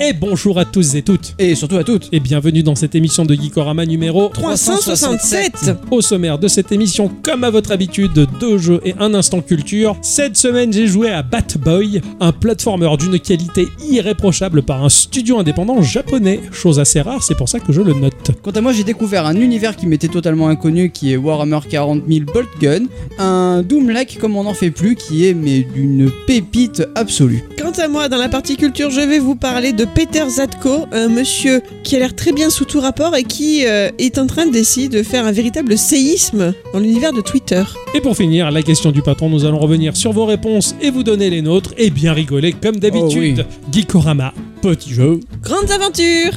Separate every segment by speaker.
Speaker 1: Et bonjour à tous et toutes
Speaker 2: Et surtout à toutes
Speaker 1: et bienvenue dans cette émission de Geekorama numéro
Speaker 2: 367
Speaker 1: Au sommaire de cette émission, comme à votre habitude, deux jeux et un instant culture. Cette semaine, j'ai joué à Batboy, un platformer d'une qualité irréprochable par un studio indépendant japonais. Chose assez rare, c'est pour ça que je le note.
Speaker 2: Quant à moi, j'ai découvert un univers qui m'était totalement inconnu, qui est Warhammer 40 000 Bolt Gun, un Doomlike comme on n'en fait plus, qui est mais d'une pépite absolue.
Speaker 3: Quant à moi, dans la partie culture, je vais vous parler de Peter Zatko, un monsieur qui a l'air très bien sous tout rapport et qui euh, est en train d'essayer de faire un véritable séisme dans l'univers de Twitter.
Speaker 1: Et pour finir, la question du patron, nous allons revenir sur vos réponses et vous donner les nôtres et bien rigoler comme d'habitude.
Speaker 2: Oh
Speaker 1: Geekorama, petit jeu.
Speaker 3: Grandes aventures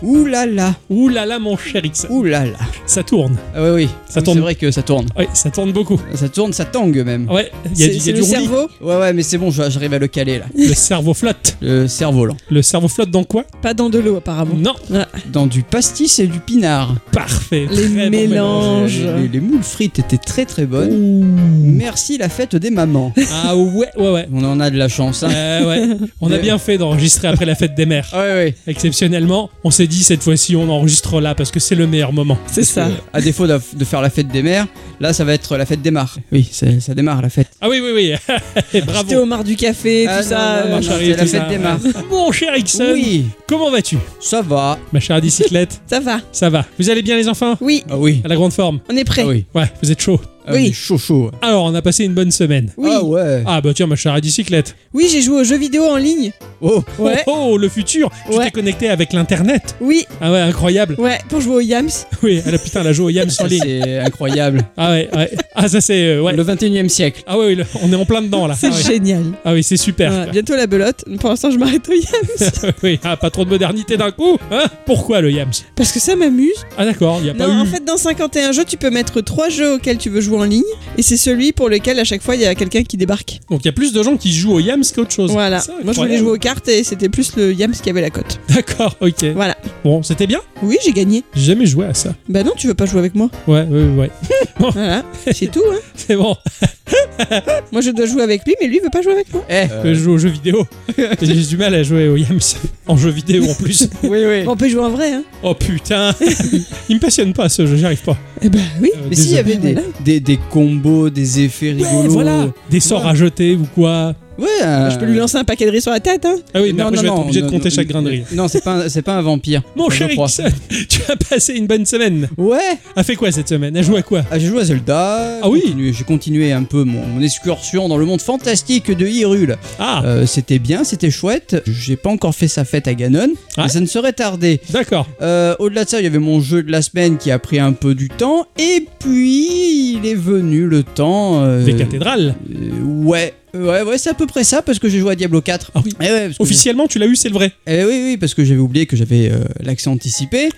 Speaker 2: Ouh là là,
Speaker 1: Ouh là là, mon cher X,
Speaker 2: ouh là là.
Speaker 1: ça tourne.
Speaker 2: Ah oui, oui,
Speaker 1: Ça
Speaker 2: Ah oui,
Speaker 1: tourne.
Speaker 2: c'est vrai que ça tourne.
Speaker 1: Oui, ça tourne beaucoup.
Speaker 2: Ça tourne, ça tangue même.
Speaker 1: Ouais, il y a, du-
Speaker 3: C'est-
Speaker 1: il y
Speaker 3: c'est
Speaker 1: a du
Speaker 3: le
Speaker 1: roulis.
Speaker 3: cerveau
Speaker 2: Ouais, ouais, mais c'est bon, je- j'arrive à le caler là.
Speaker 1: Le cerveau flotte.
Speaker 2: Le cerf-volant.
Speaker 1: Le cerveau flotte dans quoi
Speaker 3: Pas dans de l'eau apparemment.
Speaker 1: Non,
Speaker 2: Dans du pastis et du pinard. Euh,
Speaker 1: parfait.
Speaker 3: Les
Speaker 1: Très bon mélange.
Speaker 3: mélanges.
Speaker 2: Les, les moules frites étaient très très bonnes.
Speaker 1: Ouh.
Speaker 2: Merci la fête des mamans.
Speaker 1: Ah ouais, ouais, ouais.
Speaker 2: On en a de la chance, hein.
Speaker 1: Euh, ouais. On a bien fait d'enregistrer après la fête des mères.
Speaker 2: Ah Ouais, ouais.
Speaker 1: Exceptionnellement, on s'est dit cette fois-ci on enregistre là parce que c'est le meilleur moment.
Speaker 3: C'est ça.
Speaker 2: Euh,
Speaker 1: euh,
Speaker 2: À défaut de, de faire la fête des mères, là ça va être la fête des mares. Oui, ça, ça démarre la fête.
Speaker 1: Ah oui, oui, oui. Et
Speaker 3: J'étais
Speaker 1: bravo.
Speaker 3: au mar du café, tout
Speaker 2: Ah,
Speaker 3: ça.
Speaker 2: non, non,
Speaker 3: euh,
Speaker 2: non,
Speaker 1: Marche
Speaker 2: c'est
Speaker 1: arrière,
Speaker 2: la
Speaker 1: tout
Speaker 2: fête
Speaker 1: ça.
Speaker 2: des mares.
Speaker 1: Mon cher Ixon,
Speaker 2: Oui,
Speaker 1: comment vas-tu
Speaker 2: ça va.
Speaker 1: Ma chère bicyclette,
Speaker 3: Ça va
Speaker 1: ça va. Vous allez bien les enfants
Speaker 3: Oui,
Speaker 2: Ah oui.
Speaker 1: À la grande forme
Speaker 3: on est prêt.
Speaker 2: Ah oui.
Speaker 1: Ouais, vous êtes chaud.
Speaker 2: Ah oui,
Speaker 3: Oui.
Speaker 2: Chaud chaud.
Speaker 1: Alors, on a passé une bonne semaine.
Speaker 3: Oui,
Speaker 2: Ah ouais.
Speaker 1: Ah bah tiens, ma chère bicyclette.
Speaker 3: oui j'ai joué aux jeux vidéo en ligne.
Speaker 2: Oh.
Speaker 3: Ouais.
Speaker 1: Oh, oh, le futur Tu
Speaker 3: Ouais.
Speaker 1: t'es connecté avec l'internet
Speaker 3: Oui,
Speaker 1: Ah ouais, incroyable
Speaker 3: ouais, pour jouer aux Yams.
Speaker 1: Oui, elle a putain, la joue au Yams en
Speaker 2: Ça,
Speaker 1: ligne.
Speaker 2: C'est incroyable.
Speaker 1: Ah ouais, ouais. Ah ça c'est... euh, ouais.
Speaker 2: Le 21e siècle.
Speaker 1: Ah ouais, oui, le- on est en plein dedans là.
Speaker 3: C'est
Speaker 1: ah, ouais.
Speaker 3: génial.
Speaker 1: Ah oui, c'est super.
Speaker 3: Ouais, bientôt la belote. Pour l'instant, je m'arrête aux Yams.
Speaker 1: oui, ah, pas trop de modernité d'un coup. Hein Pourquoi le Yams
Speaker 3: Parce que ça m'amuse.
Speaker 1: Ah d'accord, il y a pas
Speaker 3: Non,
Speaker 1: eu...
Speaker 3: en fait, dans 51 jeux, tu peux mettre 3 jeux auxquels tu veux jouer en ligne, et c'est celui pour lequel à chaque fois il y a quelqu'un qui débarque.
Speaker 1: Donc il y a plus de gens qui jouent au Yams qu'autre chose.
Speaker 3: Voilà.
Speaker 1: Ça,
Speaker 3: Moi, je
Speaker 1: incroyable.
Speaker 3: voulais jouer aux cartes, et c'était plus le Yams qui avait la cote.
Speaker 1: D'accord, ok.
Speaker 3: Voilà.
Speaker 1: Bon, c'était bien.
Speaker 3: Oui, j'ai gagné.
Speaker 1: J'ai jamais joué à ça.
Speaker 3: Bah non, tu veux pas jouer avec moi.
Speaker 1: Ouais, ouais, ouais.
Speaker 3: Voilà. C'est tout, hein.
Speaker 1: C'est bon,
Speaker 3: Moi, je dois jouer avec lui, mais lui il veut pas jouer avec moi.
Speaker 2: Eh.
Speaker 1: je joue aux jeux vidéo. J'ai du mal à jouer au Yams. En jeu vidéo en plus.
Speaker 2: Oui, oui.
Speaker 3: On peut jouer en vrai, hein.
Speaker 1: Oh putain. Il me passionne pas ce jeu, j'y arrive pas.
Speaker 3: Eh bah oui.
Speaker 1: Euh,
Speaker 2: Mais s'il y
Speaker 1: désolé.
Speaker 2: avait des,
Speaker 3: Voilà.
Speaker 2: des, des combos, des effets rigolos.
Speaker 1: voilà. Des sorts à jeter ou quoi.
Speaker 2: Ouais. euh,
Speaker 3: Bah, Je peux lui lancer un paquet de riz sur la tête, hein.
Speaker 1: Ah oui, mais
Speaker 2: non,
Speaker 1: après
Speaker 2: non,
Speaker 1: je vais être
Speaker 2: non,
Speaker 1: obligé de
Speaker 2: non,
Speaker 1: compter
Speaker 2: non, euh,
Speaker 1: chaque grain de riz.
Speaker 2: Non, c'est pas, un- c'est pas un vampire.
Speaker 1: Mon
Speaker 2: Je
Speaker 1: cher
Speaker 2: crois.
Speaker 1: Ixon, tu as passé une bonne semaine.
Speaker 2: Ouais.
Speaker 1: A fait quoi cette semaine A joué à quoi
Speaker 2: Ah, j'ai joué à Zelda.
Speaker 1: Ah oui.
Speaker 2: continué- J'ai continué un peu mon, mon excursion dans le monde fantastique de Hyrule.
Speaker 1: Ah,
Speaker 2: Euh, c'était bien, c'était chouette. J'ai pas encore fait sa fête à Ganon,
Speaker 1: Ouais.
Speaker 2: mais ça ne serait tardé.
Speaker 1: d'accord.
Speaker 2: Euh, Au-delà de ça, il y avait mon jeu de la semaine qui a pris un peu du temps, et puis il est venu le temps. euh,
Speaker 1: Des cathédrales.
Speaker 2: euh, ouais. Ouais, ouais, c'est à peu près ça parce que j'ai joué à Diablo 4.
Speaker 1: Ah oui.
Speaker 2: Eh ouais, parce que
Speaker 1: Officiellement, tu l'as eu, c'est le vrai.
Speaker 2: j'ai- eh oui, oui, parce que j'avais oublié que j'avais euh, l'accès anticipé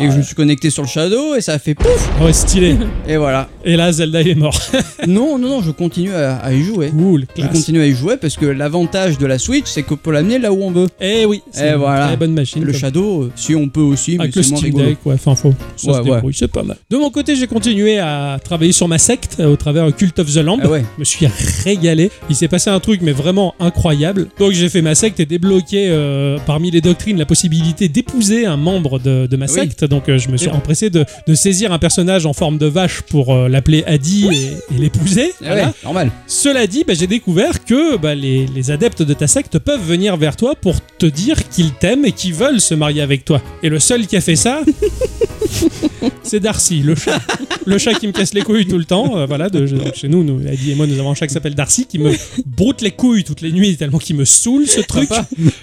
Speaker 2: et que je me suis connecté sur le Shadow et ça a fait pouf
Speaker 1: Ah ouais, stylé.
Speaker 2: Et voilà.
Speaker 1: Et là, Zelda, il est mort.
Speaker 2: non, non, non, je continue à, à y jouer.
Speaker 1: Cool,
Speaker 2: Je
Speaker 1: classe.
Speaker 2: continue à y jouer parce que l'avantage de la Switch, c'est qu'on peut l'amener là où on veut.
Speaker 1: Eh oui, c'est
Speaker 2: Eh
Speaker 1: une
Speaker 2: voilà.
Speaker 1: très bonne machine.
Speaker 2: Le
Speaker 1: comme-
Speaker 2: Shadow, euh, si on peut aussi, mais
Speaker 1: Avec le
Speaker 2: c'est moins
Speaker 1: Steam
Speaker 2: rigolo.
Speaker 1: Deck, ouais, enfin, faut, ça se
Speaker 2: Ouais, ouais.
Speaker 1: débrouille, c'est pas mal. De mon côté, j'ai continué à travailler sur ma secte euh, au travers euh, Cult of the Lamb.
Speaker 2: Ah ouais.
Speaker 1: Je me suis régalé. Il s'est passé un truc, mais vraiment incroyable. Donc j'ai fait ma secte et débloqué euh, parmi les doctrines la possibilité d'épouser un membre de, de ma
Speaker 2: Oui. Eh ben.
Speaker 1: secte. Donc euh, je me suis
Speaker 2: Et bon.
Speaker 1: empressé de, de saisir un personnage en forme de vache pour euh, l'appeler Adi et, et l'épouser.
Speaker 2: Ah
Speaker 1: Voilà.
Speaker 2: ouais, normal.
Speaker 1: Cela dit, bah, j'ai découvert que bah, les, les adeptes de ta secte peuvent venir vers toi pour te dire qu'ils t'aiment et qu'ils veulent se marier avec toi. Et le seul qui a fait ça, c'est Darcy, le chat. Le chat qui me casse les couilles tout le temps. Euh, voilà, de, donc, chez nous, nous, Adi et moi, nous avons un chat qui s'appelle Darcy qui me broute les couilles toutes les nuits tellement qu'il me saoule ce truc.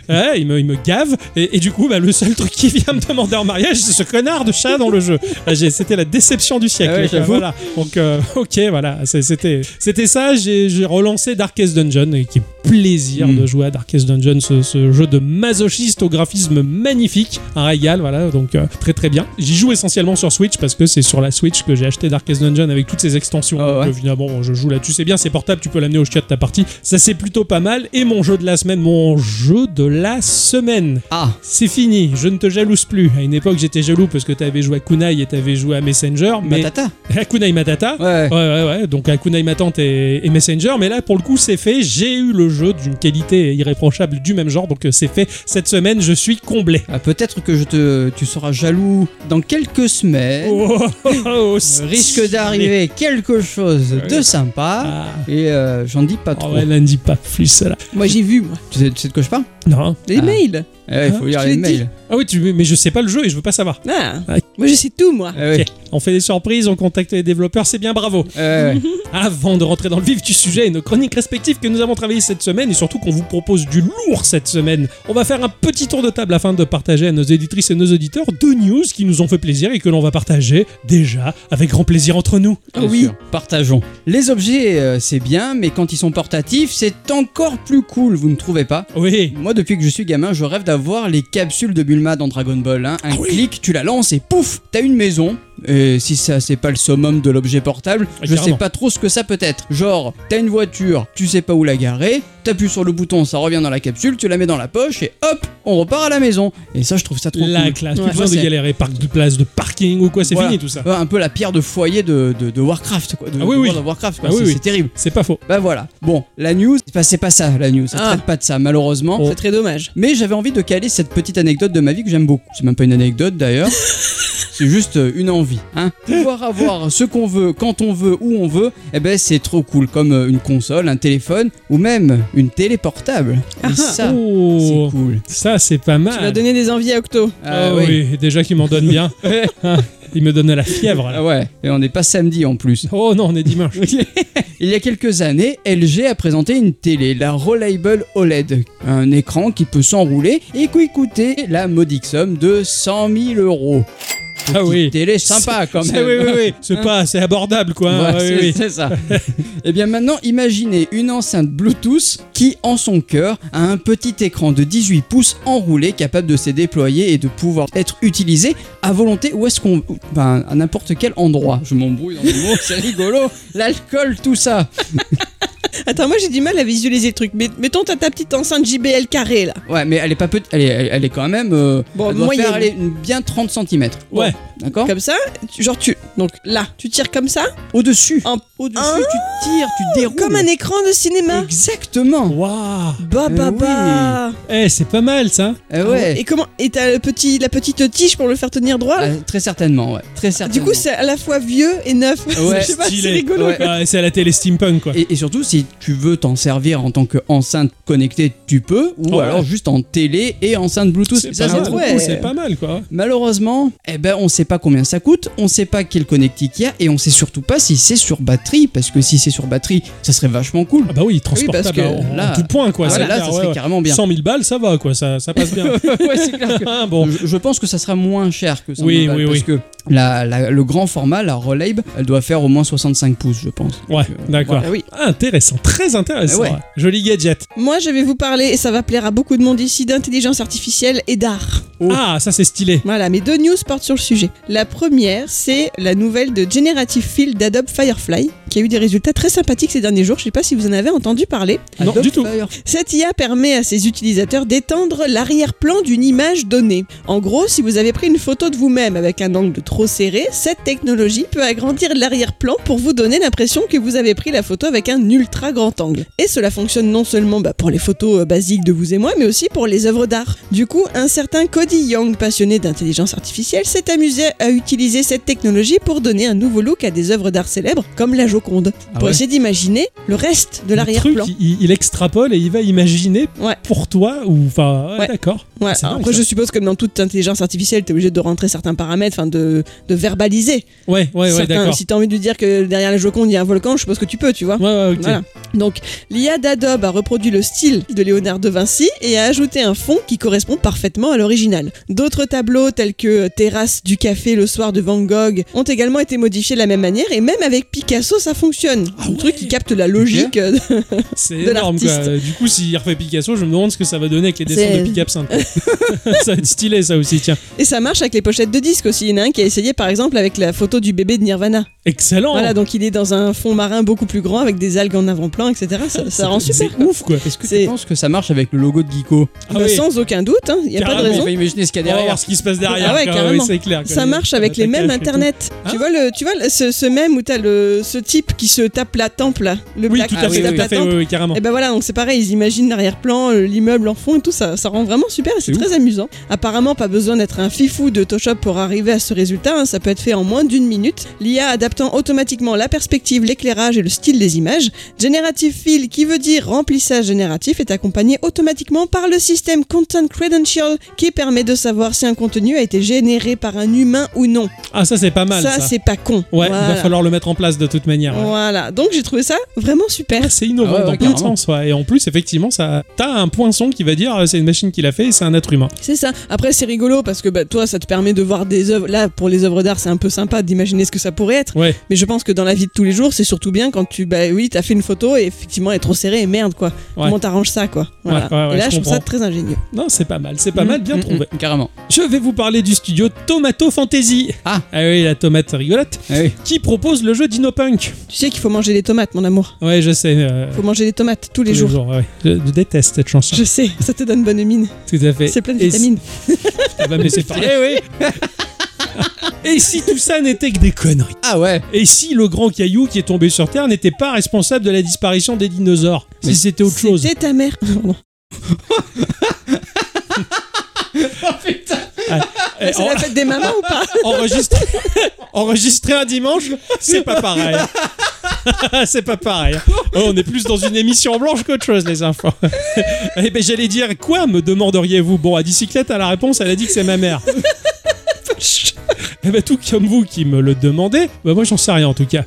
Speaker 1: Ouais, il, me, il me gave. Et, et du coup, bah, le seul truc qui vient me demander en mariage, c'est ce connard de chat dans le jeu. Ah, j'ai- C'était la déception du siècle.
Speaker 2: Ah ouais,
Speaker 1: quoi.
Speaker 2: j'avoue.
Speaker 1: Voilà. Donc, euh, ok, voilà. C'est- C'était c'était ça. J'ai j'ai relancé Darkest Dungeon, et qui est plaisir
Speaker 2: Mm.
Speaker 1: de jouer à Darkest Dungeon, ce, ce jeu de masochiste au graphisme magnifique, un régal, voilà, donc euh, très très bien. J'y joue essentiellement sur Switch parce que c'est sur la Switch que j'ai acheté Darkest Dungeon avec toutes ses extensions.
Speaker 2: Ah ouais.
Speaker 1: Donc, euh, finalement, bon, je joue là-dessus, c'est bien, c'est portable, tu peux l'amener au chat de ta partie. Ça c'est plutôt pas mal. Et mon jeu de la semaine, mon jeu de la semaine,
Speaker 2: Ah,
Speaker 1: c'est fini, je ne te jalouse plus. À une époque, j'étais jaloux parce que t'avais joué à Kunai et t'avais joué à Messenger, mais
Speaker 2: Matata.
Speaker 1: à Kunai Matata.
Speaker 2: Ouais.
Speaker 1: Ouais, ouais, ouais. Donc, Kunai ma tante et, et Messenger. Mais là, pour le coup, c'est fait. J'ai eu le jeu d'une qualité irréprochable du même genre. Donc, euh, c'est fait. Cette semaine, je suis comblé.
Speaker 2: Ah, Peut-être que je te, tu seras jaloux dans quelques semaines.
Speaker 1: Oh, oh, oh,
Speaker 2: Euh, risque d'arriver quelque chose de
Speaker 1: Ouais.
Speaker 2: sympa.
Speaker 1: Ah,
Speaker 2: Et euh, j'en dis pas
Speaker 1: oh,
Speaker 2: trop.
Speaker 1: ouais, là, ne dis pas plus cela.
Speaker 3: Moi j'ai vu, moi.
Speaker 2: tu, sais, tu sais de quoi je parle
Speaker 1: Non.
Speaker 3: Les
Speaker 2: Ah.
Speaker 3: mails.
Speaker 2: Eh ouais, Il faut
Speaker 3: Je
Speaker 2: lire
Speaker 3: te
Speaker 2: les
Speaker 3: l'ai dit.
Speaker 2: mails.
Speaker 1: Ah oui, tu, mais je sais pas le jeu et je veux pas savoir.
Speaker 3: Ah.
Speaker 1: Ouais. Euh.
Speaker 3: Moi je sais tout, moi.
Speaker 2: Eh ouais,
Speaker 1: Ok. On fait des surprises, on contacte les développeurs, c'est bien, bravo.
Speaker 2: eh ouais.
Speaker 1: Avant de rentrer dans le vif du sujet et nos chroniques respectives que nous avons travaillées cette semaine et surtout qu'on vous propose du lourd cette semaine, on va faire un petit tour de table afin de partager à nos éditrices et nos auditeurs deux news qui nous ont fait plaisir et que l'on va partager déjà avec grand plaisir entre nous.
Speaker 3: Ah
Speaker 2: Bien
Speaker 3: oui.
Speaker 2: sûr, partageons. Les objets, euh, c'est bien, mais quand ils sont portatifs, c'est encore plus cool, vous ne trouvez pas
Speaker 1: Oui.
Speaker 2: Moi, depuis que je suis gamin, je rêve d'avoir les capsules de Bulma dans Dragon Ball. hein. Un
Speaker 1: Ah oui.
Speaker 2: clic, tu la lances et pouf, t'as une maison. Et si ça, c'est pas le summum de l'objet portable,
Speaker 1: Ah,
Speaker 2: je sais
Speaker 1: carrément.
Speaker 2: pas trop ce que ça peut être. Genre, t'as une voiture, tu sais pas où la garer, t'appuies sur le bouton, ça revient dans la capsule, tu la mets dans la poche et hop, on repart à la maison. Et ça, je trouve ça trop
Speaker 1: La
Speaker 2: cool.
Speaker 1: classe, plus
Speaker 2: Ouais.
Speaker 1: besoin de
Speaker 2: C'est-
Speaker 1: galérer, parc de place, de parking ou quoi, c'est
Speaker 2: Voilà.
Speaker 1: fini tout ça.
Speaker 2: Ouais, un peu la pierre de foyer de, de- de Warcraft, quoi. De,
Speaker 1: Ah oui,
Speaker 2: de
Speaker 1: oui.
Speaker 2: World of Warcraft, quoi.
Speaker 1: Ah oui,
Speaker 2: c'est
Speaker 1: oui.
Speaker 2: c'est terrible.
Speaker 1: C'est pas faux.
Speaker 2: Bah voilà. Bon, la news, c'est pas, c'est pas ça, la news. Ça
Speaker 3: Ah.
Speaker 2: traite pas de ça, malheureusement.
Speaker 1: Oh.
Speaker 3: C'est très dommage.
Speaker 2: Mais j'avais envie de caler cette petite anecdote de ma vie que j'aime beaucoup. C'est même pas une anecdote d'ailleurs. C'est juste euh, une envie. Hein. Pouvoir avoir ce qu'on veut, quand on veut, où on veut, eh ben c'est trop cool. Comme euh, une console, un téléphone ou même une télé portable. Et
Speaker 3: Ah,
Speaker 2: ça,
Speaker 1: Oh,
Speaker 2: c'est cool.
Speaker 1: ça c'est pas mal.
Speaker 3: Tu vas donner des envies à Octo.
Speaker 2: Ah,
Speaker 1: Ah
Speaker 2: oui.
Speaker 1: oui, déjà qu'il m'en donne bien. Ah, Il me donne la fièvre. là.
Speaker 2: Ah ouais. Et on n'est pas samedi en plus.
Speaker 1: Oh non, on est dimanche.
Speaker 2: Il y a quelques années, LG a présenté une télé, la Reliable OLED, un écran qui peut s'enrouler et qui coûtait la modique somme de 100 000 euros.
Speaker 1: Ah
Speaker 2: Petite
Speaker 1: oui.
Speaker 2: Télé sympa quand
Speaker 1: C'est-
Speaker 2: même.
Speaker 1: Oui, oui, oui. C'est pas, c'est abordable, quoi. hein.
Speaker 2: Voilà,
Speaker 1: Ouais,
Speaker 2: c'est-
Speaker 1: oui, oui.
Speaker 2: c'est ça. Et bien maintenant, imaginez une enceinte Bluetooth qui, en son cœur, a un petit écran de 18 pouces enroulé capable de se déployer et de pouvoir être utilisé à volonté où est-ce qu'on. Ben, à n'importe quel endroit. Je m'embrouille dans les mots, c'est rigolo. L'alcool, tout ça.
Speaker 3: Attends, moi j'ai du mal à visualiser le truc. Mais mettons t'as ta petite enceinte JBL carré là.
Speaker 2: Ouais, mais elle est pas petite. Elle est, elle, elle est quand même. euh,
Speaker 3: Bon,
Speaker 2: elle doit
Speaker 3: moyenne.
Speaker 2: faire elle est une- bien 30 cm.
Speaker 1: Ouais.
Speaker 2: D'accord
Speaker 3: Comme ça, tu- genre tu. Donc là, tu tires comme ça,
Speaker 2: Au-dessus.
Speaker 3: en-
Speaker 2: Au-dessus,
Speaker 3: Ah
Speaker 2: tu tires, tu déroules.
Speaker 3: comme un écran de cinéma.
Speaker 2: Exactement.
Speaker 1: Waouh.
Speaker 3: Bah bah
Speaker 2: Euh,
Speaker 3: bah.
Speaker 1: Eh, c'est pas mal, ça.
Speaker 2: Eh ouais.
Speaker 3: Et comment Et t'as le petit, la petite tige pour le faire tenir droit. là
Speaker 2: Ah, très certainement, ouais. Très
Speaker 3: Du
Speaker 2: Ah, certainement.
Speaker 3: coup, c'est à la fois vieux et neuf.
Speaker 2: Ouais.
Speaker 3: Je sais pas, c'est
Speaker 1: Stylé.
Speaker 3: rigolo.
Speaker 2: Ouais.
Speaker 3: quoi.
Speaker 1: Ouais, Ah, c'est à la télé steampunk, quoi.
Speaker 2: Et, et surtout, si tu veux t'en servir en tant qu'enceinte connectée, tu peux, ou
Speaker 1: Ouais.
Speaker 2: alors juste en télé et enceinte Bluetooth.
Speaker 1: C'est
Speaker 2: Ça,
Speaker 1: pas,
Speaker 2: c'est
Speaker 1: mal.
Speaker 2: trop
Speaker 3: ouais.
Speaker 2: cool.
Speaker 1: C'est pas mal, quoi.
Speaker 2: Malheureusement, eh ben, on sait pas combien ça coûte, on sait pas quel connectique il y a, et on sait surtout pas si c'est sur batterie, parce que si c'est sur batterie, ça serait vachement cool.
Speaker 1: Ah bah oui,
Speaker 2: parce
Speaker 1: transportable
Speaker 2: que
Speaker 1: en- en,
Speaker 2: là-
Speaker 1: tout point, quoi.
Speaker 2: Ah
Speaker 1: c'est
Speaker 2: ouais, là,
Speaker 1: clair,
Speaker 2: ça
Speaker 1: ouais,
Speaker 2: serait
Speaker 1: ouais.
Speaker 2: carrément bien.
Speaker 1: 100 000 balles, ça va, quoi. Ça, ça passe bien.
Speaker 2: Ouais, c'est clair que-
Speaker 1: Ah, bon.
Speaker 2: Je, je pense que ça sera moins cher que ça.
Speaker 1: Oui, oui,
Speaker 2: parce
Speaker 1: oui.
Speaker 2: que la- la- le grand format, la Relabe, elle doit faire au moins 65 pouces, je pense.
Speaker 1: Ouais, d'accord.
Speaker 3: Ah oui.
Speaker 1: Ah, intéressant, très intéressant.
Speaker 2: Eh ouais.
Speaker 1: Joli gadget.
Speaker 3: Moi, je vais vous parler, et ça va plaire à beaucoup de monde ici, d'intelligence artificielle et d'art.
Speaker 2: Oh.
Speaker 1: Ah, ça, c'est stylé.
Speaker 3: Voilà, mes deux news portent sur le sujet. La première, c'est la nouvelle de Generative Field d'Adobe Firefly, qui a eu des résultats très sympathiques ces derniers jours. Je sais pas si vous en avez entendu parler.
Speaker 1: Ah, Non,
Speaker 2: Adobe
Speaker 1: du tout.
Speaker 2: Fire.
Speaker 3: Cette IA permet à ses utilisateurs d'étendre l'arrière-plan d'une image donnée. En gros, si vous avez pris une photo de vous-même avec un angle trop serré, cette technologie peut agrandir l'arrière-plan pour vous donner l'impression que vous avez pris la photo avec un ultra grand angle. Et cela fonctionne non seulement bah, pour les photos euh, basiques de vous et moi, mais aussi pour les œuvres d'art. Du coup, un certain Cody Young, passionné d'intelligence artificielle, s'est amusé à utiliser cette technologie pour donner un nouveau look à des œuvres d'art célèbres comme la Joconde,
Speaker 2: Ah
Speaker 3: pour
Speaker 2: ouais.
Speaker 3: essayer d'imaginer le reste de
Speaker 1: Le
Speaker 3: l'arrière-plan.
Speaker 1: truc, il, il extrapole et il va imaginer
Speaker 3: Ouais.
Speaker 1: pour toi ou enfin ouais,
Speaker 3: Ouais.
Speaker 1: d'accord.
Speaker 3: Ouais,
Speaker 1: C'est dingue,
Speaker 3: après,
Speaker 1: ça.
Speaker 3: je suppose que dans toute intelligence artificielle, t'es obligé de rentrer certains paramètres, enfin de, de verbaliser.
Speaker 1: Ouais ouais ouais
Speaker 3: Certains-
Speaker 1: d'accord.
Speaker 3: si t'as envie de lui dire que derrière la Joconde, il y a un volcan, je suppose que tu peux, tu vois.
Speaker 1: Ouais ouais ok.
Speaker 3: Voilà. Donc, l'IA d'Adobe a reproduit le style de Léonard de Vinci et a ajouté un fond qui correspond parfaitement à l'original. originale. D'autres tableaux tels que Terrasse du café le soir de Van Gogh ont également été modifiés de la même manière et même avec Picasso ça fonctionne.
Speaker 1: Ah
Speaker 3: Un
Speaker 1: ouais.
Speaker 3: truc qui capte la logique. euh,
Speaker 1: C'est
Speaker 3: de
Speaker 1: énorme quoi.
Speaker 3: l'artiste.
Speaker 1: Du coup, s'il refait Picasso, je me demande ce que ça va donner avec les dessins
Speaker 3: C'est-
Speaker 1: de Pic Absinthe. quoi. ça va être stylé ça aussi, tiens.
Speaker 3: et ça marche avec les pochettes de disques aussi. Il y en a un qui a essayé par exemple avec la photo du bébé de Nirvana.
Speaker 1: Excellent.
Speaker 3: Voilà, donc il est dans un fond marin beaucoup plus grand avec des algues en avant-plan, etc. Ça, ça rend
Speaker 1: C'est-
Speaker 3: super.
Speaker 1: C'est ouf quoi.
Speaker 2: Est-ce que tu
Speaker 3: C'est-
Speaker 2: penses que ça marche avec le logo de Geeko
Speaker 1: Ah
Speaker 3: Bah,
Speaker 1: oui.
Speaker 3: Sans aucun doute, il n'y a pas de
Speaker 1: Carrément.
Speaker 2: On
Speaker 3: raison.
Speaker 2: va imaginer ce qu'il y a
Speaker 1: On va
Speaker 2: derrière.
Speaker 1: voir ce qui se passe derrière.
Speaker 3: Ah ouais,
Speaker 1: quoi.
Speaker 3: carrément.
Speaker 1: c'est clair. quoi.
Speaker 3: Ça
Speaker 1: Les-
Speaker 3: marche avec
Speaker 1: les
Speaker 3: les mêmes
Speaker 1: attaquages et tout.
Speaker 3: internet.
Speaker 1: Hein
Speaker 3: tu vois le, tu vois le- ce, ce même où t'as le ce type qui se tape la tempe là, le
Speaker 1: Oui,
Speaker 3: black
Speaker 1: tout
Speaker 3: qui
Speaker 1: à
Speaker 2: Ah
Speaker 1: fait,
Speaker 3: se
Speaker 2: oui,
Speaker 1: tout
Speaker 3: tape
Speaker 1: à
Speaker 3: la
Speaker 1: fait,
Speaker 3: tempe.
Speaker 1: oui, oui, carrément.
Speaker 3: Et ben voilà, donc c'est pareil, ils imaginent l'arrière-plan, euh, l'immeuble en fond et tout, ça, ça rend vraiment super et c'est
Speaker 1: C'est
Speaker 3: très amusant. Apparemment, pas besoin d'être un fifou de Photoshop pour arriver à ce résultat, hein, ça peut être fait en moins d'une minute. L'IA adaptant automatiquement la perspective, l'éclairage et le style des images. Generative Fill, qui veut dire remplissage génératif, est accompagné automatiquement par le système Content Credential, qui permet de savoir si un contenu a été généré par un humain ou non.
Speaker 1: Ah, ça c'est pas mal. Ça,
Speaker 3: c'est pas con.
Speaker 1: Ouais, il va
Speaker 3: Voilà.
Speaker 1: falloir le mettre en place de toute manière. ouais.
Speaker 3: Voilà, donc j'ai trouvé ça vraiment super.
Speaker 1: Ah, c'est innovant
Speaker 2: Ah ouais,
Speaker 1: dans
Speaker 2: ouais,
Speaker 1: plein de
Speaker 2: carrément.
Speaker 1: sens. ouais. Et en plus, effectivement, ça, t'as un poinçon qui va dire euh, c'est une machine qui l'a fait et c'est un être humain.
Speaker 3: C'est ça. Après, c'est rigolo parce que bah, toi, ça te permet de voir des œuvres. Là, pour les œuvres d'art, c'est un peu sympa d'imaginer ce que ça pourrait être.
Speaker 1: Ouais.
Speaker 3: Mais je pense que dans la vie de tous les jours, c'est surtout bien quand tu, bah oui, t'as fait une photo et effectivement, elle est trop serrée et merde quoi. Comment t'arranges ça quoi Voilà.
Speaker 1: Ouais, ouais, ouais,
Speaker 3: Et là,
Speaker 1: je
Speaker 3: je, trouve ça
Speaker 1: comprends.
Speaker 3: très ingénieux.
Speaker 1: Non, c'est pas mal. C'est pas mal, Oh, bien
Speaker 2: Mm, mm,
Speaker 1: trouvé.
Speaker 2: mm, Carrément.
Speaker 1: Je vais vous parler du studio Tomato Fantasy.
Speaker 2: Ah.
Speaker 1: oui, la tomate rigolote.
Speaker 2: Ah oui.
Speaker 1: Qui propose le jeu Dinopunk.
Speaker 3: Tu sais qu'il faut manger des tomates, mon amour.
Speaker 1: Ouais, je sais. euh,
Speaker 3: Faut manger des tomates tous les
Speaker 1: tous
Speaker 3: jours.
Speaker 1: ouais. Je, je déteste cette chanson.
Speaker 3: Je sais, ça te donne bonne mine.
Speaker 1: Tout à fait.
Speaker 3: C'est plein de
Speaker 1: Et-
Speaker 3: vitamines.
Speaker 1: Ah bah, mais c'est
Speaker 2: Eh
Speaker 1: pareil, oui. Et si tout ça n'était que des conneries
Speaker 2: Ah ouais.
Speaker 1: Et si le grand caillou qui est tombé sur Terre n'était pas responsable de la disparition des dinosaures
Speaker 2: Mais
Speaker 1: Si c'était autre chose.
Speaker 3: C'était ta mère. Pardon.
Speaker 2: Oh putain.
Speaker 1: Eh,
Speaker 3: C'est la fête des mamans ou pas
Speaker 1: en- enregistrer... enregistrer un dimanche, c'est pas pareil. c'est pas pareil. Oh, on est plus dans une émission blanche qu'autre chose, les enfants. eh ben j'allais dire quoi, me demanderiez-vous Bon, à bicyclette, à la réponse, elle a dit que c'est ma mère. Eh ben tout comme vous qui me le demandez, bah moi j'en sais rien en tout cas.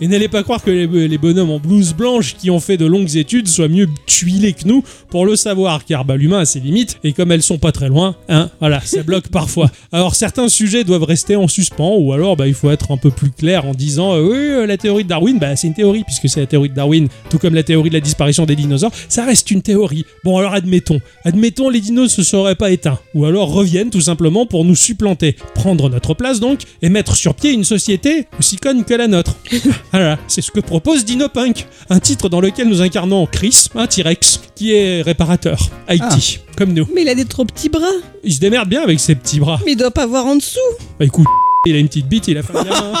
Speaker 1: Et n'allez pas croire que les, les bonhommes en blouse blanche qui ont fait de longues études soient mieux tuilés que nous pour le savoir, car bah l'humain a ses limites, et comme elles sont pas très loin, hein, voilà, ça bloque parfois. Alors certains sujets doivent rester en suspens, ou alors bah il faut être un peu plus clair en disant euh, oui euh, la théorie de Darwin, bah c'est une théorie, puisque c'est la théorie de Darwin, tout comme la théorie de la disparition des dinosaures, ça reste une théorie. Bon alors admettons, admettons les dinos se seraient pas éteints, ou alors reviennent tout simplement pour nous supplanter, prendre notre place donc, et mettre sur pied une société aussi conne que la nôtre. Voilà, c'est ce que propose Dino Punk, un titre dans lequel nous incarnons Chris, un T-Rex, qui est réparateur, IT, comme nous.
Speaker 3: Mais il a des trop petits bras.
Speaker 1: Il se démerde bien avec ses petits bras.
Speaker 3: Mais il doit pas voir en dessous.
Speaker 1: Bah écoute, il a une petite bite, il a fait un gamin.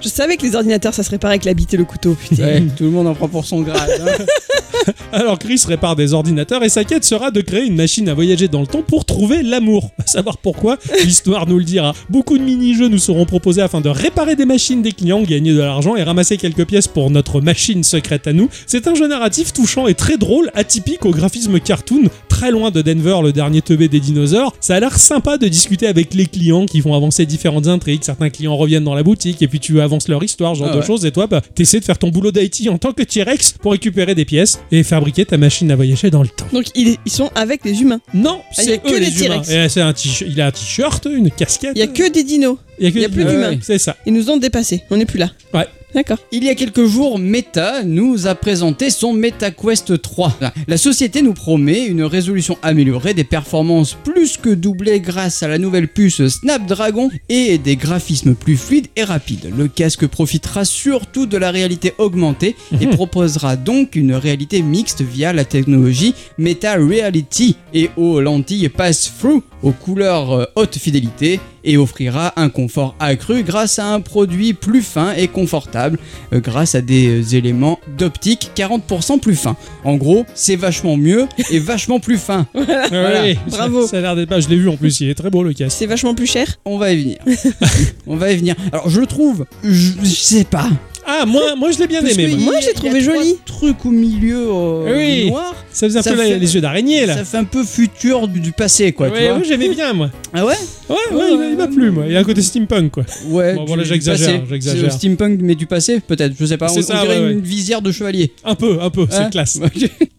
Speaker 3: Je savais que les ordinateurs, ça se réparait avec la bite et le couteau. Putain.
Speaker 2: Ouais, tout le monde en prend pour son grade. hein.
Speaker 1: Alors Chris répare des ordinateurs et sa quête sera de créer une machine à voyager dans le temps pour trouver l'amour. À savoir pourquoi, l'histoire nous le dira. Beaucoup de mini-jeux nous seront proposés afin de réparer des machines des clients, gagner de l'argent et ramasser quelques pièces pour notre machine secrète à nous. C'est un jeu narratif touchant et très drôle, atypique au graphisme cartoon, très loin de Denver, le dernier teubé des dinosaures. Ça a l'air sympa de discuter avec les clients qui vont avancer différentes intrigues. Certains clients reviennent dans la boutique et puis tu avances leur histoire, genre
Speaker 2: Ah
Speaker 1: de
Speaker 2: ouais.
Speaker 1: choses. Et toi, bah, t'essaies de faire ton boulot d'IT en tant que T-Rex pour récupérer des pièces et fabriquer ta machine à voyager dans le temps.
Speaker 3: Donc ils ils sont avec les humains.
Speaker 1: Non,
Speaker 3: Ah, y a
Speaker 1: c'est
Speaker 3: que
Speaker 1: eux
Speaker 3: les
Speaker 1: les humains.
Speaker 3: T-Rex.
Speaker 1: Et c'est un t-shirt- il a un t-shirt, une casquette.
Speaker 3: Il y a que des dinos.
Speaker 1: Il y a que-
Speaker 3: il y a plus
Speaker 1: Ouais,
Speaker 3: d'humains.
Speaker 1: ouais, C'est ça.
Speaker 3: Ils nous ont dépassés. On n'est plus là.
Speaker 1: Ouais.
Speaker 3: D'accord.
Speaker 2: Il y a quelques jours, Meta nous a présenté son MetaQuest 3. La société nous promet une résolution améliorée, des performances plus que doublées grâce à la nouvelle puce Snapdragon et des graphismes plus fluides et rapides. Le casque profitera surtout de la réalité augmentée et proposera donc une réalité mixte via la technologie Meta Reality et aux lentilles pass-through aux couleurs euh, haute fidélité et offrira un confort accru grâce à un produit plus fin et confortable euh, grâce à des euh, éléments d'optique 40% plus fins. En gros, c'est vachement mieux et vachement plus fin. Voilà.
Speaker 1: Ouais,
Speaker 3: Bravo.
Speaker 1: Ça, ça a l'air d'être pas. Je l'ai vu en plus, il est très beau le casque.
Speaker 3: C'est vachement plus cher.
Speaker 2: On va y venir. On va y venir. Alors, je le trouve, je, je sais pas.
Speaker 1: Ah, moi, moi je l'ai bien
Speaker 2: Parce
Speaker 1: aimé.
Speaker 2: qu'il
Speaker 1: moi.
Speaker 3: Moi,
Speaker 2: y a-
Speaker 3: j'ai
Speaker 2: il y
Speaker 3: trouvé
Speaker 2: a trois
Speaker 3: joli.
Speaker 2: Truc au milieu euh,
Speaker 1: Oui.
Speaker 2: noir.
Speaker 1: Ça faisait un
Speaker 2: ça
Speaker 1: peu la-
Speaker 2: fait-
Speaker 1: les yeux d'araignée là.
Speaker 2: Ça fait un peu futur du, du passé, quoi. tu
Speaker 1: ouais,
Speaker 2: vois.
Speaker 1: ouais, j'aimais bien moi.
Speaker 2: Ah ouais
Speaker 1: Ouais, ouais,
Speaker 2: Ouais,
Speaker 1: il-
Speaker 2: ouais,
Speaker 1: il m'a
Speaker 2: ouais.
Speaker 1: plu moi. Il y a un côté steampunk quoi.
Speaker 2: Ouais.
Speaker 1: Bon,
Speaker 2: du-
Speaker 1: voilà,
Speaker 2: du
Speaker 1: j'exagère,
Speaker 2: passé.
Speaker 1: j'exagère.
Speaker 2: C'est le Steampunk, mais du passé, peut-être. Je sais pas. On,
Speaker 1: C'est ça,
Speaker 2: on dirait
Speaker 1: ouais, ouais.
Speaker 2: une visière de chevalier.
Speaker 1: Un peu, un peu, c'est
Speaker 2: Hein
Speaker 1: classe.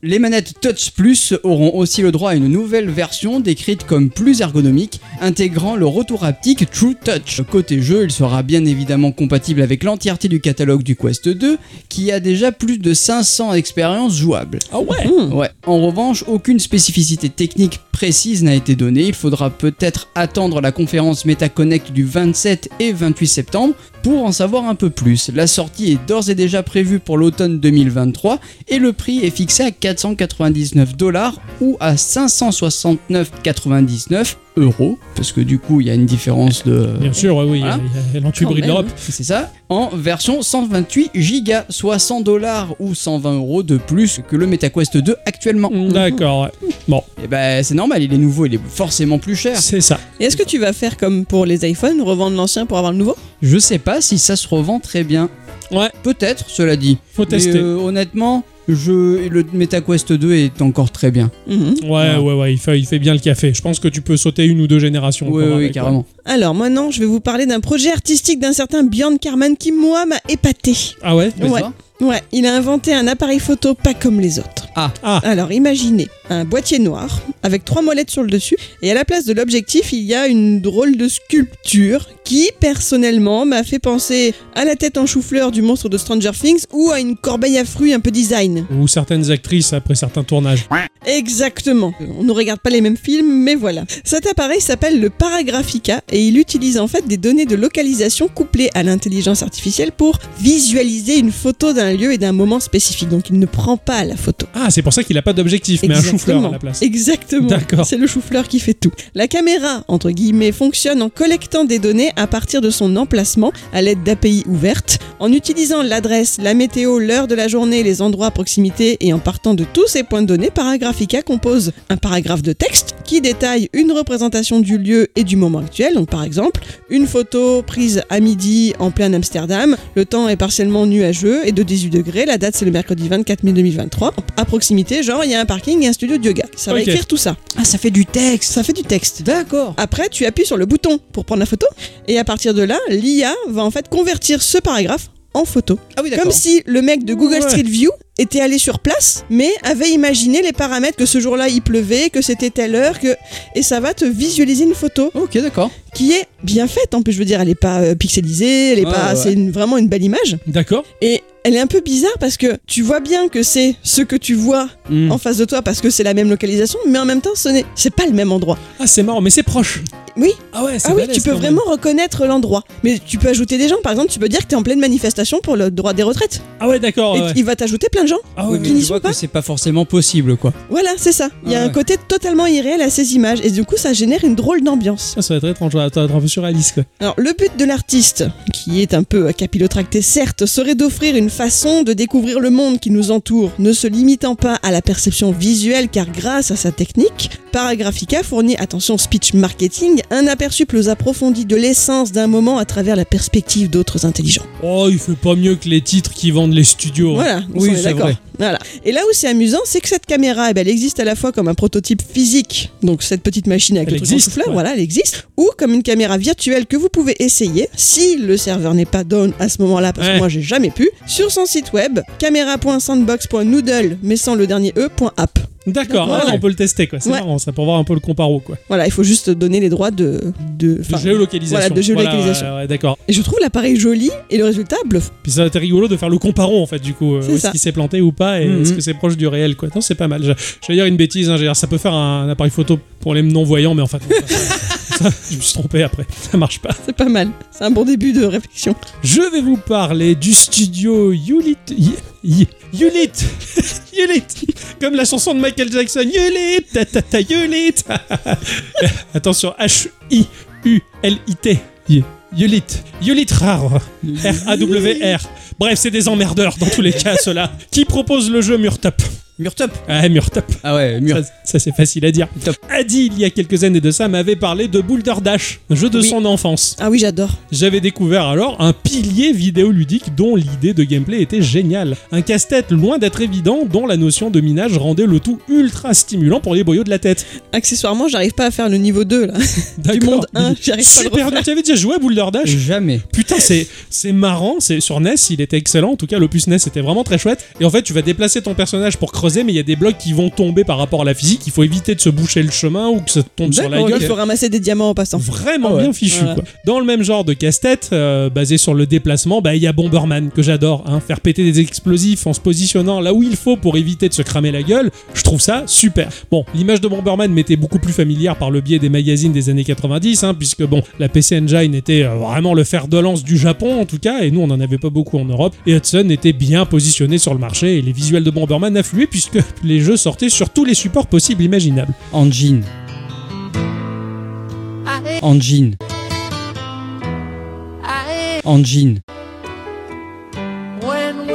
Speaker 2: Les manettes Touch Plus auront aussi le droit à une nouvelle version décrite comme plus ergonomique, intégrant le retour haptique True Touch. Côté jeu, il sera bien évidemment compatible avec l'entièreté du catalogue du Quest 2, qui a déjà plus de 500 expériences jouables.
Speaker 1: Ah ouais.
Speaker 2: Ouais. En revanche, aucune spécificité technique précise n'a été donnée. Il faudra peut-être attendre la conférence MetaConnect du 27 et 28 septembre pour en savoir un peu plus. La sortie est d'ores et déjà prévue pour l'automne 2023 et le prix est fixé à 499 dollars ou à 569,99 euros parce que du coup il y a une différence de
Speaker 1: Bien sûr, ouais, oui.
Speaker 2: Voilà.
Speaker 1: elle- Elle entuberie de
Speaker 3: Quand
Speaker 1: l'Europe.
Speaker 2: c'est ça, en version 128 gigas, soit 100 dollars ou 120 euros de plus que le MetaQuest 2 actuellement.
Speaker 1: D'accord, ouais.
Speaker 2: Et ben c'est normal, il est nouveau, il est forcément plus cher.
Speaker 1: c'est ça.
Speaker 3: Et est-ce que tu vas faire comme pour les iPhones, revendre l'ancien pour avoir le nouveau
Speaker 2: Je sais pas si ça se revend très bien.
Speaker 1: Ouais.
Speaker 2: Peut-être, cela dit.
Speaker 1: Faut
Speaker 2: Mais
Speaker 1: tester.
Speaker 2: euh, honnêtement, je, le MetaQuest 2 est encore très bien.
Speaker 3: Mhm.
Speaker 1: Ouais, ouais, ouais, il fait, il fait bien le café. Je pense que tu peux sauter une ou deux générations.
Speaker 2: Oui,
Speaker 1: encore
Speaker 2: oui,
Speaker 1: avec, hein. ouais.
Speaker 2: carrément.
Speaker 3: Alors maintenant, je vais vous parler d'un projet artistique d'un certain Bjorn Carman qui, moi, m'a épaté.
Speaker 1: Ah ouais
Speaker 2: Mais
Speaker 3: Ouais.
Speaker 2: ça
Speaker 3: Ouais, il a inventé un appareil photo pas comme les autres.
Speaker 2: Ah.
Speaker 1: Ah.
Speaker 3: Alors imaginez un boîtier noir avec trois molettes sur le dessus et à la place de l'objectif il y a une drôle de sculpture qui personnellement m'a fait penser à la tête en chou-fleur du monstre de Stranger Things ou à une corbeille à fruits un peu design.
Speaker 1: Ou certaines actrices après certains tournages.
Speaker 3: Exactement. On ne regarde pas les mêmes films, mais voilà. Cet appareil s'appelle le Paragraphica et il utilise en fait des données de localisation couplées à l'intelligence artificielle pour visualiser une photo d'un lieu et d'un moment spécifique. Donc il ne prend pas la photo.
Speaker 1: Ah, c'est pour ça qu'il a pas d'objectif, mais un
Speaker 3: Exactement.
Speaker 1: chou-fleur à la place.
Speaker 3: Exactement.
Speaker 1: D'accord.
Speaker 3: C'est le chou-fleur qui fait tout. La caméra, entre guillemets, fonctionne en collectant des données à partir de son emplacement à l'aide d'API ouvertes, en utilisant l'adresse, la météo, l'heure de la journée, les endroits à proximité et en partant de tous ces points de données, Paragraphica compose un paragraphe de texte qui détaille une représentation du lieu et du moment actuel. Donc par exemple, une photo prise à midi en plein Amsterdam. Le temps est partiellement nuageux et de 18 degrés. La date, c'est le mercredi 24 mai 2023. À proximité, genre, il y a un parking et un studio de yoga. Ça va
Speaker 1: Ok.
Speaker 3: écrire tout ça.
Speaker 2: Ah, ça fait du texte.
Speaker 3: Ça fait du texte.
Speaker 2: D'accord.
Speaker 3: Après, tu appuies sur le bouton pour prendre la photo. Et à partir de là, l'IA va en fait convertir ce paragraphe en photo.
Speaker 2: Ah oui, d'accord.
Speaker 3: Comme si le mec de Google
Speaker 1: Ouais.
Speaker 3: Street View était allé sur place, mais avait imaginé les paramètres que ce jour-là il pleuvait, que c'était telle heure, que... et ça va te visualiser une photo
Speaker 2: Ok, d'accord.
Speaker 3: qui est bien faite. hein, En plus, je veux dire, elle est pas euh, pixelisée, elle est
Speaker 2: Ouais, ouais.
Speaker 3: pas, c'est une- vraiment une belle image.
Speaker 1: D'accord
Speaker 3: Et elle est un peu bizarre parce que tu vois bien que c'est ce que tu vois
Speaker 2: Hmm.
Speaker 3: en face de toi parce que c'est la même localisation, mais en même temps, ce n'est, c'est pas le même endroit.
Speaker 1: Ah, c'est marrant, mais c'est proche.
Speaker 3: Oui.
Speaker 1: Ah ouais, c'est
Speaker 3: Ah oui,
Speaker 1: balèze,
Speaker 3: tu peux
Speaker 1: quand même.
Speaker 3: vraiment reconnaître l'endroit. Mais tu peux ajouter des gens. Par exemple, tu peux dire que tu es en pleine manifestation pour le droit des retraites.
Speaker 1: Ah ouais, d'accord.
Speaker 3: et
Speaker 1: ouais.
Speaker 3: il va t'ajouter plein de gens.
Speaker 1: Ah
Speaker 2: Oui,
Speaker 1: ouais,
Speaker 2: mais
Speaker 1: mais-
Speaker 3: n'y
Speaker 2: tu
Speaker 3: sont
Speaker 2: vois
Speaker 3: pas.
Speaker 2: que c'est pas forcément possible, quoi.
Speaker 3: Voilà, c'est ça. Il y a
Speaker 2: Ah
Speaker 3: un
Speaker 2: ouais.
Speaker 3: côté totalement irréel à ces images. Et du coup, ça génère une drôle d'ambiance.
Speaker 1: Ça, ça va être étrange. Attends, attends, un peu sur Alice, quoi.
Speaker 3: Alors, le but de l'artiste, qui est un peu capillotracté certes, serait d'offrir une façon de découvrir le monde qui nous entoure, ne se limitant pas à la perception visuelle, car grâce à sa technique, Paragraphica fournit, attention, speech marketing, un aperçu plus approfondi de l'essence d'un moment à travers la perspective d'autres intelligents.
Speaker 1: Oh, il fait pas mieux que les titres qui vendent les studios. hein.
Speaker 3: Voilà, on
Speaker 2: Oui,
Speaker 3: s'en est
Speaker 2: c'est
Speaker 3: d'accord.
Speaker 2: vrai.
Speaker 3: Voilà. Et là où c'est amusant, c'est que cette caméra, eh ben, elle existe à la fois comme un prototype physique, donc cette petite machine avec
Speaker 1: Elle
Speaker 3: le truc en
Speaker 1: existe,
Speaker 3: souffleur,
Speaker 1: ouais.
Speaker 3: voilà, elle existe, ou comme une caméra virtuelle que vous pouvez essayer si le serveur n'est pas down à ce moment-là, parce
Speaker 1: Ouais.
Speaker 3: que moi j'ai jamais pu, sur son site web, caméra.sandbox.noodle, mais sans le dernier e, point app.
Speaker 1: D'accord,
Speaker 3: Voilà.
Speaker 1: ah, on peut le tester, quoi. C'est
Speaker 3: Ouais.
Speaker 1: marrant, ça, pour voir un peu le comparo, quoi.
Speaker 3: Voilà, il faut juste donner les droits de. de,
Speaker 1: De
Speaker 3: enfin,
Speaker 1: géolocalisation.
Speaker 3: Voilà, de géolocalisation.
Speaker 1: ouais, ouais, d'accord.
Speaker 3: Et je trouve l'appareil joli et le résultat bluff.
Speaker 1: Puis ça a été rigolo de faire le comparon en fait du coup. euh,
Speaker 3: C'est
Speaker 1: où est-ce
Speaker 3: ça.
Speaker 1: qu'il s'est planté ou pas et
Speaker 2: Mhm.
Speaker 1: est-ce que c'est proche du réel quoi. Non c'est pas mal. Je, je vais dire une bêtise, hein, je vais dire, ça peut faire un, un appareil photo pour les non-voyants mais en fait... non, ça- ça, je me suis trompé après, ça marche pas.
Speaker 3: C'est pas mal. C'est un bon début de réflexion.
Speaker 1: Je vais vous parler du studio Yulit... Y- Y- Yulit Yulit Comme la chanson de Michael Jackson. Yulit ta, ta, ta, Yulit Attention, H-I-U-L-I-T. Y- Yulit. Yulit rare. R-A-W-R. Bref, c'est des emmerdeurs dans tous les cas, ceux-là. Qui propose le jeu Murtop
Speaker 2: Murtop
Speaker 1: Ah, Murtop.
Speaker 2: Ah ouais, mur.
Speaker 1: Ça, ça, c'est facile à dire.
Speaker 2: Top.
Speaker 1: Adi, il y a quelques années de ça, m'avait parlé de Boulder Dash, un jeu de
Speaker 3: Oui.
Speaker 1: son enfance.
Speaker 3: Ah oui, j'adore.
Speaker 1: J'avais découvert alors un pilier vidéoludique dont l'idée de gameplay était géniale. Un casse-tête loin d'être évident dont la notion de minage rendait le tout ultra stimulant pour les boyaux de la tête.
Speaker 3: Accessoirement, j'arrive pas à faire le niveau 2 là.
Speaker 1: D'accord.
Speaker 3: Du monde 1, j'arrive pas à le
Speaker 1: Super,
Speaker 3: refaire.
Speaker 1: tu avais déjà joué à Boulder Dash
Speaker 2: Jamais.
Speaker 1: Putain, c'est c'est marrant. C'est sur NES, il était excellent. En tout cas, l'opus NES était vraiment très chouette. Et en fait, tu vas déplacer ton personnage pour creuser, mais il y a des blocs qui vont tomber par rapport à la physique. Il faut éviter de se boucher le chemin ou que ça tombe sur la
Speaker 2: D'accord,
Speaker 1: gueule.
Speaker 3: Il faut ramasser des diamants en passant.
Speaker 1: Vraiment
Speaker 2: Ah ouais.
Speaker 1: bien fichu.
Speaker 3: Voilà.
Speaker 1: quoi. Dans le même genre de casse-tête, euh, basé sur le déplacement, bah, il y a Bomberman que j'adore. hein. Faire péter des explosifs en se positionnant là où il faut pour éviter de se cramer la gueule, je trouve ça super. Bon, l'image de Bomberman m'était beaucoup plus familière par le biais des magazines des années 90, hein, puisque bon, la PC Engine était euh, vraiment le fer de lance du Japon en tout cas, et nous on n'en avait pas beaucoup en Europe. Et Hudson était bien positionné sur le marché et les visuels de Bomberman affluaient puisque les jeux sortaient sur tous les supports possibles imaginables.
Speaker 2: En jean. En jean. En jean.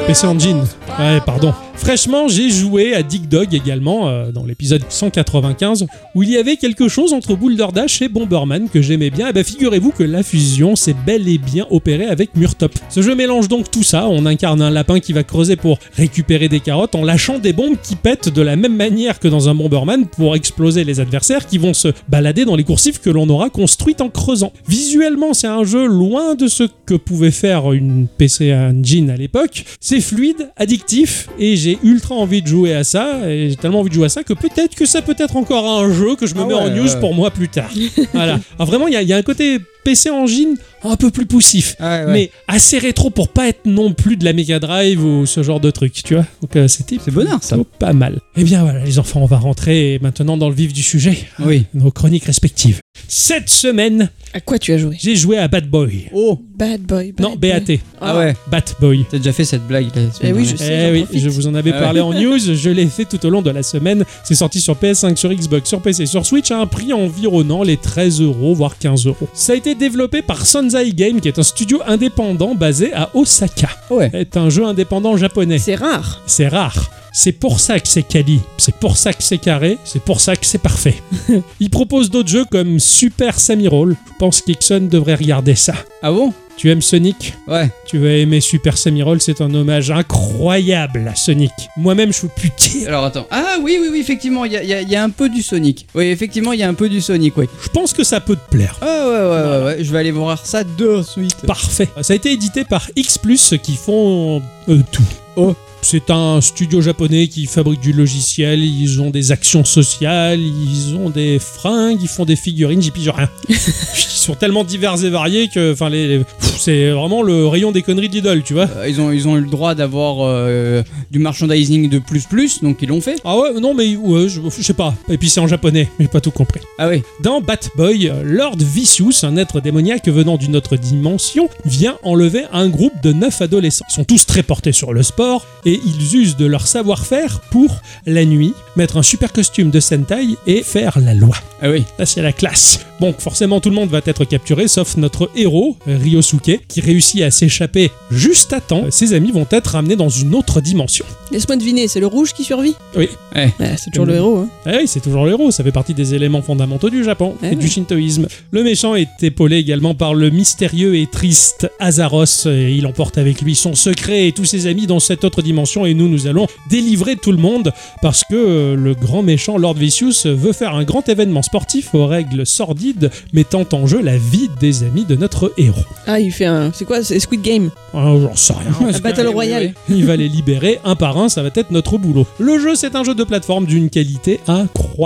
Speaker 1: PC Engine. Ouais, pardon. Fraîchement, j'ai joué à Dig Dog également, euh, dans l'épisode 195, où il y avait quelque chose entre Boulder Dash et Bomberman que j'aimais bien. Et bah figurez-vous que la fusion s'est bel et bien opérée avec Murtop. Ce jeu mélange donc tout ça, on incarne un lapin qui va creuser pour récupérer des carottes en lâchant des bombes qui pètent de la même manière que dans un Bomberman pour exploser les adversaires qui vont se balader dans les coursifs que l'on aura construites en creusant. Visuellement, c'est un jeu loin de ce que pouvait faire une PC Engine à l'époque. C'est fluide, addictif, et j'ai ultra envie de jouer à ça, et j'ai tellement envie de jouer à ça que peut-être que ça peut être encore un jeu que je me
Speaker 2: Ah
Speaker 1: mets en
Speaker 2: ouais,
Speaker 1: news
Speaker 2: ouais.
Speaker 1: pour moi plus tard. voilà. Alors vraiment, il y, a- il y a un côté PC Engine un peu plus poussif.
Speaker 2: Ah ouais, ouais.
Speaker 1: Mais assez rétro pour pas être non plus de la Mega Drive ou ce genre de truc, tu vois. Donc euh, c'était
Speaker 2: C'est bonheur, ça.
Speaker 1: plutôt pas mal. Eh bien voilà, les enfants, on va rentrer maintenant dans le vif du sujet,
Speaker 2: Oui.
Speaker 1: nos chroniques respectives. Cette semaine,
Speaker 3: À quoi tu as joué
Speaker 1: j'ai joué à Bad Boy.
Speaker 2: Oh
Speaker 3: Bad Boy. bad
Speaker 1: Non,
Speaker 3: boy.
Speaker 1: BAT.
Speaker 2: Ah ouais,
Speaker 1: Bat Boy.
Speaker 2: t'as déjà fait cette blague là.
Speaker 3: Eh oui, je sais.
Speaker 1: Eh
Speaker 3: j'en
Speaker 1: oui,
Speaker 3: profite.
Speaker 1: je vous en avais
Speaker 2: Ah ouais.
Speaker 1: parlé en news, je l'ai fait tout au long de la semaine. C'est sorti sur PS5, sur Xbox, sur PC, sur Switch à un prix environnant les 13 euros, voire 15 euros. Ça a été développé par Sanzai Game, qui est un studio indépendant basé à Osaka.
Speaker 2: Ouais.
Speaker 1: C'est un jeu indépendant japonais.
Speaker 3: Ah, C'est rare.
Speaker 1: C'est rare. C'est pour ça que c'est quali, c'est pour ça que c'est carré, c'est pour ça que c'est parfait. Il propose d'autres jeux comme Super Sammy Roll. Je pense qu'Ixon devrait regarder ça.
Speaker 2: Ah bon
Speaker 1: Tu aimes Sonic
Speaker 2: Ouais.
Speaker 1: tu vas aimer Super Sammy Roll, c'est un hommage incroyable à Sonic. Moi-même, je suis putain.
Speaker 2: Alors attends. Ah oui, oui, oui, effectivement, il y a, il y a- il y a un peu du Sonic. Oui, effectivement, il y a un peu du Sonic, oui.
Speaker 1: Je pense que ça peut te plaire.
Speaker 2: Ah ouais, ouais, ouais, ouais, Je vais aller voir ça de suite.
Speaker 1: Parfait. Ça a été édité par X, qui font euh, tout.
Speaker 2: Oh.
Speaker 1: C'est un studio japonais qui fabrique du logiciel, ils ont des actions sociales, ils ont des fringues, ils font des figurines, j'y pige rien. ils sont tellement divers et variés que enfin les, les- pff, c'est vraiment le rayon des conneries de Lidl, tu vois.
Speaker 2: Euh, Ils ont, ils ont eu le droit d'avoir euh, du merchandising de plus plus, donc ils l'ont fait.
Speaker 1: Ah ouais, non mais ouais, je, je sais pas. Et puis c'est en japonais, j'ai pas tout compris.
Speaker 2: Ah oui.
Speaker 1: Dans Bat Boy, Lord Vicious, un être démoniaque venant d'une autre dimension, vient enlever un groupe de 9 adolescents. Ils sont tous très portés sur le sport et ils usent de leur savoir-faire pour, la nuit, mettre un super costume de Sentai et faire la loi.
Speaker 2: Ah oui.
Speaker 1: Là, c'est la classe. Donc, forcément, tout le monde va être capturé, sauf notre héros, Ryosuke, qui réussit à s'échapper juste à temps. Ses amis vont être ramenés dans une autre dimension.
Speaker 3: Laisse-moi deviner, c'est le rouge qui survit
Speaker 1: Oui.
Speaker 2: Ouais.
Speaker 3: Ouais, c'est toujours le héros. Hein.
Speaker 1: Ah oui, c'est toujours l'héros, ça fait partie des éléments fondamentaux du Japon
Speaker 3: Ah
Speaker 1: et
Speaker 3: oui.
Speaker 1: du shintoïsme. Le méchant est épaulé également par le mystérieux et triste Azaros, et il emporte avec lui son secret et tous ses amis dans cette autre dimension, et nous, nous allons délivrer tout le monde, parce que euh, le grand méchant Lord Vicious veut faire un grand événement sportif aux règles sordides, mettant en jeu la vie des amis de notre héros.
Speaker 3: Ah, il fait un. C'est quoi C'est Squid Game.
Speaker 1: Ah, J'en sais rien.
Speaker 3: Un Battle
Speaker 2: oui,
Speaker 3: Royale.
Speaker 1: Il va les libérer un par un, ça va être notre boulot. Le jeu, c'est un jeu de plateforme d'une qualité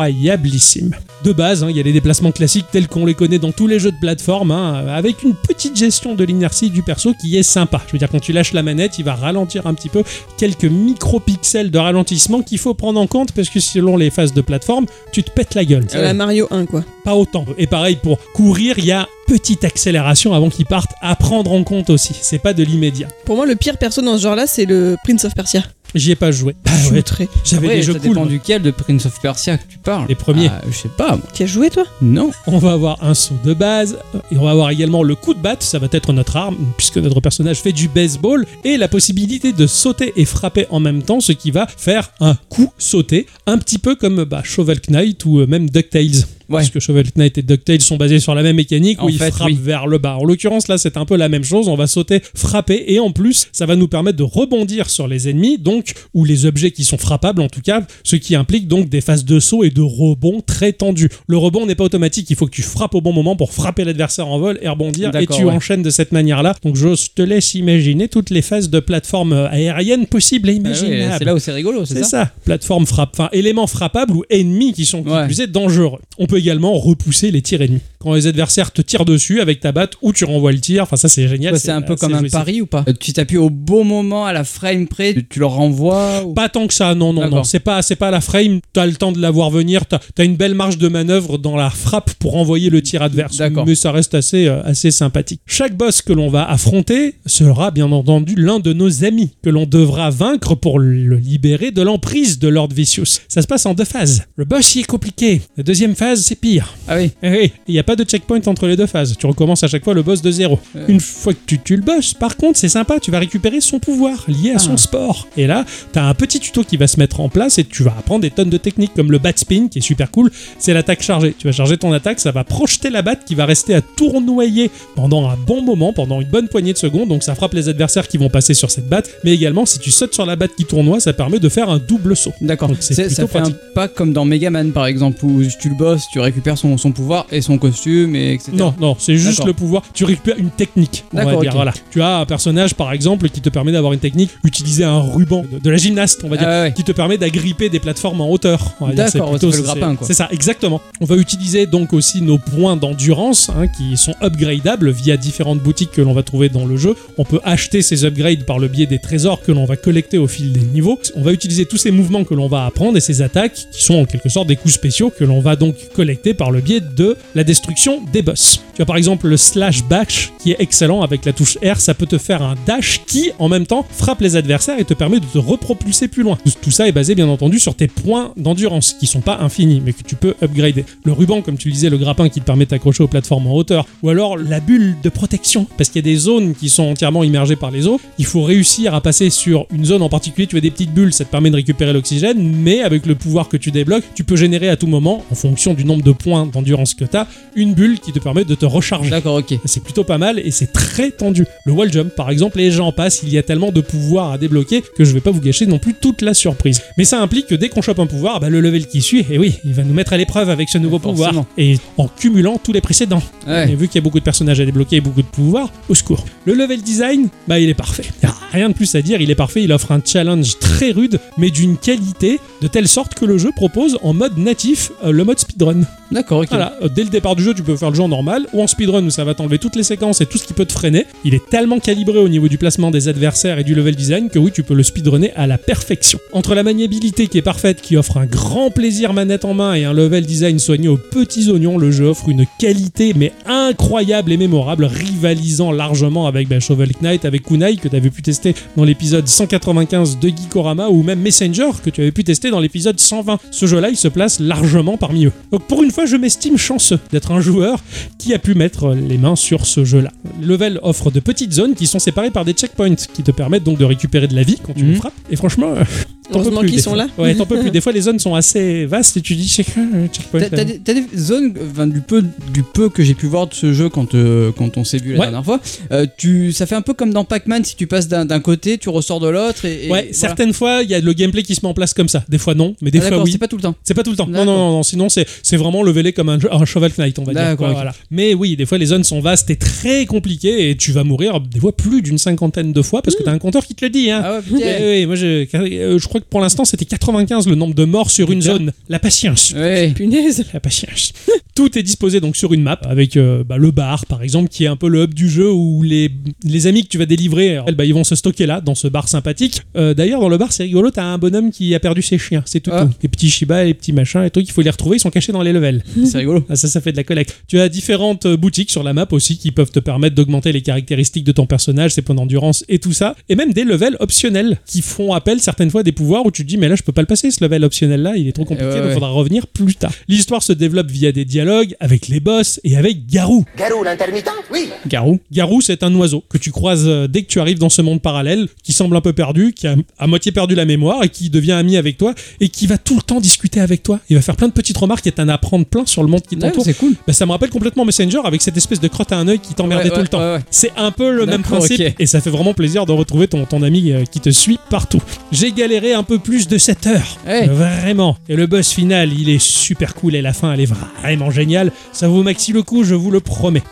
Speaker 1: incroyablissime. De base, hein, il y a les déplacements classiques tels qu'on les connaît dans tous les jeux de plateforme, hein, avec une petite gestion de l'inertie du perso qui est sympa. Je veux dire, quand tu lâches la manette, il va ralentir un petit peu, quelques micropixels de ralentissement qu'il faut prendre en compte parce que selon les phases de plateforme, tu te pètes la gueule
Speaker 3: C'est
Speaker 2: Ah ouais.
Speaker 3: la Mario 1, quoi.
Speaker 1: pas autant. Et pareil pour courir, il y a petite accélération avant qu'ils partent à prendre en compte aussi. C'est pas de l'immédiat.
Speaker 3: Pour moi, le pire perso dans ce genre-là, c'est le Prince of Persia.
Speaker 1: J'y ai pas joué. Bah
Speaker 3: Je
Speaker 1: ouais,
Speaker 3: noterai.
Speaker 1: j'avais
Speaker 2: Après,
Speaker 1: des jeux
Speaker 2: ça
Speaker 1: cool.
Speaker 2: dépend
Speaker 1: moi.
Speaker 2: duquel de Prince of Persia que tu parles.
Speaker 1: Les premiers.
Speaker 2: Ah, je sais pas, moi.
Speaker 3: Tu as joué toi
Speaker 2: Non. Ah
Speaker 1: On va avoir un saut de base et on va avoir également le coup de batte, ça va être notre arme puisque notre personnage fait du baseball et la possibilité de sauter et frapper en même temps, ce qui va faire un coup sauté, un petit peu comme bah, Shovel Knight ou euh, même DuckTales.
Speaker 2: Ouais.
Speaker 1: Parce que Shovel Knight et DuckTales sont basés sur la même mécanique où
Speaker 2: En
Speaker 1: ils
Speaker 2: fait,
Speaker 1: frappent
Speaker 2: oui.
Speaker 1: vers le bas. En l'occurrence là c'est un peu la même chose, on va sauter, frapper et en plus ça va nous permettre de rebondir sur les ennemis donc ou les objets qui sont frappables en tout cas, ce qui implique donc des phases de saut et de rebond très tendues. Le rebond n'est pas automatique, il faut que tu frappes au bon moment pour frapper l'adversaire en vol et rebondir et
Speaker 2: D'accord,
Speaker 1: tu
Speaker 2: ouais.
Speaker 1: enchaînes de cette manière-là. Donc je te laisse imaginer toutes les phases de plateforme aérienne possibles et
Speaker 2: Ah ouais,
Speaker 1: imaginables.
Speaker 2: c'est là où c'est rigolo, c'est
Speaker 1: C'est
Speaker 2: ça,
Speaker 1: ça. Plateforme frappe, enfin éléments frappables ou ennemis qui sont qui
Speaker 2: Ouais.
Speaker 1: plus est, dangereux. On peut également repousser les tirs ennemis. Quand les adversaires te tirent dessus avec ta batte ou tu renvoies le tir, enfin ça c'est génial.
Speaker 2: Ouais, c'est un peu
Speaker 1: assez
Speaker 2: comme un
Speaker 1: jouissif.
Speaker 2: pari ou pas Euh, Tu t'appuies au bon moment à la frame près, tu- tu leur renvoies ou...
Speaker 1: Pas tant que ça, non, non,
Speaker 2: D'accord.
Speaker 1: non. C'est pas, c'est pas la frame. T'as le temps de la voir venir. T'as as une belle marge de manœuvre dans la frappe pour envoyer le tir adverse.
Speaker 2: D'accord.
Speaker 1: Mais ça reste assez, euh, assez sympathique. Chaque boss que l'on va affronter sera bien entendu l'un de nos amis que l'on devra vaincre pour le libérer de l'emprise de Lord Vicious. Ça se passe en deux phases. Le boss il est compliqué. La deuxième phase c'est pire.
Speaker 2: Ah oui,
Speaker 1: Eh oui, il n'y a pas de checkpoint entre les deux phases. Tu recommences à chaque fois le boss de zéro.
Speaker 2: Euh.
Speaker 1: Une fois que tu tues le boss, par contre, c'est sympa, tu vas récupérer son pouvoir lié à son
Speaker 2: Ah.
Speaker 1: sport. Et là, tu as un petit tuto qui va se mettre en place et tu vas apprendre des tonnes de techniques comme le bat spin qui est super cool. C'est l'attaque chargée. Tu vas charger ton attaque, ça va projeter la batte qui va rester à tournoyer pendant un bon moment, pendant une bonne poignée de secondes. Donc ça frappe les adversaires qui vont passer sur cette batte. Mais également, si tu sautes sur la batte qui tournoie, ça permet de faire un double saut.
Speaker 2: d'accord.
Speaker 1: Donc c'est
Speaker 2: C'est- Ça
Speaker 1: plutôt
Speaker 2: fait un pas comme dans Mega Man par exemple, où tu le bosses, tu récupères son, son pouvoir et son costume, et etc.
Speaker 1: Non, non, c'est juste
Speaker 2: D'accord.
Speaker 1: le pouvoir. Tu récupères une technique. on va
Speaker 2: D'accord,
Speaker 1: dire,
Speaker 2: ok.
Speaker 1: voilà. Tu as un personnage, par exemple, qui te permet d'avoir une technique, utiliser un ruban de, de la gymnaste, on va dire.
Speaker 2: Ah ouais.
Speaker 1: Qui te permet d'agripper des plateformes en hauteur. on va dire. C'est
Speaker 2: D'accord,
Speaker 1: plutôt-
Speaker 2: ça fait le
Speaker 1: c'est-
Speaker 2: grappin, quoi.
Speaker 1: C'est ça, exactement. On va utiliser donc aussi nos points d'endurance hein, qui sont upgradables via différentes boutiques que l'on va trouver dans le jeu. On peut acheter ces upgrades par le biais des trésors que l'on va collecter au fil des niveaux. On va utiliser tous ces mouvements que l'on va apprendre et ces attaques qui sont en quelque sorte des coups spéciaux que l'on va donc collecter par le biais de la destruction des boss. Tu as par exemple le slash bash qui est excellent avec la touche R, ça peut te faire un dash qui en même temps frappe les adversaires et te permet de te repropulser plus loin. Tout- Tout ça est basé bien entendu sur tes points d'endurance qui sont pas infinis mais que tu peux upgrader. Le ruban comme tu le disais, le grappin qui te permet d'accrocher aux plateformes en hauteur ou alors la bulle de protection parce qu'il y a des zones qui sont entièrement immergées par les eaux. Il faut réussir à passer sur une zone en particulier, tu as des petites bulles, ça te permet de récupérer l'oxygène mais avec le pouvoir que tu débloques, tu peux générer à tout moment en fonction du nombre de points d'endurance que tu as, une bulle qui te permet de te recharger.
Speaker 2: D'accord, ok.
Speaker 1: C'est plutôt pas mal et c'est très tendu. Le wall jump, par exemple, et j'en passe, il y a tellement de pouvoirs à débloquer que je vais pas vous gâcher non plus toute la surprise. Mais ça implique que dès qu'on chope un pouvoir, bah, le level qui suit, et oui, il va nous mettre à l'épreuve avec ce nouveau pouvoir.
Speaker 2: Forcément.
Speaker 1: Et en cumulant tous les précédents.
Speaker 2: Ouais.
Speaker 1: Et vu qu'il y a beaucoup de personnages à débloquer et beaucoup de pouvoirs, au secours. Le level design, bah il est parfait. Y a rien de plus à dire, il est parfait, il offre un challenge très rude, mais d'une qualité, de telle sorte que le jeu propose en mode natif euh, le mode speedrun.
Speaker 2: D'accord, ok.
Speaker 1: Voilà, euh, dès le départ du jeu, tu peux faire le jeu en normal ou en speedrun où ça va t'enlever toutes les séquences et tout ce qui peut te freiner. Il est tellement calibré au niveau du placement des adversaires et du level design que oui, tu peux le speedrunner à la perfection. Entre la maniabilité qui est parfaite, qui offre un grand plaisir manette en main et un level design soigné aux petits oignons, le jeu offre une qualité mais incroyable et mémorable, rivalisant largement avec bah, Shovel Knight, avec Kunai que tu avais pu tester dans l'épisode 195 de Geekorama ou même Messenger que tu avais pu tester dans l'épisode 120. Ce jeu-là, il se place largement parmi eux. Donc pour une fois, je m'estime chanceux d'être un joueur qui a pu mettre les mains sur ce jeu-là. Le Level offre de petites zones qui sont séparées par des checkpoints qui te permettent donc de récupérer de la vie quand tu les
Speaker 2: Mhm.
Speaker 1: frappes. Et franchement, euh, t'en peux
Speaker 3: Heureusement
Speaker 1: plus,
Speaker 3: qu'ils
Speaker 1: des
Speaker 3: sont
Speaker 1: fois.
Speaker 3: là.
Speaker 1: Ouais, t'en peux plus. Des fois, les zones sont assez vastes et tu dis, c'est quoi le checkpoint
Speaker 2: T'as- T'as
Speaker 1: là
Speaker 2: des, t'as des zones, enfin, du, peu, du peu que j'ai pu voir de ce jeu quand, euh, quand on s'est vu la
Speaker 1: Ouais.
Speaker 2: dernière fois, euh, tu, ça fait un peu comme dans Pac-Man, si tu passes d'un d'un côté, tu ressors de l'autre. Et,
Speaker 1: Ouais,
Speaker 2: et voilà.
Speaker 1: certaines fois, il y a le gameplay qui se met en place comme ça. Des fois, non, mais des
Speaker 2: Ah,
Speaker 1: fois,
Speaker 2: d'accord,
Speaker 1: oui.
Speaker 2: c'est pas tout le temps.
Speaker 1: C'est pas tout le temps. Non,
Speaker 2: D'accord.
Speaker 1: non, non, non. Sinon, c'est c'est vraiment levelé comme un, un Shovel Knight, on va dire.
Speaker 2: D'accord,
Speaker 1: quoi,
Speaker 2: ok.
Speaker 1: voilà. Mais oui, des fois, les zones sont vastes et très compliquées et tu vas mourir des fois plus d'une cinquantaine de fois parce que t'as un compteur qui te le dit. Hein.
Speaker 2: Hmm. Ah ouais, putain.
Speaker 1: Eh oui, moi, je, euh, je crois que pour l'instant, c'était 95 le nombre de morts sur une
Speaker 2: Putain.
Speaker 1: zone. La patience.
Speaker 2: Ouais.
Speaker 3: Punaise.
Speaker 1: La patience. Tout est disposé donc sur une map avec euh, bah, le bar par exemple qui est un peu le hub du jeu où les, les amis que tu vas délivrer euh, bah, ils vont se stocker là dans ce bar sympathique. Euh, D'ailleurs dans le bar c'est rigolo t'as un bonhomme qui a perdu ses chiens c'est tout,
Speaker 2: Ah.
Speaker 1: tout. Les petits Shiba les petits machins et trucs il faut les retrouver ils sont cachés dans les levels.
Speaker 2: C'est rigolo.
Speaker 1: Ah, ça ça fait de la collecte. Tu as différentes euh, boutiques sur la map aussi qui peuvent te permettre d'augmenter les caractéristiques de ton personnage ses points d'endurance et tout ça et même des levels optionnels qui font appel certaines fois à des pouvoirs où tu te dis mais là je peux pas le passer ce level optionnel là il est trop compliqué
Speaker 2: Ouais,
Speaker 1: donc
Speaker 2: ouais.
Speaker 1: faudra revenir plus tard. L'histoire se développe via des dialogues avec les boss et avec Garou.
Speaker 4: Garou l'intermittent Oui
Speaker 2: Garou.
Speaker 1: Garou, c'est un oiseau que tu croises euh, dès que tu arrives dans ce monde parallèle, qui semble un peu perdu, qui a à moitié perdu la mémoire et qui devient ami avec toi et qui va tout le temps discuter avec toi. Il va faire plein de petites remarques et t'en apprendre plein sur le monde qui
Speaker 2: Ouais,
Speaker 1: t'entoure.
Speaker 2: C'est cool.
Speaker 1: Bah, ça me rappelle complètement Messenger avec cette espèce de crotte à un œil qui t'emmerdait
Speaker 2: Ouais,
Speaker 1: tout
Speaker 2: ouais,
Speaker 1: le temps.
Speaker 2: ouais, ouais.
Speaker 1: C'est un peu le même
Speaker 2: D'accord,
Speaker 1: principe
Speaker 2: ok.
Speaker 1: et ça fait vraiment plaisir de retrouver ton, ton ami euh, qui te suit partout. J'ai galéré un peu plus de 7 heures.
Speaker 2: Hey.
Speaker 1: Vraiment. Et le boss final, il est super cool et la fin, elle est vraiment géniale. Ça vaut maxi le coup, je vous le promets.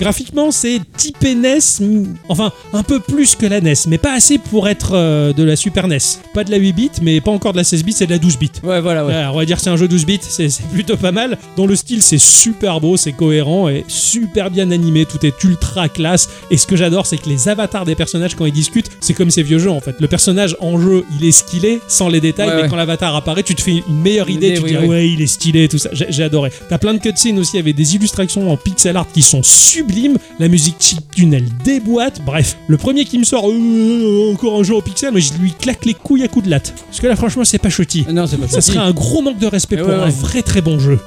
Speaker 1: Graphiquement, c'est typé NES, mm, enfin un peu plus que la NES, mais pas assez pour être euh, de la Super NES. Pas de la 8 bits, mais pas encore de la 16 bits, c'est de la 12 bits.
Speaker 2: Ouais, voilà, ouais.
Speaker 1: Ouais, on va dire que c'est un jeu 12 bits, c'est c'est plutôt pas mal. Dans le style, c'est super beau, c'est cohérent et super bien animé, tout est ultra classe. Et ce que j'adore, c'est que les avatars des personnages, quand ils discutent, c'est comme ces vieux jeux en fait. Le personnage en jeu, il est skillé, sans les détails,
Speaker 2: Ouais,
Speaker 1: mais
Speaker 2: ouais.
Speaker 1: quand l'avatar apparaît, tu te fais une meilleure
Speaker 2: Une
Speaker 1: idée,
Speaker 2: idée,
Speaker 1: tu te
Speaker 2: oui,
Speaker 1: dis
Speaker 2: oui.
Speaker 1: ouais, il est stylé, tout ça. J'ai j'ai adoré. T'as plein de cutscenes aussi avec des illustrations en pixel art qui sont sublimes. La musique chiptune, elle déboîte. Bref, le premier qui me sort euh, encore un jeu au pixel, mais je lui claque les couilles à coups de latte. Parce que là, franchement, c'est pas chouti.
Speaker 2: Non, c'est pas
Speaker 1: Euh, Ça serait
Speaker 2: possible.
Speaker 1: un gros manque de respect
Speaker 2: Eh
Speaker 1: pour
Speaker 2: ouais,
Speaker 1: un
Speaker 2: ouais.
Speaker 1: vrai très bon jeu.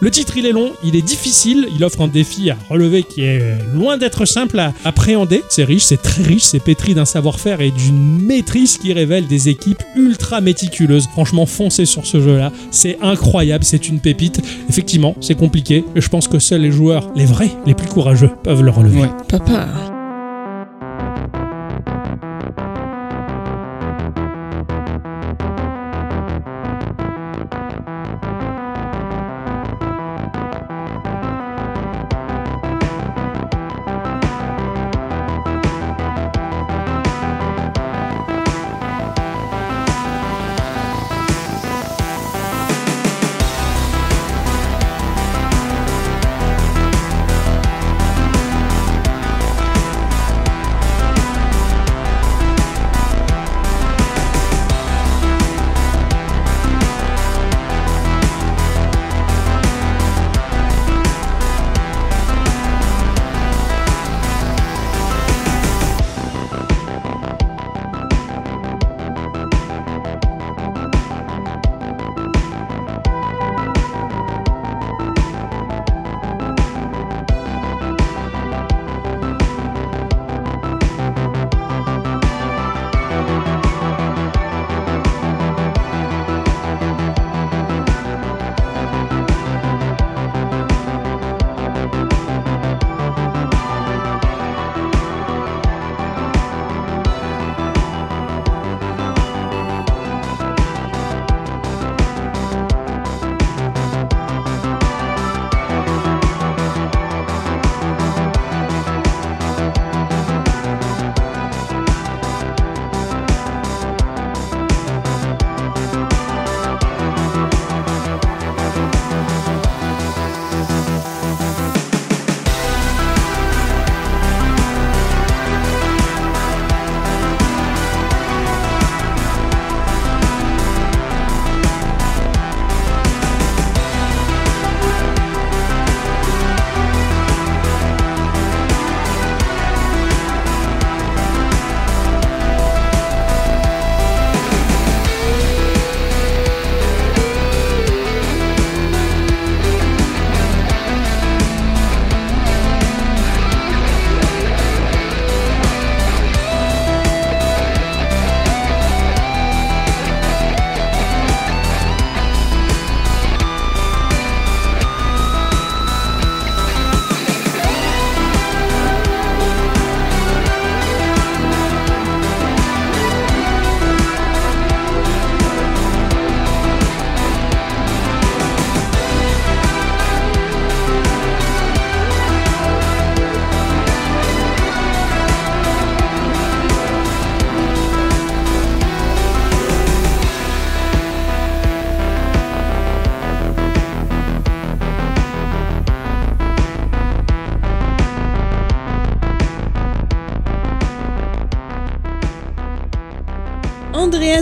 Speaker 1: Le titre il est long, il est difficile, il offre un défi à relever qui est euh, loin d'être simple à appréhender. C'est riche, c'est très riche, c'est pétri d'un savoir-faire et d'une maîtrise qui révèle des équipes ultra méticuleuses. Franchement, foncez sur ce jeu-là, c'est incroyable, c'est une pépite. Effectivement, c'est compliqué, et je pense que seuls les joueurs, les vrais, les plus courageux, peuvent le relever.
Speaker 2: Ouais.
Speaker 3: Papa.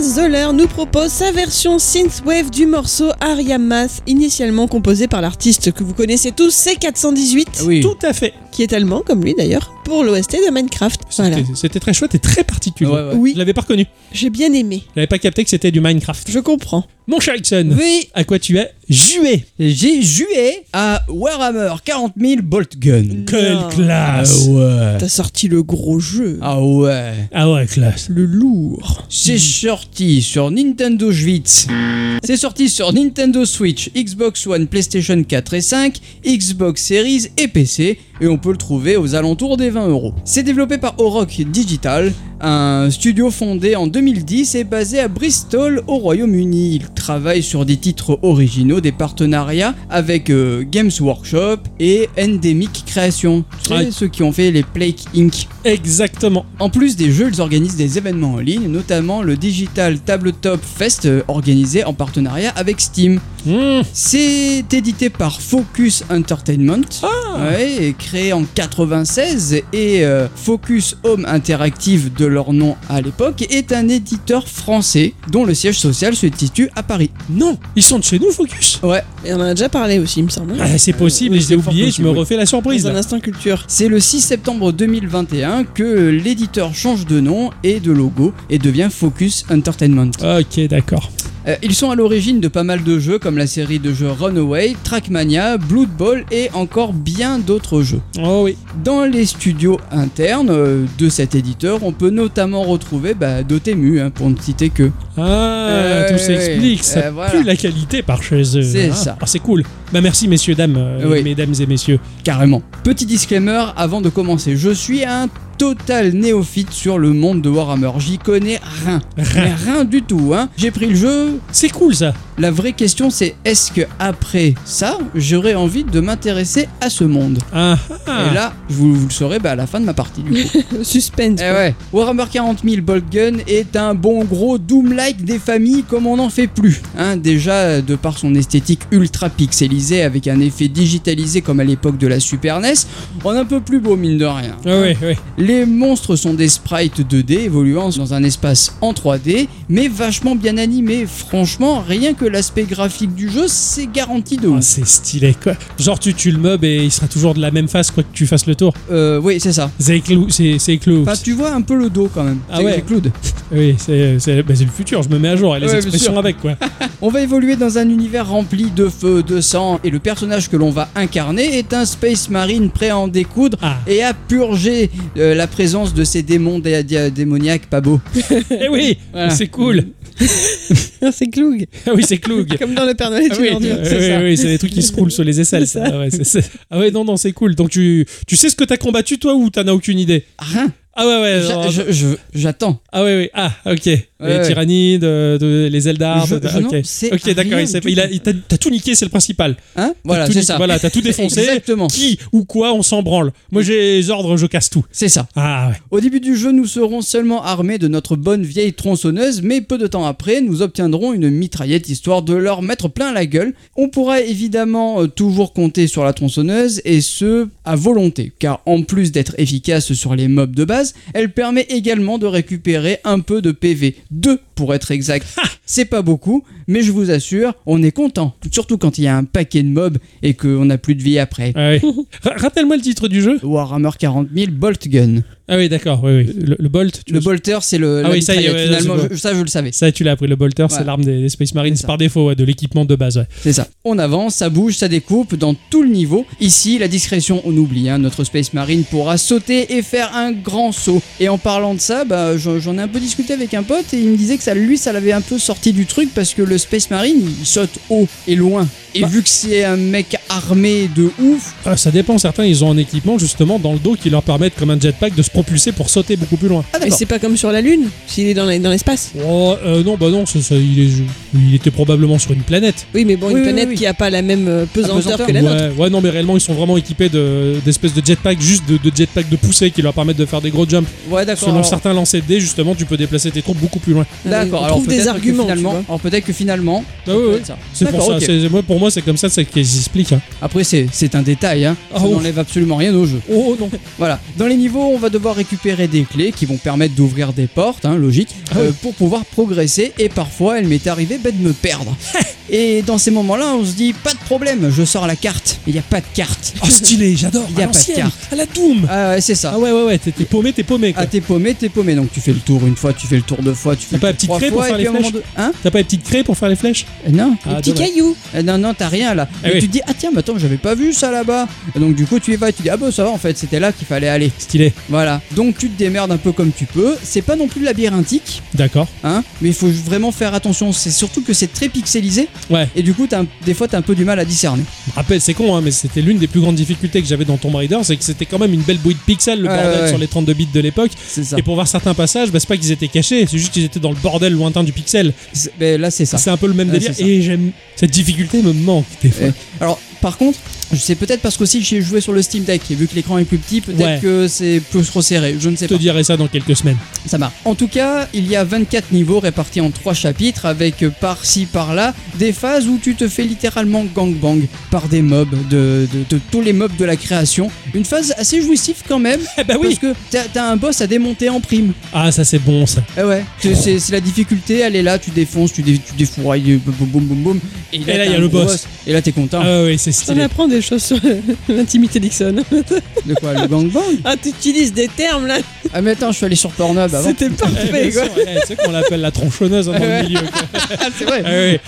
Speaker 3: Zoller nous propose sa version synthwave du morceau Ariamas, initialement composé par l'artiste que vous connaissez tous, C418,
Speaker 2: Oui.
Speaker 1: Tout à fait.
Speaker 3: qui est allemand comme lui d'ailleurs, pour l'OST de Minecraft.
Speaker 1: C'était
Speaker 3: Voilà.
Speaker 1: c'était très chouette et très particulier.
Speaker 2: Ouais, ouais.
Speaker 3: Oui,
Speaker 1: Je l'avais pas reconnu.
Speaker 3: j'ai bien aimé.
Speaker 1: Je l'avais pas capté que c'était du Minecraft.
Speaker 3: Je comprends.
Speaker 1: Mon cher Ixon,
Speaker 2: Oui,
Speaker 1: à quoi tu es Jué.
Speaker 2: j'ai joué à Warhammer 40 000 Bolt Gun.
Speaker 1: Quelle
Speaker 3: Non.
Speaker 1: classe
Speaker 2: ouais.
Speaker 3: T'as sorti le gros jeu.
Speaker 2: Ah ouais.
Speaker 1: Ah ouais, classe.
Speaker 3: Le lourd.
Speaker 2: C'est sorti sur Nintendo Switch. C'est sorti sur Nintendo Switch, Xbox One, PlayStation 4 et 5, Xbox Series et PC, et on peut le trouver aux alentours des 20 euros. C'est développé par Oroc Digital, un studio fondé en 2010 et basé à Bristol au Royaume-Uni. Il travaille sur des titres originaux, des partenariats avec euh, Games Workshop et Endemic Creation, Tu sais,
Speaker 1: Ouais.
Speaker 2: ceux qui ont fait les Plague Inc.
Speaker 1: Exactement.
Speaker 2: En plus des jeux, ils organisent des événements en ligne, notamment le Digital Tabletop Fest euh, organisé en partenariat avec Steam.
Speaker 1: Mmh.
Speaker 2: C'est édité par Focus Entertainment, ouais, et créé en 96 et euh, Focus Home Interactive de leur nom à l'époque est un éditeur français dont le siège social se situe à Paris.
Speaker 1: Non, ils sont de chez nous, Focus.
Speaker 2: Ouais,
Speaker 3: Et on en a déjà parlé aussi, il me semble. hein.
Speaker 1: Ah, c'est possible,
Speaker 2: oui,
Speaker 1: je l'ai
Speaker 2: c'est fort
Speaker 1: oublié, je
Speaker 2: possible,
Speaker 1: me
Speaker 2: oui.
Speaker 1: refais la surprise.
Speaker 3: Dans un
Speaker 1: là.
Speaker 3: instant culture.
Speaker 2: c'est le 6 septembre 2021 que l'éditeur change de nom et de logo et devient Focus Entertainment.
Speaker 1: Ok, d'accord.
Speaker 2: Euh, ils sont à l'origine de pas mal de jeux comme la série de jeux Runaway, Trackmania, Blood Bowl et encore bien d'autres jeux.
Speaker 1: Oh oui.
Speaker 2: Dans les studios internes euh, de cet éditeur, on peut notamment retrouver bah, Dotemu, hein, pour ne citer que.
Speaker 1: Ah,
Speaker 2: Euh,
Speaker 1: tout
Speaker 2: oui,
Speaker 1: s'explique,
Speaker 2: oui.
Speaker 1: ça
Speaker 2: Euh, voilà.
Speaker 1: pue la qualité par chez eux.
Speaker 2: C'est
Speaker 1: hein.
Speaker 2: ça.
Speaker 1: Ah, c'est cool. Bah merci messieurs, dames, euh,
Speaker 2: Oui.
Speaker 1: mesdames et messieurs.
Speaker 2: Carrément. Petit disclaimer avant de commencer, je suis un total néophyte sur le monde de Warhammer, j'y connais rien. Mais rien du tout, hein. J'ai pris le jeu,
Speaker 1: C'est cool ça.
Speaker 2: la vraie question c'est est-ce que après ça, j'aurais envie de m'intéresser à ce monde
Speaker 1: Ah, ah.
Speaker 2: Et là, vous, vous le saurez bah, à la fin de ma partie du coup.
Speaker 3: Le suspense.
Speaker 2: Eh
Speaker 3: quoi.
Speaker 2: ouais. Warhammer 40 000 Bolt Gun est un bon gros Doom-like des familles comme on n'en fait plus. Hein, déjà, de par son esthétique ultra pixelisée avec un effet digitalisé comme à l'époque de la Super NES, on a un peu plus beau mine de rien.
Speaker 1: Ah ouais, ouais.
Speaker 2: Les monstres sont des sprites 2D évoluant dans un espace en 3D, mais vachement bien animés. Franchement, rien que l'aspect graphique du jeu, c'est garanti de
Speaker 1: Ah,
Speaker 2: ouf.
Speaker 1: c'est stylé quoi. Genre tu tues le mob et il sera toujours de la même face quoi que tu fasses le tour.
Speaker 2: Euh, oui, c'est ça.
Speaker 1: C'est éclou, c'est c'est éclou.
Speaker 2: Enfin, tu vois un peu le dos quand même.
Speaker 1: Ah
Speaker 2: C'est-
Speaker 1: ouais.
Speaker 2: c'est Claude.
Speaker 1: Oui, c'est c'est- bah, c'est le futur. Je me mets à jour et les
Speaker 2: Ouais, bien
Speaker 1: expressions
Speaker 2: sûr.
Speaker 1: avec quoi.
Speaker 2: On va évoluer dans un univers rempli de feu, de sang, et le personnage que l'on va incarner est un Space Marine prêt à en découdre
Speaker 1: Ah.
Speaker 2: et à purger euh, la présence de ces démons dé- dé- démoniaques pas beaux.
Speaker 1: Eh oui,
Speaker 2: Voilà.
Speaker 1: c'est cool.
Speaker 3: C'est Cloug.
Speaker 1: Ah oui, c'est Cloug.
Speaker 3: Comme dans le Père Noël,
Speaker 1: Ah
Speaker 3: tu
Speaker 1: oui,
Speaker 3: l'ordures,
Speaker 1: euh,
Speaker 3: c'est
Speaker 1: oui,
Speaker 3: ça.
Speaker 1: oui, c'est des trucs qui se roulent sur les aisselles.
Speaker 3: C'est
Speaker 1: ça. Ah, ouais, c'est- c'est- ah ouais, non, non, c'est cool. Donc tu, tu sais ce que t'as combattu toi ou t'en as aucune idée
Speaker 2: Rien.
Speaker 1: Ah ouais, ouais.
Speaker 2: J'a-
Speaker 1: genre-
Speaker 2: je- je- J'attends.
Speaker 1: Ah oui, oui. Ah, ok. les
Speaker 2: ouais.
Speaker 1: tyrannides, euh, de- les Eldar.
Speaker 2: Je-
Speaker 1: de-
Speaker 2: je
Speaker 1: ok,
Speaker 2: n'en sais
Speaker 1: Ok, d'accord.
Speaker 2: rien
Speaker 1: il s'est-
Speaker 2: du
Speaker 1: Il a,
Speaker 2: tout.
Speaker 1: il t'a- t'as tout niqué, c'est le principal. T'as
Speaker 2: Hein Voilà,
Speaker 1: tout
Speaker 2: c'est
Speaker 1: niqué,
Speaker 2: ça.
Speaker 1: Voilà, t'as tout défoncé.
Speaker 2: Exactement.
Speaker 1: Qui ou quoi, on s'en branle. Moi, j'ai les ordres, je casse tout.
Speaker 2: C'est ça.
Speaker 1: Ah ouais.
Speaker 2: Au début du jeu, nous serons seulement armés de notre bonne vieille tronçonneuse, mais peu de temps après, nous obtiendrons une mitraillette histoire de leur mettre plein la gueule. On pourra évidemment euh, toujours compter sur la tronçonneuse, et ce, à volonté, car en plus d'être efficace sur les mobs de base, elle permet également de récupérer un peu de PV. Deux, pour être exact. C'est pas beaucoup, mais je vous assure, on est content. Surtout quand il y a un paquet de mobs et qu'on n'a plus de vie après.
Speaker 1: Ah ouais. Ra- Rappelle-moi le titre du jeu.
Speaker 2: Warhammer 40 000 Bolt Gun.
Speaker 1: Ah oui, d'accord. Oui, oui. Le, le Bolt. Tu
Speaker 2: Le
Speaker 1: vois,
Speaker 2: bolter, c'est le.
Speaker 1: Ah
Speaker 2: la
Speaker 1: oui, ça y est,
Speaker 2: mitraillette.
Speaker 1: ouais,
Speaker 2: Finalement,
Speaker 1: c'est bon.
Speaker 2: je- ça, je le savais.
Speaker 1: Ça, tu l'as appris. Le Bolter, c'est
Speaker 2: Voilà.
Speaker 1: l'arme des, des Space Marines
Speaker 2: C'est ça.
Speaker 1: par défaut, ouais, de l'équipement de base. ouais.
Speaker 2: C'est ça. On avance, ça bouge, ça découpe dans tout le niveau. Ici, la discrétion, on oublie. hein. Notre Space Marine pourra sauter et faire un grand saut. Et en parlant de ça, bah, j'en j'en ai un peu discuté avec un pote et il me disait que ça, lui, ça l'avait un peu sorti du truc parce que le Space Marine, il saute haut et loin. Et
Speaker 1: Bah.
Speaker 2: vu que c'est un mec armé de ouf,
Speaker 1: Ah, ça dépend. Certains, ils ont un équipement justement dans le dos qui leur permettent, comme un jetpack, de se propulser pour sauter beaucoup plus loin.
Speaker 2: ah
Speaker 3: Mais
Speaker 2: d'accord.
Speaker 3: c'est pas comme sur la Lune, s'il est dans la- dans l'espace.
Speaker 1: Oh, euh, non, bah non, ça- ça- il, est- il était probablement sur une planète.
Speaker 3: Oui, mais bon,
Speaker 2: Oui,
Speaker 3: une
Speaker 2: oui,
Speaker 3: planète
Speaker 2: oui.
Speaker 3: qui a pas la même euh, pesanteur,
Speaker 2: pesanteur,
Speaker 3: que la
Speaker 1: ouais,
Speaker 3: nôtre.
Speaker 1: ouais, non, mais réellement, ils sont vraiment équipés de- d'espèces de, jetpacks, juste de, de jetpacks de poussée qui leur permettent de faire des gros jumps.
Speaker 2: Ouais, d'accord.
Speaker 1: Selon
Speaker 2: alors-
Speaker 1: certains lancers de dés, justement, tu peux déplacer tes troupes beaucoup plus loin.
Speaker 3: Ah,
Speaker 2: D'accord,
Speaker 3: on
Speaker 2: alors
Speaker 3: trouve
Speaker 2: peut-être
Speaker 3: des
Speaker 2: que
Speaker 3: arguments. tu
Speaker 2: finalement, Ah,
Speaker 3: vois.
Speaker 2: alors peut-être que finalement,
Speaker 1: Bah
Speaker 2: ça
Speaker 1: oui,
Speaker 2: peut
Speaker 1: oui.
Speaker 2: être ça.
Speaker 1: C'est pour
Speaker 2: Ah D'accord,
Speaker 1: ça.
Speaker 2: ok.
Speaker 1: c'est- Moi, pour moi, c'est comme ça c'est qu'ils expliquent. hein.
Speaker 2: Après, c'est c'est un détail, hein.
Speaker 1: Ah,
Speaker 2: ça
Speaker 1: ouf.
Speaker 2: n'enlève absolument rien au jeu.
Speaker 1: Oh non.
Speaker 2: Voilà. Dans les niveaux, on va devoir récupérer des clés qui vont permettre d'ouvrir des portes, hein, logique,
Speaker 1: Ah
Speaker 2: euh, pour pouvoir progresser. Et parfois, elle m'est arrivée bah, de me perdre. et dans ces moments-là, on se dit pas de problème, je sors la carte. Il n'y a pas de carte.
Speaker 1: Oh stylé, j'adore.
Speaker 2: Y a
Speaker 1: à
Speaker 2: pas de
Speaker 1: l'ancienne,
Speaker 2: carte.
Speaker 1: À la Doom.
Speaker 2: Ah ouais, c'est ça.
Speaker 1: Ah ouais, ouais, ouais. T'es t'es paumé, t'es paumé.
Speaker 2: Ah
Speaker 1: Quoi.
Speaker 2: t'es paumé, t'es paumé. Donc tu fais le tour une fois, tu fais le tour deux fois, tu fais
Speaker 1: pas
Speaker 2: le
Speaker 1: la petite
Speaker 2: tour trois
Speaker 1: craie pour
Speaker 2: fois.
Speaker 1: faire
Speaker 2: et puis
Speaker 1: les
Speaker 2: à un moment de... Hein
Speaker 1: T'as pas les petites craies pour faire les flèches
Speaker 2: Euh, Non,
Speaker 1: Ah,
Speaker 3: Petit
Speaker 1: dommage.
Speaker 3: caillou.
Speaker 2: Euh, non, non, t'as rien là.
Speaker 1: Ah
Speaker 2: et
Speaker 1: oui.
Speaker 2: tu te dis ah tiens, mais attends, j'avais pas vu ça là-bas. Et donc du coup tu y vas, et tu dis ah bah ça va en fait, c'était là qu'il fallait aller.
Speaker 1: Stylé.
Speaker 2: Voilà. Donc tu te démerdes un peu comme tu peux. C'est pas non plus labyrinthique.
Speaker 1: D'accord.
Speaker 2: hein, mais il faut vraiment faire attention. C'est surtout que c'est très pixelisé
Speaker 1: Ouais.
Speaker 2: et du coup, t'as un- des fois, t'as un peu du mal à discerner.
Speaker 1: Rappel, c'est con, hein, mais c'était l'une des plus grandes difficultés que j'avais dans Tomb Raider, c'est que c'était quand même une belle bouille de pixels le
Speaker 2: Ouais,
Speaker 1: bordel
Speaker 2: ouais, ouais.
Speaker 1: sur les 32 bits de l'époque.
Speaker 2: C'est ça.
Speaker 1: Et pour voir certains passages, bah, c'est pas qu'ils étaient cachés, c'est juste qu'ils étaient dans le bordel lointain du pixel.
Speaker 2: C'est- ben, là, c'est ça.
Speaker 1: C'est un peu le même
Speaker 2: Ouais,
Speaker 1: délire.
Speaker 2: c'est ça.
Speaker 1: Et j'aime cette difficulté me manque des fois.
Speaker 2: Ouais. Alors, par contre, je sais peut-être parce qu'aussi j'ai joué sur le Steam Deck et vu que l'écran est plus petit, peut-être
Speaker 1: Ouais.
Speaker 2: que c'est plus resserré. Je ne sais
Speaker 1: Je te
Speaker 2: pas.
Speaker 1: dirai ça dans quelques semaines.
Speaker 2: Ça marche. En tout cas, il y a 24 niveaux répartis en 3 chapitres avec euh, par-ci par-là des phases où tu te fais littéralement gangbang par des mobs de, de- de tous les mobs de la création. Une phase assez jouissive quand même
Speaker 1: Eh bah
Speaker 2: parce que t'as- t'as un boss à démonter en prime.
Speaker 1: Ah, ça c'est bon ça.
Speaker 2: Eh ouais, c'est- c'est c'est la difficulté, elle est là, tu défonces, tu, dé, tu défourailles, euh, boum boum boum boum. boum,
Speaker 1: Et là,
Speaker 2: t'as
Speaker 1: il y a
Speaker 2: un
Speaker 1: le
Speaker 2: gros
Speaker 1: boss.
Speaker 2: Et là, t'es content.
Speaker 1: Ah, ouais, ouais, c'est
Speaker 3: On
Speaker 1: stylé.
Speaker 3: apprend des choses sur l'intimité d'Ixon.
Speaker 2: De quoi Le gangbang
Speaker 3: Ah, tu utilises des termes là,
Speaker 2: Ah, mais attends, je suis allé sur Pornhub avant.
Speaker 3: c'était
Speaker 1: Eh,
Speaker 3: parfait
Speaker 1: bien
Speaker 3: quoi.
Speaker 1: sûr, eh, tu sais qu'on l'appelle la tronchonneuse hein, dans
Speaker 2: Ouais.
Speaker 1: le milieu. quoi.
Speaker 2: Ah, c'est vrai.
Speaker 1: Ah, ouais,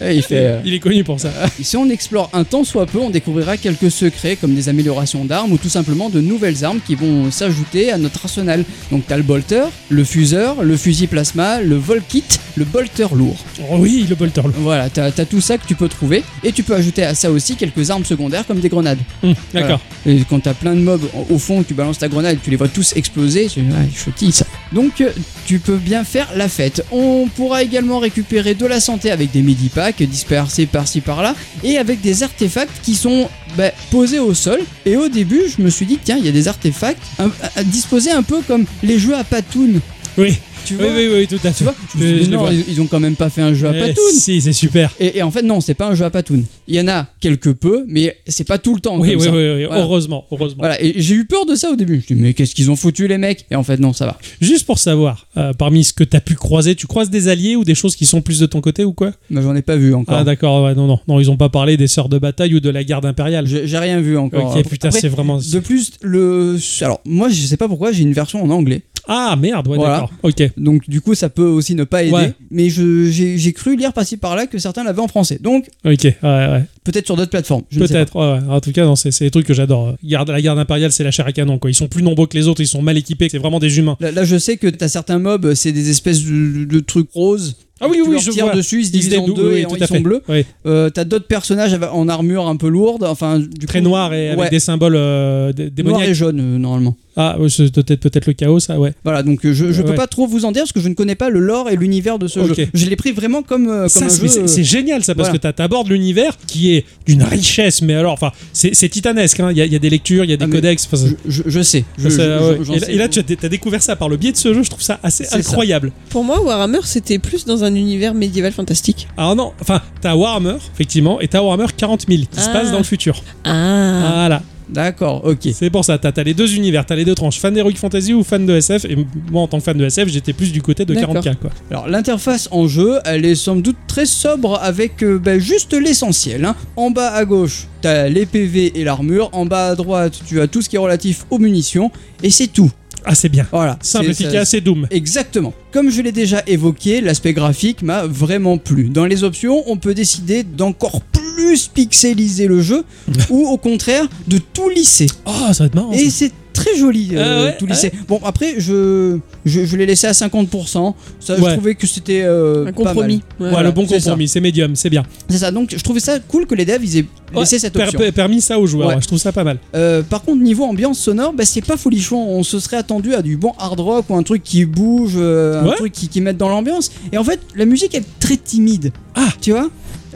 Speaker 2: Eh, il fait. euh,
Speaker 1: Il est connu pour ça.
Speaker 2: Si on explore un temps soit peu, on découvrira quelques secrets comme des améliorations d'armes ou tout simplement de nouvelles armes qui vont s'ajouter à notre arsenal. Donc t'as le bolter, le fuseur, le fusil plasma, le volkit, le bolter lourd.
Speaker 1: Oh oui, le bolter. le-
Speaker 2: Voilà, t'as t'as tout ça que tu peux trouver et tu peux ajouter à ça aussi quelques armes secondaires comme des grenades.
Speaker 1: Hum, D'accord.
Speaker 2: Et quand t'as plein de mobs au- au fond, tu balances ta grenade, tu les vois tous exploser, c'est ouais, chouti, ça. Donc euh, tu peux bien faire la fête. On pourra également récupérer de la santé avec des midi-packs dispersés par-ci par-là et avec des artefacts qui sont bah, posés au sol. Et au début, je me suis dit, tiens, il y a des artefacts un- à- à- disposés un peu comme les jeux à patoun.
Speaker 1: Oui.
Speaker 2: Tu
Speaker 1: Oui,
Speaker 2: vois,
Speaker 1: oui, oui, tout à fait.
Speaker 2: Tu vois Je me
Speaker 1: Je-
Speaker 2: suis dit,
Speaker 1: je les
Speaker 2: non,
Speaker 1: vois.
Speaker 2: ils, ils ont quand même pas fait un jeu à
Speaker 1: Eh,
Speaker 2: patoun.
Speaker 1: si, c'est super.
Speaker 2: Et, et en fait, non, c'est pas un jeu à patoun. Il y en a quelque peu, mais c'est pas tout le temps.
Speaker 1: Oui,
Speaker 2: comme
Speaker 1: oui, oui,
Speaker 2: ça.
Speaker 1: oui,
Speaker 2: Voilà.
Speaker 1: heureusement, heureusement.
Speaker 2: Voilà, et j'ai eu peur de ça au début. Je me dis, mais qu'est-ce qu'ils ont foutu les mecs Et en fait, non, ça va.
Speaker 1: Juste pour savoir, euh, parmi ce que t'as pu croiser, tu croises des alliés ou des choses qui sont plus de ton côté ou quoi
Speaker 2: Mais j'en ai pas vu encore.
Speaker 1: Ah d'accord, ouais, non, non, non, ils ont pas parlé des sœurs de bataille ou de la garde impériale.
Speaker 2: J'ai j'ai rien vu encore.
Speaker 1: Ok, putain,
Speaker 2: Après,
Speaker 1: c'est vraiment...
Speaker 2: De plus, le. Alors, moi, je sais pas pourquoi, j'ai une version en anglais.
Speaker 1: Ah merde, ouais,
Speaker 2: Voilà.
Speaker 1: d'accord, ok.
Speaker 2: Donc, du coup, ça peut aussi ne pas aider.
Speaker 1: Ouais.
Speaker 2: Mais je- j'ai j'ai cru lire par-ci par-là que certains l'avaient en français. Donc,
Speaker 1: Ok, ouais, ouais.
Speaker 2: peut-être sur d'autres plateformes. je ne sais
Speaker 1: Peut-être, ouais, ouais. En tout cas, non, c'est c'est des trucs que j'adore. Garde, la garde impériale, c'est la chair à canon, quoi. Ils sont plus nombreux que les autres, ils sont mal équipés, c'est vraiment des humains.
Speaker 2: pas. Là, là, je sais que t'as certains mobs, c'est des espèces de, de trucs roses.
Speaker 1: Ah oui,
Speaker 2: Tu
Speaker 1: oui,
Speaker 2: leur
Speaker 1: je
Speaker 2: tires
Speaker 1: vois.
Speaker 2: dessus, ils se divisent en
Speaker 1: dédou-
Speaker 2: deux
Speaker 1: oui,
Speaker 2: et en-
Speaker 1: tout à
Speaker 2: ils
Speaker 1: fait.
Speaker 2: sont bleus.
Speaker 1: Oui.
Speaker 2: Euh, t'as d'autres personnages en armure un peu lourde, enfin, du
Speaker 1: Très
Speaker 2: coup,
Speaker 1: noir et avec
Speaker 2: ouais.
Speaker 1: des symboles euh, dé-
Speaker 2: noir
Speaker 1: démoniaques.
Speaker 2: et jaune, euh, normalement.
Speaker 1: Ah, ouais, c'est peut-être peut le chaos, ça, ouais.
Speaker 2: Voilà, donc euh, je, je
Speaker 1: Ouais.
Speaker 2: peux pas trop vous en dire parce que je ne connais pas le lore et l'univers de ce
Speaker 1: Ok.
Speaker 2: jeu. Je l'ai pris vraiment comme, euh, comme
Speaker 1: Ça,
Speaker 2: un
Speaker 1: c'est-
Speaker 2: jeu.
Speaker 1: c'est
Speaker 2: euh,
Speaker 1: c'est génial ça parce
Speaker 2: voilà.
Speaker 1: que t'as- t'abordes l'univers qui est d'une richesse mais alors enfin c'est c'est titanesque hein. il y, a- il y a des lectures il y a des
Speaker 2: Ah, mais
Speaker 1: codex enfin,
Speaker 2: je,
Speaker 1: ça-
Speaker 2: je- je sais. Je-
Speaker 1: ça,
Speaker 2: je-
Speaker 1: ouais.
Speaker 2: je- j'en
Speaker 1: et, là-
Speaker 2: sais.
Speaker 1: et là tu as, t'as découvert ça par le biais de ce jeu je trouve ça assez
Speaker 2: C'est ça.
Speaker 1: incroyable
Speaker 3: Pour moi, Warhammer, c'était plus dans un univers médiéval fantastique.
Speaker 1: alors non enfin t'as Warhammer effectivement et t'as Warhammer 40 000 qui se
Speaker 3: Ah.
Speaker 1: passe dans le futur
Speaker 3: Ah,
Speaker 1: voilà
Speaker 2: D'accord, ok.
Speaker 1: c'est pour ça t'as t'as les deux univers t'as les deux tranches fan d'Heroic Fantasy ou fan de SF et moi en tant que fan de SF j'étais plus du côté de
Speaker 2: D'accord.
Speaker 1: 40k quoi
Speaker 2: Alors l'interface en jeu, elle est somme toute très sobre avec euh, bah, juste l'essentiel. hein. En bas à gauche, t'as les PV et l'armure. En bas à droite, tu as tout ce qui est relatif aux munitions. Et c'est tout.
Speaker 1: ah c'est bien
Speaker 2: Voilà.
Speaker 1: simple
Speaker 2: C'est- ça-
Speaker 1: efficace et Doom
Speaker 2: Exactement. Comme je l'ai déjà évoqué, l'aspect graphique m'a vraiment plu. Dans les options, on peut décider d'encore plus pixeliser le jeu ou au contraire de tout lisser.
Speaker 1: oh ça va être marrant ça.
Speaker 2: Et c'est très joli euh,
Speaker 1: Ah ouais,
Speaker 2: tout lisser. Bon après je je, je l'ai laissé à 50%. Ça,
Speaker 1: Ouais.
Speaker 2: Je trouvais que c'était euh, pas
Speaker 3: un
Speaker 2: mal.
Speaker 3: compromis.
Speaker 1: Ouais,
Speaker 2: voilà,
Speaker 1: le bon
Speaker 2: c'est ça.
Speaker 1: compromis c'est médium c'est bien
Speaker 2: C'est ça. Donc je trouvais ça cool que les devs ils aient
Speaker 1: Ouais,
Speaker 2: laissé cette
Speaker 1: Per-
Speaker 2: option.
Speaker 1: per- permis ça aux joueurs
Speaker 2: Ouais.
Speaker 1: ouais, je trouve ça pas mal
Speaker 2: Euh, par contre niveau ambiance sonore, bah, c'est pas folichon. On se serait attendu à du bon hard rock ou un truc qui bouge, euh, un
Speaker 1: Ouais.
Speaker 2: truc qui, qui mette dans l'ambiance. Et en fait, la musique elle est très timide.
Speaker 1: Ah.
Speaker 2: tu vois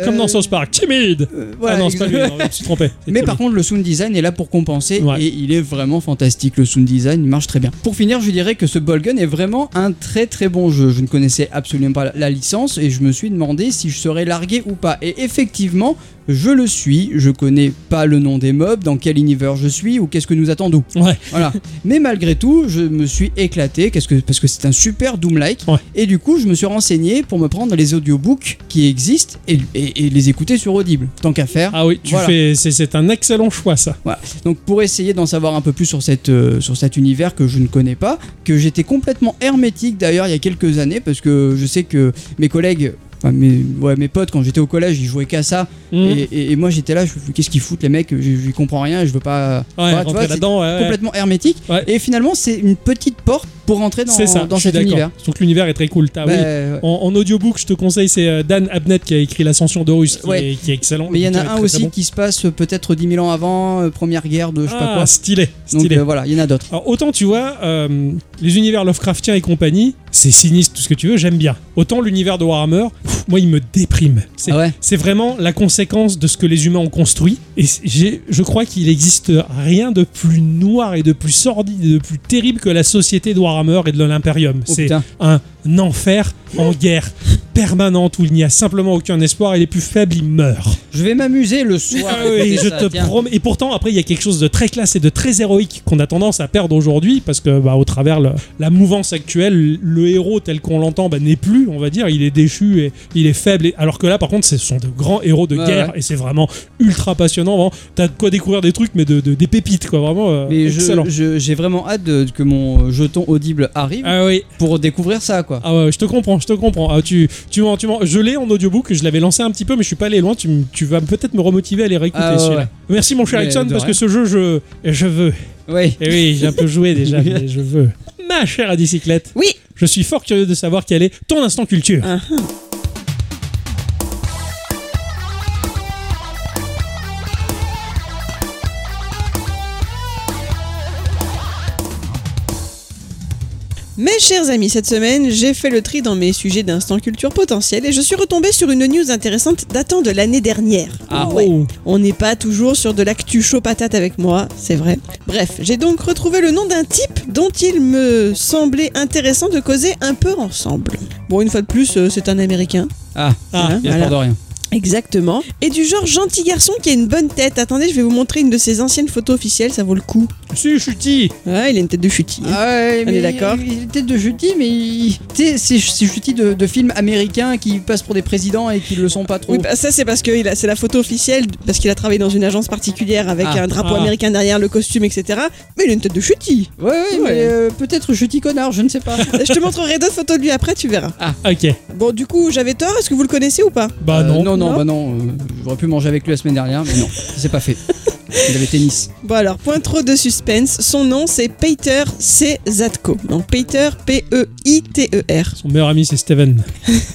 Speaker 1: Comme dans
Speaker 2: Euh,
Speaker 1: South Park, timide
Speaker 2: euh, voilà,
Speaker 1: Ah non, c'est pas lui,
Speaker 2: exact-
Speaker 1: non, je me suis trompé. C'est
Speaker 2: Mais
Speaker 1: timide.
Speaker 2: par contre, le sound design est là pour compenser
Speaker 1: Ouais.
Speaker 2: et il est vraiment fantastique. Le sound design il marche très bien. Pour finir, je dirais que ce ball gun est vraiment un très très bon jeu. Je ne connaissais absolument pas la- la licence et je me suis demandé si je serais largué ou pas. Et effectivement, je le suis. Je connais pas le nom des mobs, dans quel univers je suis ou qu'est-ce que nous attendons.
Speaker 1: Ouais.
Speaker 2: Voilà. Mais malgré tout, je me suis éclaté qu'est-ce que, parce que c'est un super Doom-like.
Speaker 1: Ouais.
Speaker 2: Et du coup, je me suis renseigné pour me prendre les audiobooks qui existent et, et- et les écouter sur Audible. Tant qu'à faire.
Speaker 1: Ah oui, tu
Speaker 2: Voilà.
Speaker 1: fais. C'est c'est un excellent choix, ça.
Speaker 2: Donc pour essayer d'en savoir un peu plus sur, cette, euh, sur cet univers que je ne connais pas, que j'étais complètement hermétique d'ailleurs il y a quelques années, parce que je sais que mes collègues... enfin, mes, ouais, mes potes, quand j'étais au collège, ils jouaient qu'à ça.
Speaker 1: Mm.
Speaker 2: Et, bah, et- et moi, j'étais là, je qu'est-ce qu'ils foutent, les mecs Je je comprends rien, je veux pas.
Speaker 1: Ouais,
Speaker 2: Voilà, tu vois,
Speaker 1: rentrer
Speaker 2: c'est
Speaker 1: là-dedans. ouais, ouais.
Speaker 2: complètement hermétique.
Speaker 1: Ouais.
Speaker 2: Et finalement, c'est une petite porte pour rentrer dans,
Speaker 1: C'est ça.
Speaker 2: dans
Speaker 1: je suis
Speaker 2: cet
Speaker 1: d'accord.
Speaker 2: univers.
Speaker 1: Donc l'univers est très cool. T'as-
Speaker 2: Bah,
Speaker 1: oui.
Speaker 2: ouais.
Speaker 1: En, en audiobook, je te conseille, c'est euh, Dan Abnett qui a écrit L'Ascension d'Horus, qui,
Speaker 2: Ouais.
Speaker 1: est- qui est excellent.
Speaker 2: Mais il y en
Speaker 1: Oh, Le
Speaker 2: a
Speaker 1: bouquin
Speaker 2: un
Speaker 1: est très, très
Speaker 2: aussi
Speaker 1: bon.
Speaker 2: qui se passe euh, peut-être 10 000 ans avant, euh, première guerre de je sais pas
Speaker 1: Ah,
Speaker 2: quoi.
Speaker 1: stylé,
Speaker 2: Donc
Speaker 1: stylé.
Speaker 2: euh, voilà, il y en a d'autres.
Speaker 1: Alors autant tu vois, euh, les univers Lovecraftiens et compagnie, c'est sinistre, tout ce que tu veux, j'aime bien. Autant l'univers de Warhammer, pff, moi il me déprime. C'est
Speaker 2: Ah ouais.
Speaker 1: c'est vraiment la conséquence de ce que les humains ont construit. Et c'est- j'ai- je crois qu'il existe rien de plus noir et de plus sordide et de plus terrible que la société de Warhammer et de l'Imperium.
Speaker 2: Oh,
Speaker 1: c'est
Speaker 2: putain.
Speaker 1: un enfer en guerre permanente où il n'y a simplement aucun espoir et les plus faibles ils meurent.
Speaker 2: Je vais m'amuser le soir.
Speaker 1: Ah
Speaker 2: à écouter
Speaker 1: oui, je
Speaker 2: ça,
Speaker 1: te
Speaker 2: tiens.
Speaker 1: promets. Et pourtant, après, il y a quelque chose de très classe et de très héroïque qu'on a tendance à perdre aujourd'hui parce que, bah, au travers le- la mouvance actuelle, le héros tel qu'on l'entend bah, n'est plus, on va dire. Il est déchu et il est faible. Et- Alors que là, par contre, ce sont de grands héros de
Speaker 2: Ouais,
Speaker 1: guerre et c'est vraiment ultra passionnant. vraiment. T'as de quoi découvrir des trucs, mais de, de- des pépites, quoi. Vraiment euh,
Speaker 2: Mais je-
Speaker 1: excellent.
Speaker 2: je- j'ai vraiment hâte de- que mon jeton audible arrive
Speaker 1: Ah oui,
Speaker 2: pour découvrir ça, quoi.
Speaker 1: ah ouais, je te comprends, je te comprends. Ah, tu, tu m'en- tu m'en- je l'ai en audiobook, je l'avais lancé un petit peu, mais je suis pas allé loin. Tu, m- tu vas peut-être me remotiver à les réécouter
Speaker 2: Ah ouais,
Speaker 1: celui-là.
Speaker 2: ouais.
Speaker 1: Merci mon cher
Speaker 2: Mais
Speaker 1: Ixon,
Speaker 2: de
Speaker 1: parce
Speaker 2: rien.
Speaker 1: que ce jeu, je, je veux.
Speaker 2: Ouais.
Speaker 1: Et Eh oui, j'ai un peu joué déjà, mais je veux. Ma chère à bicyclette,
Speaker 3: Oui,
Speaker 1: je suis fort curieux de savoir quel est ton instant culture.
Speaker 3: Ah. Mes chers amis, cette semaine, j'ai fait le tri dans mes sujets d'instant culture potentiel et je suis retombée sur une news intéressante datant de l'année dernière.
Speaker 2: Ah.
Speaker 3: ouais.
Speaker 1: Oh.
Speaker 3: On n'est pas toujours sur de l'actu chaud patate avec moi, c'est vrai. Bref, j'ai donc retrouvé le nom d'un type dont il me semblait intéressant de causer un peu ensemble. Bon, une fois de plus, euh, c'est un Américain.
Speaker 2: Ah,
Speaker 1: Ah,
Speaker 3: Hein,
Speaker 2: il
Speaker 3: voilà.
Speaker 2: apporte rien.
Speaker 3: Exactement. Et du genre gentil garçon qui a une bonne tête. Attendez, je vais vous montrer une de ses anciennes photos officielles, ça vaut le coup.
Speaker 1: si, chutis
Speaker 3: Ah, il a une tête de futil.
Speaker 2: Ah ouais,
Speaker 3: On
Speaker 2: mais
Speaker 3: est d'accord
Speaker 2: Il il était de Jutti, mais il- t'sais, c'est c'est Jutti de, de films américains qui passent pour des présidents et qui le sont pas trop.
Speaker 3: Oui, bah, ça c'est parce que il a- c'est la photo officielle, parce qu'il a travaillé dans une agence particulière avec
Speaker 2: Ah.
Speaker 3: un drapeau
Speaker 1: Ah.
Speaker 3: américain derrière le costume, etc. Mais il a une tête de chutis.
Speaker 2: ouais, ouais,
Speaker 3: Ouais.
Speaker 2: mais euh, peut-être Jutti connard, je ne sais pas.
Speaker 3: je te montrerai d'autres photos de lui après, tu verras.
Speaker 1: Ok,
Speaker 3: Bon, du coup, j'avais tort, est-ce que vous le connaissez ou pas
Speaker 1: bah
Speaker 2: Euh,
Speaker 1: non.
Speaker 2: non, non,
Speaker 3: Non.
Speaker 2: bah non. euh, J'aurais pu manger avec lui la semaine dernière, mais non, c'est pas fait. Il avait tennis.
Speaker 3: Bon alors, point trop de suspense, son nom c'est Peter C. Zatko. Donc Peter E P-E-I-T-E-R.
Speaker 1: Son meilleur ami c'est Steven.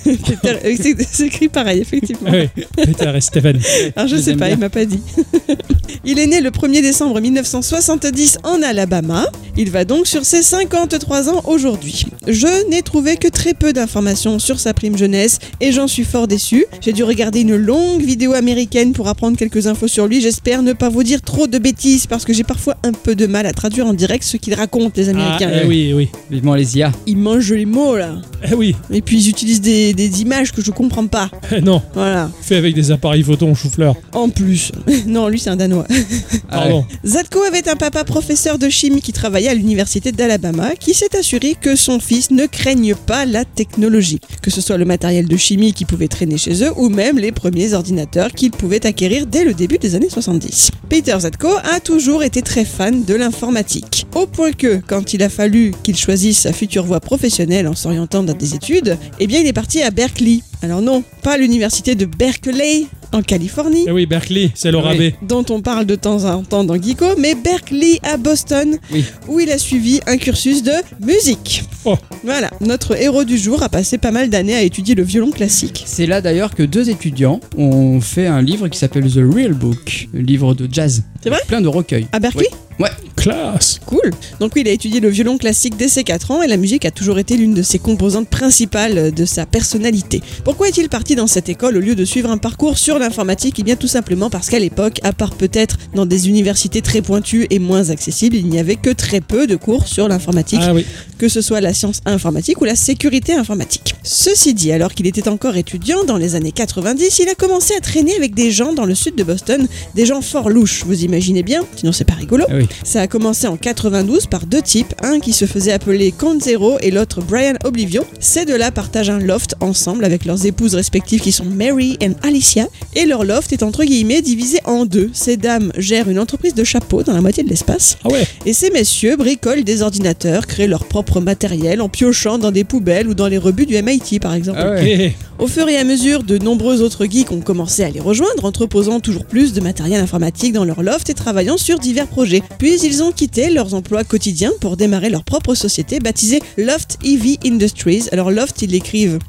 Speaker 3: Peter- euh, c'est c'est écrit pareil,
Speaker 1: Ah
Speaker 3: effectivement.
Speaker 1: oui, Peter et Steven.
Speaker 3: Alors Ah, je
Speaker 2: Je les
Speaker 3: sais
Speaker 2: aime
Speaker 3: pas,
Speaker 2: bien.
Speaker 3: il m'a pas dit. il est né le 1er décembre 1970 en Alabama. Il va donc sur ses 53 ans aujourd'hui. Je n'ai trouvé que très peu d'informations sur sa prime jeunesse et j'en suis fort déçu. J'ai dû regarder une longue vidéo américaine pour apprendre quelques infos sur lui. J'espère ne pas vous dire trop de bêtises parce que j'ai parfois un peu de mal à traduire en direct ce qu'ils racontent les
Speaker 1: Ah
Speaker 3: Américains.
Speaker 1: eh oui, oui.
Speaker 2: Vivement les IA.
Speaker 3: Ils mangent les mots là.
Speaker 1: Eh oui,
Speaker 3: Et puis ils utilisent des, des images que je comprends pas.
Speaker 1: Eh non,
Speaker 3: Voilà.
Speaker 1: fait avec des appareils photo en chou-fleur.
Speaker 3: En plus. non, lui c'est un Danois.
Speaker 2: Ah ouais.
Speaker 1: Pardon.
Speaker 3: Zadko avait un papa professeur de chimie qui travaillait à l'université d'Alabama qui s'est assuré que son fils ne craigne pas la technologie, que ce soit le matériel de chimie qui pouvait traîner chez eux ou même les premiers ordinateurs qu'ils pouvaient acquérir dès le début des années 70. Peter Zadko a toujours été très fan de l'informatique, au point que quand il a fallu qu'il choisisse sa future voie professionnelle en s'orientant dans des études, eh bien il est parti à Berkeley. Alors non, pas l'université de Berkeley en Californie
Speaker 1: Eh oui, Berkeley, c'est le
Speaker 2: Ah oui.
Speaker 1: rabais.
Speaker 3: dont on parle de temps en temps dans Geeko, mais Berkeley à Boston,
Speaker 2: Oui.
Speaker 3: où il a suivi un cursus de musique.
Speaker 1: Oh.
Speaker 3: Voilà, notre héros du jour a passé pas mal d'années à étudier le violon classique.
Speaker 2: C'est là d'ailleurs que deux étudiants ont fait un livre qui s'appelle The Real Book, le livre de jazz.
Speaker 3: C'est vrai
Speaker 1: Ah
Speaker 2: Plein de recueils.
Speaker 3: À Berkeley
Speaker 2: Ouais.
Speaker 1: Classe.
Speaker 3: Cool. Donc oui, il a étudié le violon classique dès ses 4 ans et la musique a toujours été l'une de ses composantes principales de sa personnalité. Pourquoi est-il parti dans cette école au lieu de suivre un parcours sur l'informatique Eh bien tout simplement parce qu'à l'époque, à part peut-être dans des universités très pointues et moins accessibles, il n'y avait que très peu de cours sur l'informatique
Speaker 1: Ah oui.
Speaker 3: que ce soit la science informatique ou la sécurité informatique. Ceci dit, alors qu'il était encore étudiant dans les années 90, il a commencé à traîner avec des gens dans le sud de Boston, des gens fort louches, vous imaginez bien, sinon c'est pas rigolo.
Speaker 2: Ah oui.
Speaker 3: Ça a commencé en 92 par deux types, un qui se faisait appeler Count Zero et l'autre Brian Oblivion. Ces deux-là partagent un loft ensemble avec leurs épouses respectives qui sont Mary et Alicia, et leur loft est entre guillemets divisé en deux. Ces dames gèrent une entreprise de chapeaux dans la moitié de l'espace,
Speaker 1: Ah ouais.
Speaker 3: et ces messieurs bricolent des ordinateurs, créent leur propre matériel en piochant dans des poubelles ou dans les rebuts du MIT par exemple.
Speaker 2: Ah ouais.
Speaker 1: Eh,
Speaker 3: Au fur et à mesure, de nombreux autres geeks ont commencé à les rejoindre, entreposant toujours plus de matériel informatique dans leur loft et travaillant sur divers projets. Puis ils ont quitté leurs emplois quotidiens pour démarrer leur propre société baptisée Loft EV Industries. Alors Loft, ils l'écrivent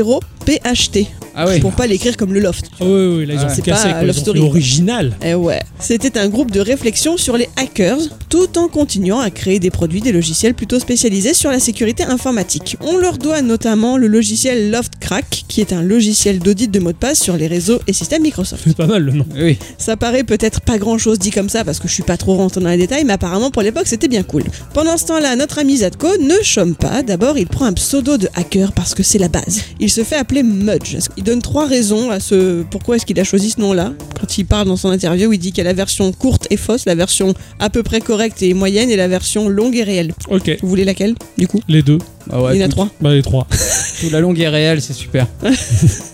Speaker 3: L0PHT
Speaker 2: Ah ouais.
Speaker 3: pour pas l'écrire comme le loft.
Speaker 1: ah ouais, ouais, là, ils ont
Speaker 2: Ouais.
Speaker 1: tout
Speaker 3: C'est
Speaker 1: cassé.
Speaker 3: pas,
Speaker 1: quoi.
Speaker 3: euh,
Speaker 1: Ils ont
Speaker 3: Love
Speaker 1: fait
Speaker 3: Story, quoi.
Speaker 1: original.
Speaker 3: Eh ouais. C'était un groupe de réflexion sur les hackers, tout en continuant à créer des produits, des logiciels plutôt spécialisés sur la sécurité informatique. On leur doit notamment le logiciel LoftCrack, qui est un logiciel d'audit de mots de passe sur les réseaux et systèmes Microsoft.
Speaker 1: C'est pas mal le nom.
Speaker 2: Oui.
Speaker 3: Ça paraît peut-être pas grand chose dit comme ça parce que je suis pas trop rentré dans les détails, mais apparemment pour l'époque c'était bien cool. Pendant ce temps-là, notre ami Zadko ne chôme pas. D'abord, il prend un pseudo de hacker parce que c'est la base. Il se fait appeler Mudge. Il donne trois raisons à ce pourquoi est-ce qu'il a choisi ce nom-là. Quand il parle dans son interview, il dit qu'il y a la version courte et fausse, la version à peu près correcte et moyenne et la version longue et réelle.
Speaker 1: Ok.
Speaker 3: Vous voulez laquelle du coup
Speaker 1: Les deux.
Speaker 2: Ah ouais,
Speaker 3: Il y en a
Speaker 2: tout-
Speaker 3: trois.
Speaker 1: Bah, les trois.
Speaker 2: Tout la longue est réelle, c'est super.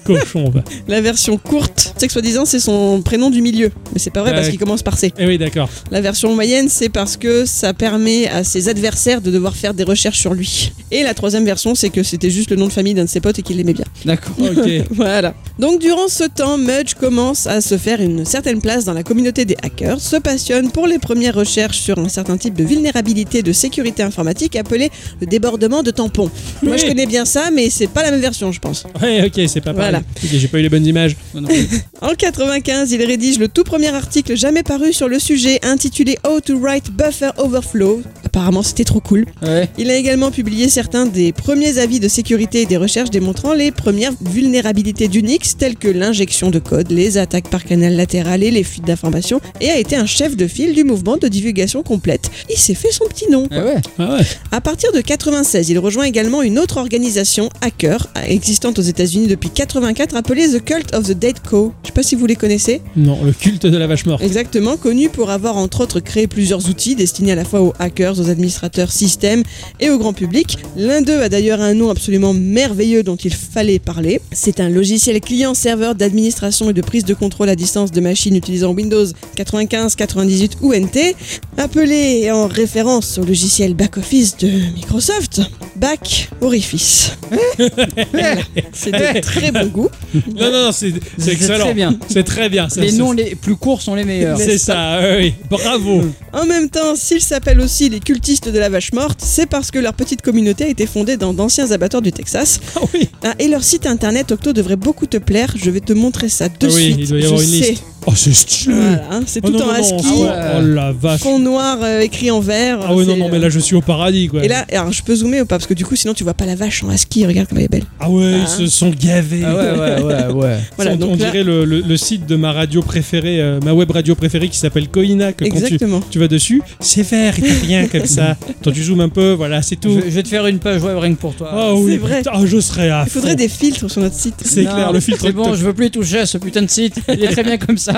Speaker 1: Cochon, va.
Speaker 3: La version courte, c'est que soi-disant c'est son prénom du milieu, mais c'est pas vrai parce
Speaker 1: Ouais.
Speaker 3: qu'il commence par C.
Speaker 1: Eh oui, d'accord.
Speaker 3: La version moyenne, c'est parce que ça permet à ses adversaires de devoir faire des recherches sur lui. Et la troisième version, c'est que c'était juste le nom de famille d'un de ses potes et qu'il l'aimait bien.
Speaker 2: D'accord.
Speaker 1: Ok.
Speaker 3: Voilà. Donc durant ce temps, Mudge commence à se faire une certaine place dans la communauté des hackers, se passionne pour les premières recherches sur un certain type de vulnérabilité de sécurité informatique appelé le débordement de tampons. Moi, je
Speaker 1: Oui.
Speaker 3: connais bien ça, mais c'est pas la même version, je pense.
Speaker 1: Ouais, ok, c'est pas pareil.
Speaker 3: Voilà.
Speaker 1: Ok, J'ai pas eu les bonnes images.
Speaker 2: Non, non, oui.
Speaker 3: En 95, il rédige le tout premier article jamais paru sur le sujet intitulé How to Write Buffer Overflow. Apparemment, c'était trop cool.
Speaker 2: Ouais.
Speaker 3: Il a également publié certains des premiers avis de sécurité et des recherches démontrant les premières vulnérabilités d'Unix, telles que l'injection de code, les attaques par canal latéral et les fuites d'informations, et a été un chef de file du mouvement de divulgation complète. Il s'est fait son petit nom.
Speaker 2: Ah ouais.
Speaker 1: Ah ouais.
Speaker 3: À partir de 96, il rejoint également une autre organisation, Hacker, existante aux États-Unis depuis 84, appelée The Cult of the Dead Co. Je sais pas si vous les connaissez.
Speaker 1: Non, le culte de la vache morte.
Speaker 3: Exactement, connu pour avoir entre autres créé plusieurs outils destinés à la fois aux hackers, aux administrateurs système et au grand public. L'un d'eux a d'ailleurs un nom absolument merveilleux dont il fallait parler. C'est un logiciel client-serveur d'administration et de prise de contrôle à distance de machines utilisant Windows 95, 98 ou NT, appelé en référence au logiciel back-office de Microsoft, Back Orifice. Voilà. C'est de très bon goût.
Speaker 1: Non, non, non, c'est c'est excellent.
Speaker 2: très bien.
Speaker 1: C'est très bien. ça,
Speaker 2: Les
Speaker 1: ça,
Speaker 2: noms les plus courts sont les meilleurs.
Speaker 1: C'est ça, oui, oui. Bravo.
Speaker 3: En même temps, s'ils s'appellent aussi les cultistes de la vache morte, c'est parce que leur petite communauté a été fondée dans d'anciens abattoirs du Texas.
Speaker 1: Ah oui.
Speaker 3: Ah, et leur site internet Octo devrait beaucoup te plaire. Je vais te montrer ça de
Speaker 1: Ah oui,
Speaker 3: suite.
Speaker 1: il doit y avoir
Speaker 3: Je
Speaker 1: une
Speaker 3: sais.
Speaker 1: liste. Oh, c'est stylé.
Speaker 3: Voilà, hein, c'est
Speaker 1: Oh
Speaker 3: tout
Speaker 1: non,
Speaker 3: en
Speaker 1: non, non,
Speaker 3: ASCII,
Speaker 1: oh,
Speaker 2: ouais.
Speaker 1: Oh la vache.
Speaker 3: fond noir euh, écrit en vert.
Speaker 1: Ah ouais, non,
Speaker 3: C'est,
Speaker 1: non, mais
Speaker 3: euh,
Speaker 1: là, je suis au paradis, quoi.
Speaker 3: Et là, alors, je peux zoomer ou pas Parce que du coup, sinon, tu vois pas la vache en ASCII. Regarde comme elle est belle.
Speaker 1: Ah ouais,
Speaker 3: Ah.
Speaker 1: ils se sont gavés.
Speaker 2: Ah ouais, ouais, ouais, ouais.
Speaker 3: Voilà,
Speaker 1: on,
Speaker 3: donc
Speaker 1: on
Speaker 3: là-
Speaker 1: dirait le, le- le site de ma radio préférée, euh, ma web radio préférée qui s'appelle Koina, que quand tu,
Speaker 3: Exactement.
Speaker 1: tu vas dessus, c'est vert, il n'y a rien comme ça. Quand tu zoomes un peu, voilà, c'est tout.
Speaker 2: Je, je vais te faire une page web rien que pour toi.
Speaker 1: Ah oui,
Speaker 3: C'est vrai.
Speaker 1: putain, ah, je serais à
Speaker 3: Il faudrait
Speaker 1: fond.
Speaker 3: des filtres sur notre site.
Speaker 1: C'est
Speaker 2: Non,
Speaker 1: clair, le filtre
Speaker 2: C'est bon,
Speaker 1: octo-
Speaker 2: je veux plus toucher à ce putain de site. Il est très bien comme ça.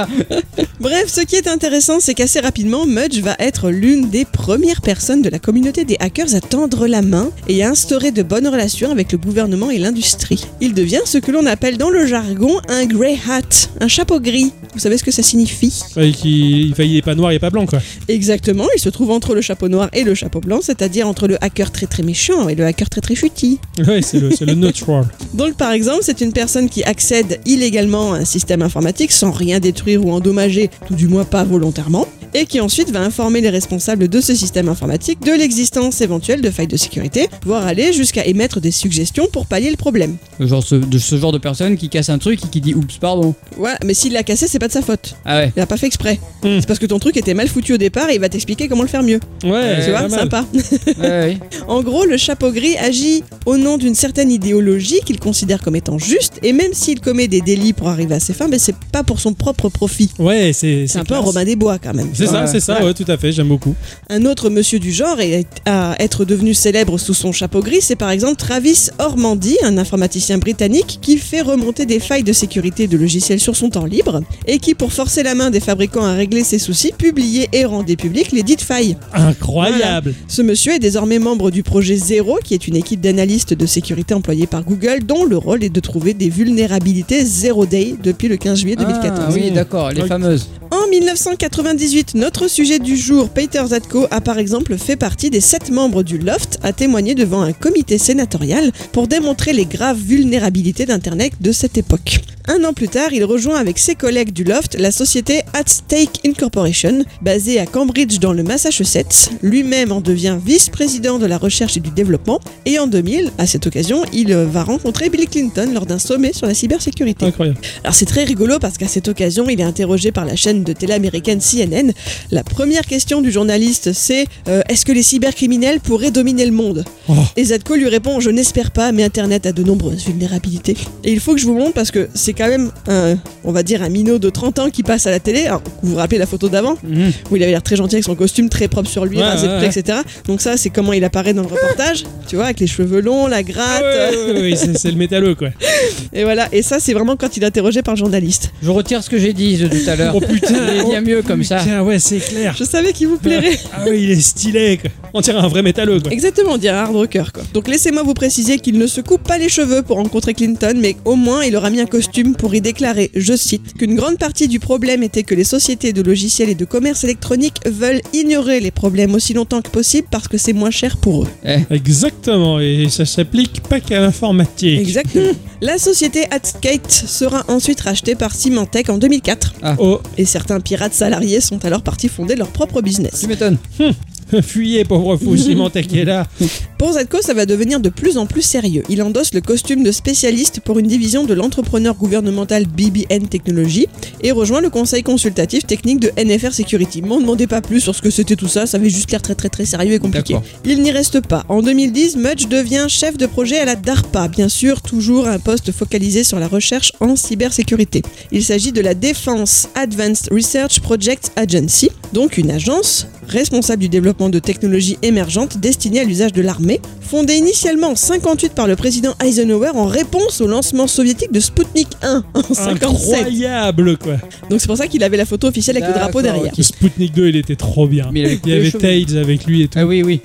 Speaker 3: Bref, ce qui est intéressant, c'est qu'assez rapidement, Mudge va être l'une des premières personnes de la communauté des hackers à tendre la main et à instaurer de bonnes relations avec le gouvernement et l'industrie. Il devient ce que l'on appelle dans le jargon un grey hat, un chapeau gris. Vous savez ce que ça signifie
Speaker 1: Ouais, qui- enfin, il est pas noir, il est pas blanc, quoi.
Speaker 3: Exactement, il se trouve entre le chapeau noir et le chapeau blanc, c'est-à-dire entre le hacker très très méchant et le hacker très très chutis.
Speaker 1: Ouais, c'est le, c'est le neutral.
Speaker 3: Donc par exemple, c'est une personne qui accède illégalement à un système informatique sans rien détruire ou endommager, tout du moins pas volontairement. et qui ensuite va informer les responsables de ce système informatique de l'existence éventuelle de failles de sécurité, voire aller jusqu'à émettre des suggestions pour pallier le problème.
Speaker 2: Genre ce, de ce genre de personne qui casse un truc et qui dit oups, pardon.
Speaker 3: Ouais, mais s'il l'a cassé, c'est pas de sa faute.
Speaker 2: Ah ouais.
Speaker 3: Il a pas fait exprès.
Speaker 1: Hmm.
Speaker 3: C'est parce que ton truc était mal foutu au départ et il va t'expliquer comment le faire mieux.
Speaker 1: Ouais,
Speaker 3: tu vois,
Speaker 1: pas mal.
Speaker 3: sympa.
Speaker 2: ouais, ouais.
Speaker 3: En gros, le chapeau gris agit au nom d'une certaine idéologie qu'il considère comme étant juste, et même s'il commet des délits pour arriver à ses fins, mais c'est pas pour son propre profit.
Speaker 1: Ouais, c'est
Speaker 3: C'est un peu un
Speaker 1: classe.
Speaker 3: Robin des Bois quand même.
Speaker 1: C'est ça,
Speaker 2: Ouais.
Speaker 1: c'est ça, ouais, tout à fait, j'aime beaucoup.
Speaker 3: Un autre monsieur du genre est- à être devenu célèbre sous son chapeau gris, c'est par exemple Travis Ormandy, un informaticien britannique qui fait remonter des failles de sécurité de logiciels sur son temps libre et qui, pour forcer la main des fabricants à régler ses soucis, publiait et rendait publiques les dites failles.
Speaker 1: Incroyable
Speaker 3: Ce monsieur est désormais membre du projet Zero, qui est une équipe d'analystes de sécurité employée par Google, dont le rôle est de trouver des vulnérabilités Zero Day depuis le 15 juillet 2014.
Speaker 2: Ah, oui, d'accord, les
Speaker 1: Ok.
Speaker 2: fameuses.
Speaker 3: En 1998, notre sujet du jour, Peter Zatko, a par exemple fait partie des sept membres du Loft à témoigner devant un comité sénatorial pour démontrer les graves vulnérabilités d'Internet de cette époque. Un an plus tard, il rejoint avec ses collègues du Loft la société At Stake Incorporation, basée à Cambridge dans le Massachusetts. Lui-même en devient vice-président de la recherche et du développement. Et en 2000, à cette occasion, il euh, va rencontrer Bill Clinton lors d'un sommet sur la cybersécurité.
Speaker 1: Incroyable.
Speaker 3: Alors c'est très rigolo parce qu'à cette occasion, il est interrogé par la chaîne de télé américaine CNN. La première question du journaliste, c'est euh, est-ce que les cybercriminels pourraient dominer le monde
Speaker 1: Oh.
Speaker 3: Et Zadko lui répond je n'espère pas, mais Internet a de nombreuses vulnérabilités. Et il faut que je vous montre parce que c'est quand même un, on va dire un minot de 30 ans qui passe à la télé. Alors, vous vous rappelez la photo d'avant
Speaker 2: Mhm.
Speaker 3: où il avait l'air très gentil avec son costume, très propre sur lui,
Speaker 1: Ouais,
Speaker 3: rasé de
Speaker 1: ouais,
Speaker 3: près,
Speaker 1: ouais.
Speaker 3: etc. Donc ça, c'est comment il apparaît dans le reportage. Tu vois, avec les cheveux longs, la gratte.
Speaker 1: Ouais, ouais, ouais, ouais, c'est c'est le métalleux, quoi.
Speaker 3: Et voilà. Et ça, c'est vraiment quand il est interrogé par le journaliste.
Speaker 2: Je retire ce que j'ai dit de tout à l'heure.
Speaker 1: Oh putain,
Speaker 2: Il est bien mieux comme ça.
Speaker 1: Tiens, ouais, c'est clair.
Speaker 3: Je savais qu'il vous plairait.
Speaker 1: Ah ouais, il est stylé, quoi. On dirait un vrai métalleux, quoi.
Speaker 3: Exactement, on dirait un hard rocker quoi. Donc laissez-moi vous préciser qu'il ne se coupe pas les cheveux pour rencontrer Clinton, mais au moins il aura mis un costume pour y déclarer, je cite, qu'une grande partie du problème était que les sociétés de logiciels et de commerce électronique veulent ignorer les problèmes aussi longtemps que possible parce que c'est moins cher pour eux.
Speaker 1: Exactement, et ça s'applique pas qu'à l'informatique.
Speaker 3: Exactement. La société Hatskate sera ensuite rachetée par Symantec en 2004,
Speaker 1: Oh,
Speaker 3: et certains pirates salariés sont alors partis fonder leur propre business.
Speaker 2: Tu m'étonnes.
Speaker 1: fuyez, pauvre fou, Symantec est là.
Speaker 3: Pour Zadko, ça va devenir de plus en plus sérieux. Il endosse le costume de spécialiste pour une division de l'entrepreneur gouvernemental BBN Technologies et rejoint le conseil consultatif technique de NFR Security. M'en demandez pas plus sur ce que c'était tout ça, ça avait juste l'air très très très sérieux et compliqué.
Speaker 2: D'accord.
Speaker 3: Il n'y reste pas. En 2010, Mudge devient chef de projet à la DARPA, bien sûr toujours un poste focalisé sur la recherche en cybersécurité. Il s'agit de la Defense Advanced Research Projects Agency, donc une agence responsable du développement de technologies émergentes destinées à l'usage de l'armée, fondée initialement en 58 par le président Eisenhower en réponse au lancement soviétique de Sputnik 1 en 57.
Speaker 1: Incroyable, quoi.
Speaker 3: Donc c'est pour ça qu'il avait la photo officielle avec le drapeau
Speaker 2: D'accord,
Speaker 3: derrière.
Speaker 2: ok.
Speaker 1: Le Sputnik 2, il était trop bien.
Speaker 2: Ah, Mais il avait
Speaker 1: Il y avait
Speaker 2: tous les cheveux.
Speaker 1: Tails avec lui et tout.
Speaker 2: Ah oui, oui.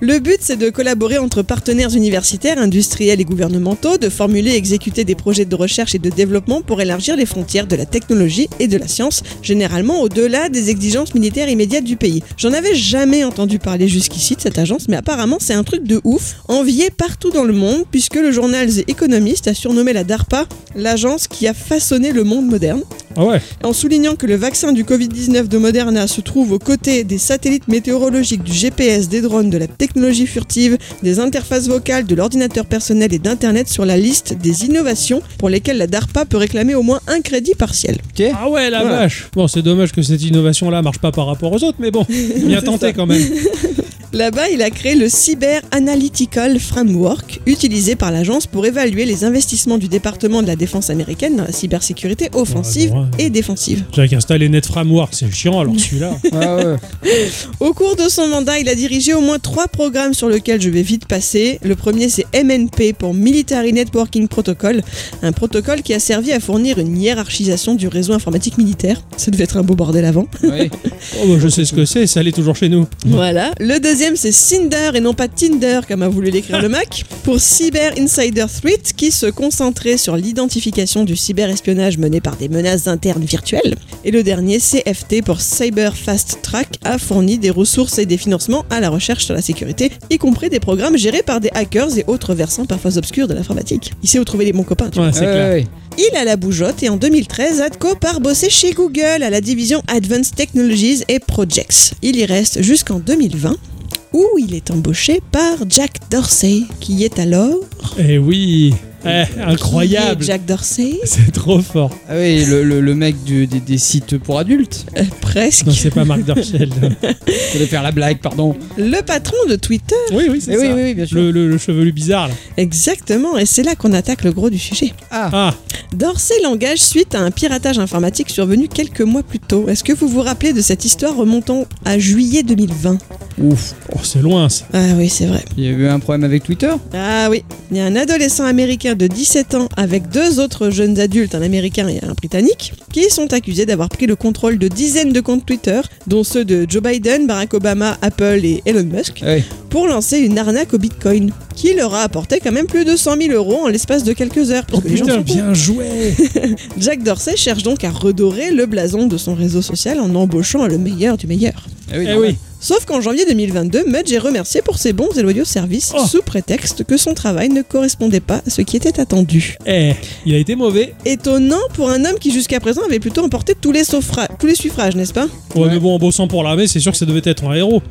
Speaker 3: Le but, c'est de collaborer entre partenaires universitaires, industriels et gouvernementaux, de formuler et exécuter des projets de recherche et de développement pour élargir les frontières de la technologie et de la science, généralement au-delà des exigences militaires immédiates du pays. J'en avais jamais entendu parler jusqu'ici de cette agence, mais apparemment c'est un truc de ouf, envié partout dans le monde, puisque le journal The Economist a surnommé la DARPA l'agence qui a façonné le monde moderne
Speaker 1: Ah ouais,
Speaker 3: en soulignant que le vaccin du Covid-19 de Moderna se trouve aux côtés des satellites météorologiques, du GPS, des drones, de la technologie furtive, des interfaces vocales, de l'ordinateur personnel et d'Internet sur la liste des innovations pour lesquelles la DARPA peut réclamer au moins un crédit partiel.
Speaker 2: Ok.
Speaker 1: ah ouais, la
Speaker 2: Voilà.
Speaker 1: vache. Bon, c'est dommage que cette innovation-là marche pas par rapport aux autres, mais bon, bien
Speaker 3: C'est
Speaker 1: tenté
Speaker 3: ça.
Speaker 1: quand même.
Speaker 3: Là-bas, il a créé le Cyber Analytical Framework, utilisé par l'agence pour évaluer les investissements du département de la défense américaine dans la cybersécurité offensive
Speaker 1: Ouais, ouais.
Speaker 3: et défensive.
Speaker 1: J'ai qu'à installer Net Framework, c'est chiant, alors celui-là.
Speaker 2: Ah ouais.
Speaker 3: Au cours de son mandat, il a dirigé au moins trois programmes sur lesquels je vais vite passer. Le premier, c'est MNP pour Military Networking Protocol, un protocole qui a servi à fournir une hiérarchisation du réseau informatique militaire. Ça devait être un beau bordel avant.
Speaker 2: Oui.
Speaker 1: Oh, bah, je sais ce que c'est, ça l'est toujours chez nous.
Speaker 3: Voilà. Le deuxième, c'est Cinder et non pas Tinder, comme a voulu l'écrire le Mac, pour Cyber Insider Threat, qui se concentrait sur l'identification du cyberespionnage mené par des menaces internes virtuelles. Et le dernier, CFT, pour Cyber Fast Track, a fourni des ressources et des financements à la recherche sur la sécurité, y compris des programmes gérés par des hackers et autres versants parfois obscurs de l'informatique. Il sait où trouver les bons copains. tu vois.
Speaker 1: Ouais, c'est clair.
Speaker 3: Il a la bougeotte et en 2013, Adco part bosser chez Google à la division Advanced Technologies et Projects. Il y reste jusqu'en 2020 où il est embauché par Jack Dorsey, qui est alors...
Speaker 1: Eh oui. Eh,
Speaker 3: Qui est
Speaker 1: incroyable.
Speaker 3: Jack Dorsey
Speaker 1: C'est trop fort.
Speaker 2: Ah oui, le, le- le mec du- des, des sites pour adultes.
Speaker 3: Euh, Presque.
Speaker 1: Non, c'est pas Marc Dorchel.
Speaker 2: Je voulais faire la blague, pardon.
Speaker 3: Le patron de Twitter,
Speaker 1: oui, oui,
Speaker 2: Eh
Speaker 1: c'est
Speaker 2: oui,
Speaker 1: ça.
Speaker 2: oui, oui, bien sûr.
Speaker 1: Le, le- le chevelu bizarre, là.
Speaker 3: exactement, et c'est là qu'on attaque le gros du sujet.
Speaker 2: Ah,
Speaker 1: Ah,
Speaker 3: Dorsey l'engage suite à un piratage informatique survenu quelques mois plus tôt. Est-ce que vous vous rappelez de cette histoire remontant à juillet 2020
Speaker 2: ouf.
Speaker 1: oh, c'est loin, ça.
Speaker 3: Ah oui, c'est vrai.
Speaker 2: Il y a eu un problème avec Twitter
Speaker 3: Ah oui, il y a un adolescent américain de 17 ans avec deux autres jeunes adultes, un américain et un britannique, qui sont accusés d'avoir pris le contrôle de dizaines de comptes Twitter, dont ceux de Joe Biden, Barack Obama, Apple et Elon Musk,
Speaker 2: Ah oui.
Speaker 3: pour lancer une arnaque au Bitcoin, qui leur a apporté quand même plus de 100 000 euros en l'espace de quelques heures. parce
Speaker 1: Oh
Speaker 3: que les gens
Speaker 1: putain,
Speaker 3: sont cons.
Speaker 1: bien joué.
Speaker 3: Jack Dorsey cherche donc à redorer le blason de son réseau social en embauchant le meilleur du meilleur.
Speaker 2: Ah oui,
Speaker 1: Eh
Speaker 2: normal.
Speaker 1: oui.
Speaker 3: Sauf qu'en janvier 2022, Mudge est remercié pour ses bons et loyaux services
Speaker 1: Oh.
Speaker 3: sous prétexte que son travail ne correspondait pas à ce qui était attendu.
Speaker 1: Eh, il a été mauvais.
Speaker 3: Étonnant pour un homme qui jusqu'à présent avait plutôt emporté tous les, suffra- tous les suffrages, n'est-ce pas
Speaker 1: Ouais,
Speaker 2: Ouais.
Speaker 1: mais bon, en bossant pour l'armée, c'est sûr que ça devait être un héros.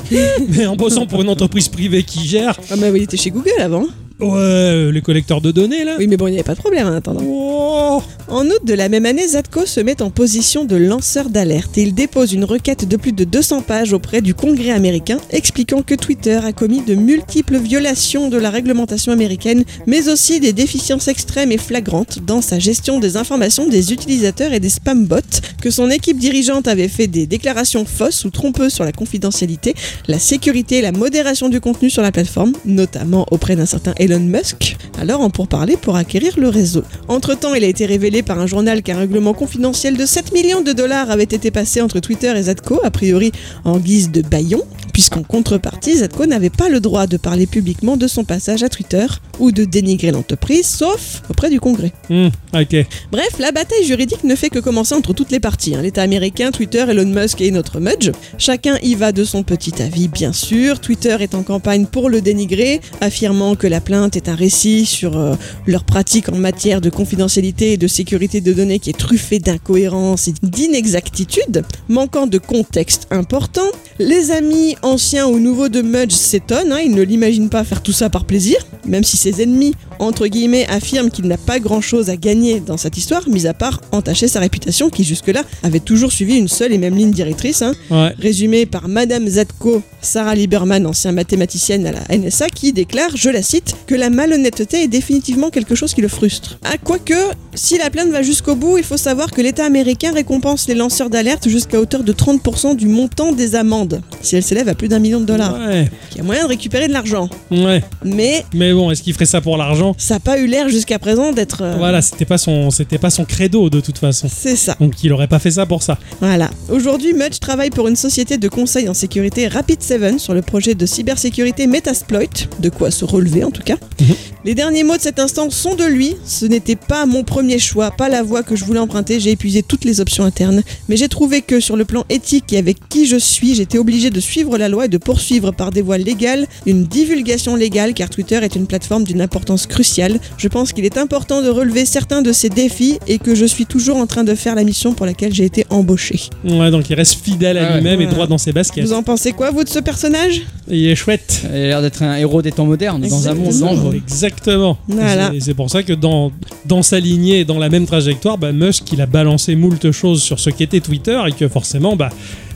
Speaker 1: mais en bossant pour une entreprise privée qui gère,
Speaker 3: Ah bah oui, il était chez Google avant.
Speaker 1: ouais, euh, les collecteurs de données, là.
Speaker 3: Oui mais bon, il n'y avait pas de problème hein, en attendant.
Speaker 1: Oh.
Speaker 3: En août de la même année, Zadko se met en position de lanceur d'alerte et il dépose une requête de plus de 200 pages auprès du Congrès américain expliquant que Twitter a commis de multiples violations de la réglementation américaine, mais aussi des déficiences extrêmes et flagrantes dans sa gestion des informations des utilisateurs et des spam bots, que son équipe dirigeante avait fait des déclarations fausses ou trompeuses sur la confidentialité, la sécurité et la modération du contenu sur la plateforme, notamment auprès d'un certain Elon Musk, alors en pourparlers pour acquérir le réseau. Entre-temps, il a été révélé par un journal qu'un règlement confidentiel de 7 millions de dollars avait été passé entre Twitter et Zadko, a priori en guise de baillon, puisqu'en contrepartie, Zadko n'avait pas le droit de parler publiquement de son passage à Twitter ou de dénigrer l'entreprise, sauf auprès du Congrès.
Speaker 1: Hmm, ok.
Speaker 3: Bref, la bataille juridique ne fait que commencer entre toutes les parties. hein. L'État américain, Twitter, Elon Musk et notre Mudge. Chacun y va de son petit avis, bien sûr. Twitter est en campagne pour le dénigrer, affirmant que la plainte est un récit sur euh, leurs pratiques en matière de confidentialité et de sécurité de données qui est truffée d'incohérences et d'inexactitudes, manquant de contexte important. Les amis anciens ou nouveaux de Mudge s'étonnent, hein, ils ne l'imaginent pas faire tout ça par plaisir, même si ses ennemis, entre guillemets, affirment qu'il n'a pas grand-chose à gagner dans cette histoire, mis à part entacher sa réputation qui jusque-là avait toujours suivi une seule et même ligne directrice, hein,
Speaker 1: Ouais.
Speaker 3: résumée par Madame Zadko, Sarah Lieberman, ancienne mathématicienne à la NSA, qui déclare, je la cite, que la malhonnêteté est définitivement quelque chose qui le frustre. À quoique, si la plainte va jusqu'au bout, il faut savoir que l'État américain récompense les lanceurs d'alerte jusqu'à hauteur de 30% du montant des amendes, si elle s'élève à plus d'un million de dollars.
Speaker 1: Ouais.
Speaker 3: Il y a moyen de récupérer de l'argent.
Speaker 1: Ouais.
Speaker 3: Mais
Speaker 1: Mais bon, est-ce qu'il ferait ça pour l'argent
Speaker 3: ça n'a pas eu l'air jusqu'à présent d'être... euh,
Speaker 1: Voilà, c'était pas son, c'était pas son credo de toute façon.
Speaker 3: C'est ça.
Speaker 1: Donc il aurait pas fait ça pour ça.
Speaker 3: Voilà. Aujourd'hui, Mudge travaille pour une société de conseil en sécurité Rapid7 sur le projet de cybersécurité Metasploit, de quoi se relever en tout cas.
Speaker 1: Mhm.
Speaker 3: Les derniers mots de cette instance sont de lui. Ce n'était pas mon premier choix, pas la voie que je voulais emprunter, j'ai épuisé toutes les options internes, mais j'ai trouvé que sur le plan éthique et avec qui je suis, j'étais obligé de suivre la loi et de poursuivre par des voies légales une divulgation légale car Twitter est une plateforme d'une importance cruciale. Je pense qu'il est important de relever certains de ces défis et que je suis toujours en train de faire la mission pour laquelle j'ai été embauché.
Speaker 1: Ouais, donc il reste fidèle à
Speaker 2: Ouais.
Speaker 1: lui-même et
Speaker 3: Ah Ouais.
Speaker 1: droit dans ses baskets.
Speaker 3: Vous en pensez quoi, vous, de ce personnage
Speaker 1: Il est chouette.
Speaker 2: Il a l'air d'être un héros des temps modernes, dans un monde
Speaker 3: Exactement.
Speaker 2: dangereux.
Speaker 1: Exactement.
Speaker 3: Voilà.
Speaker 1: Et c'est- Et c'est pour ça que dans, dans sa lignée et dans la même trajectoire, bah, Musk il a balancé moult choses sur ce qu'était Twitter et que forcément, bah,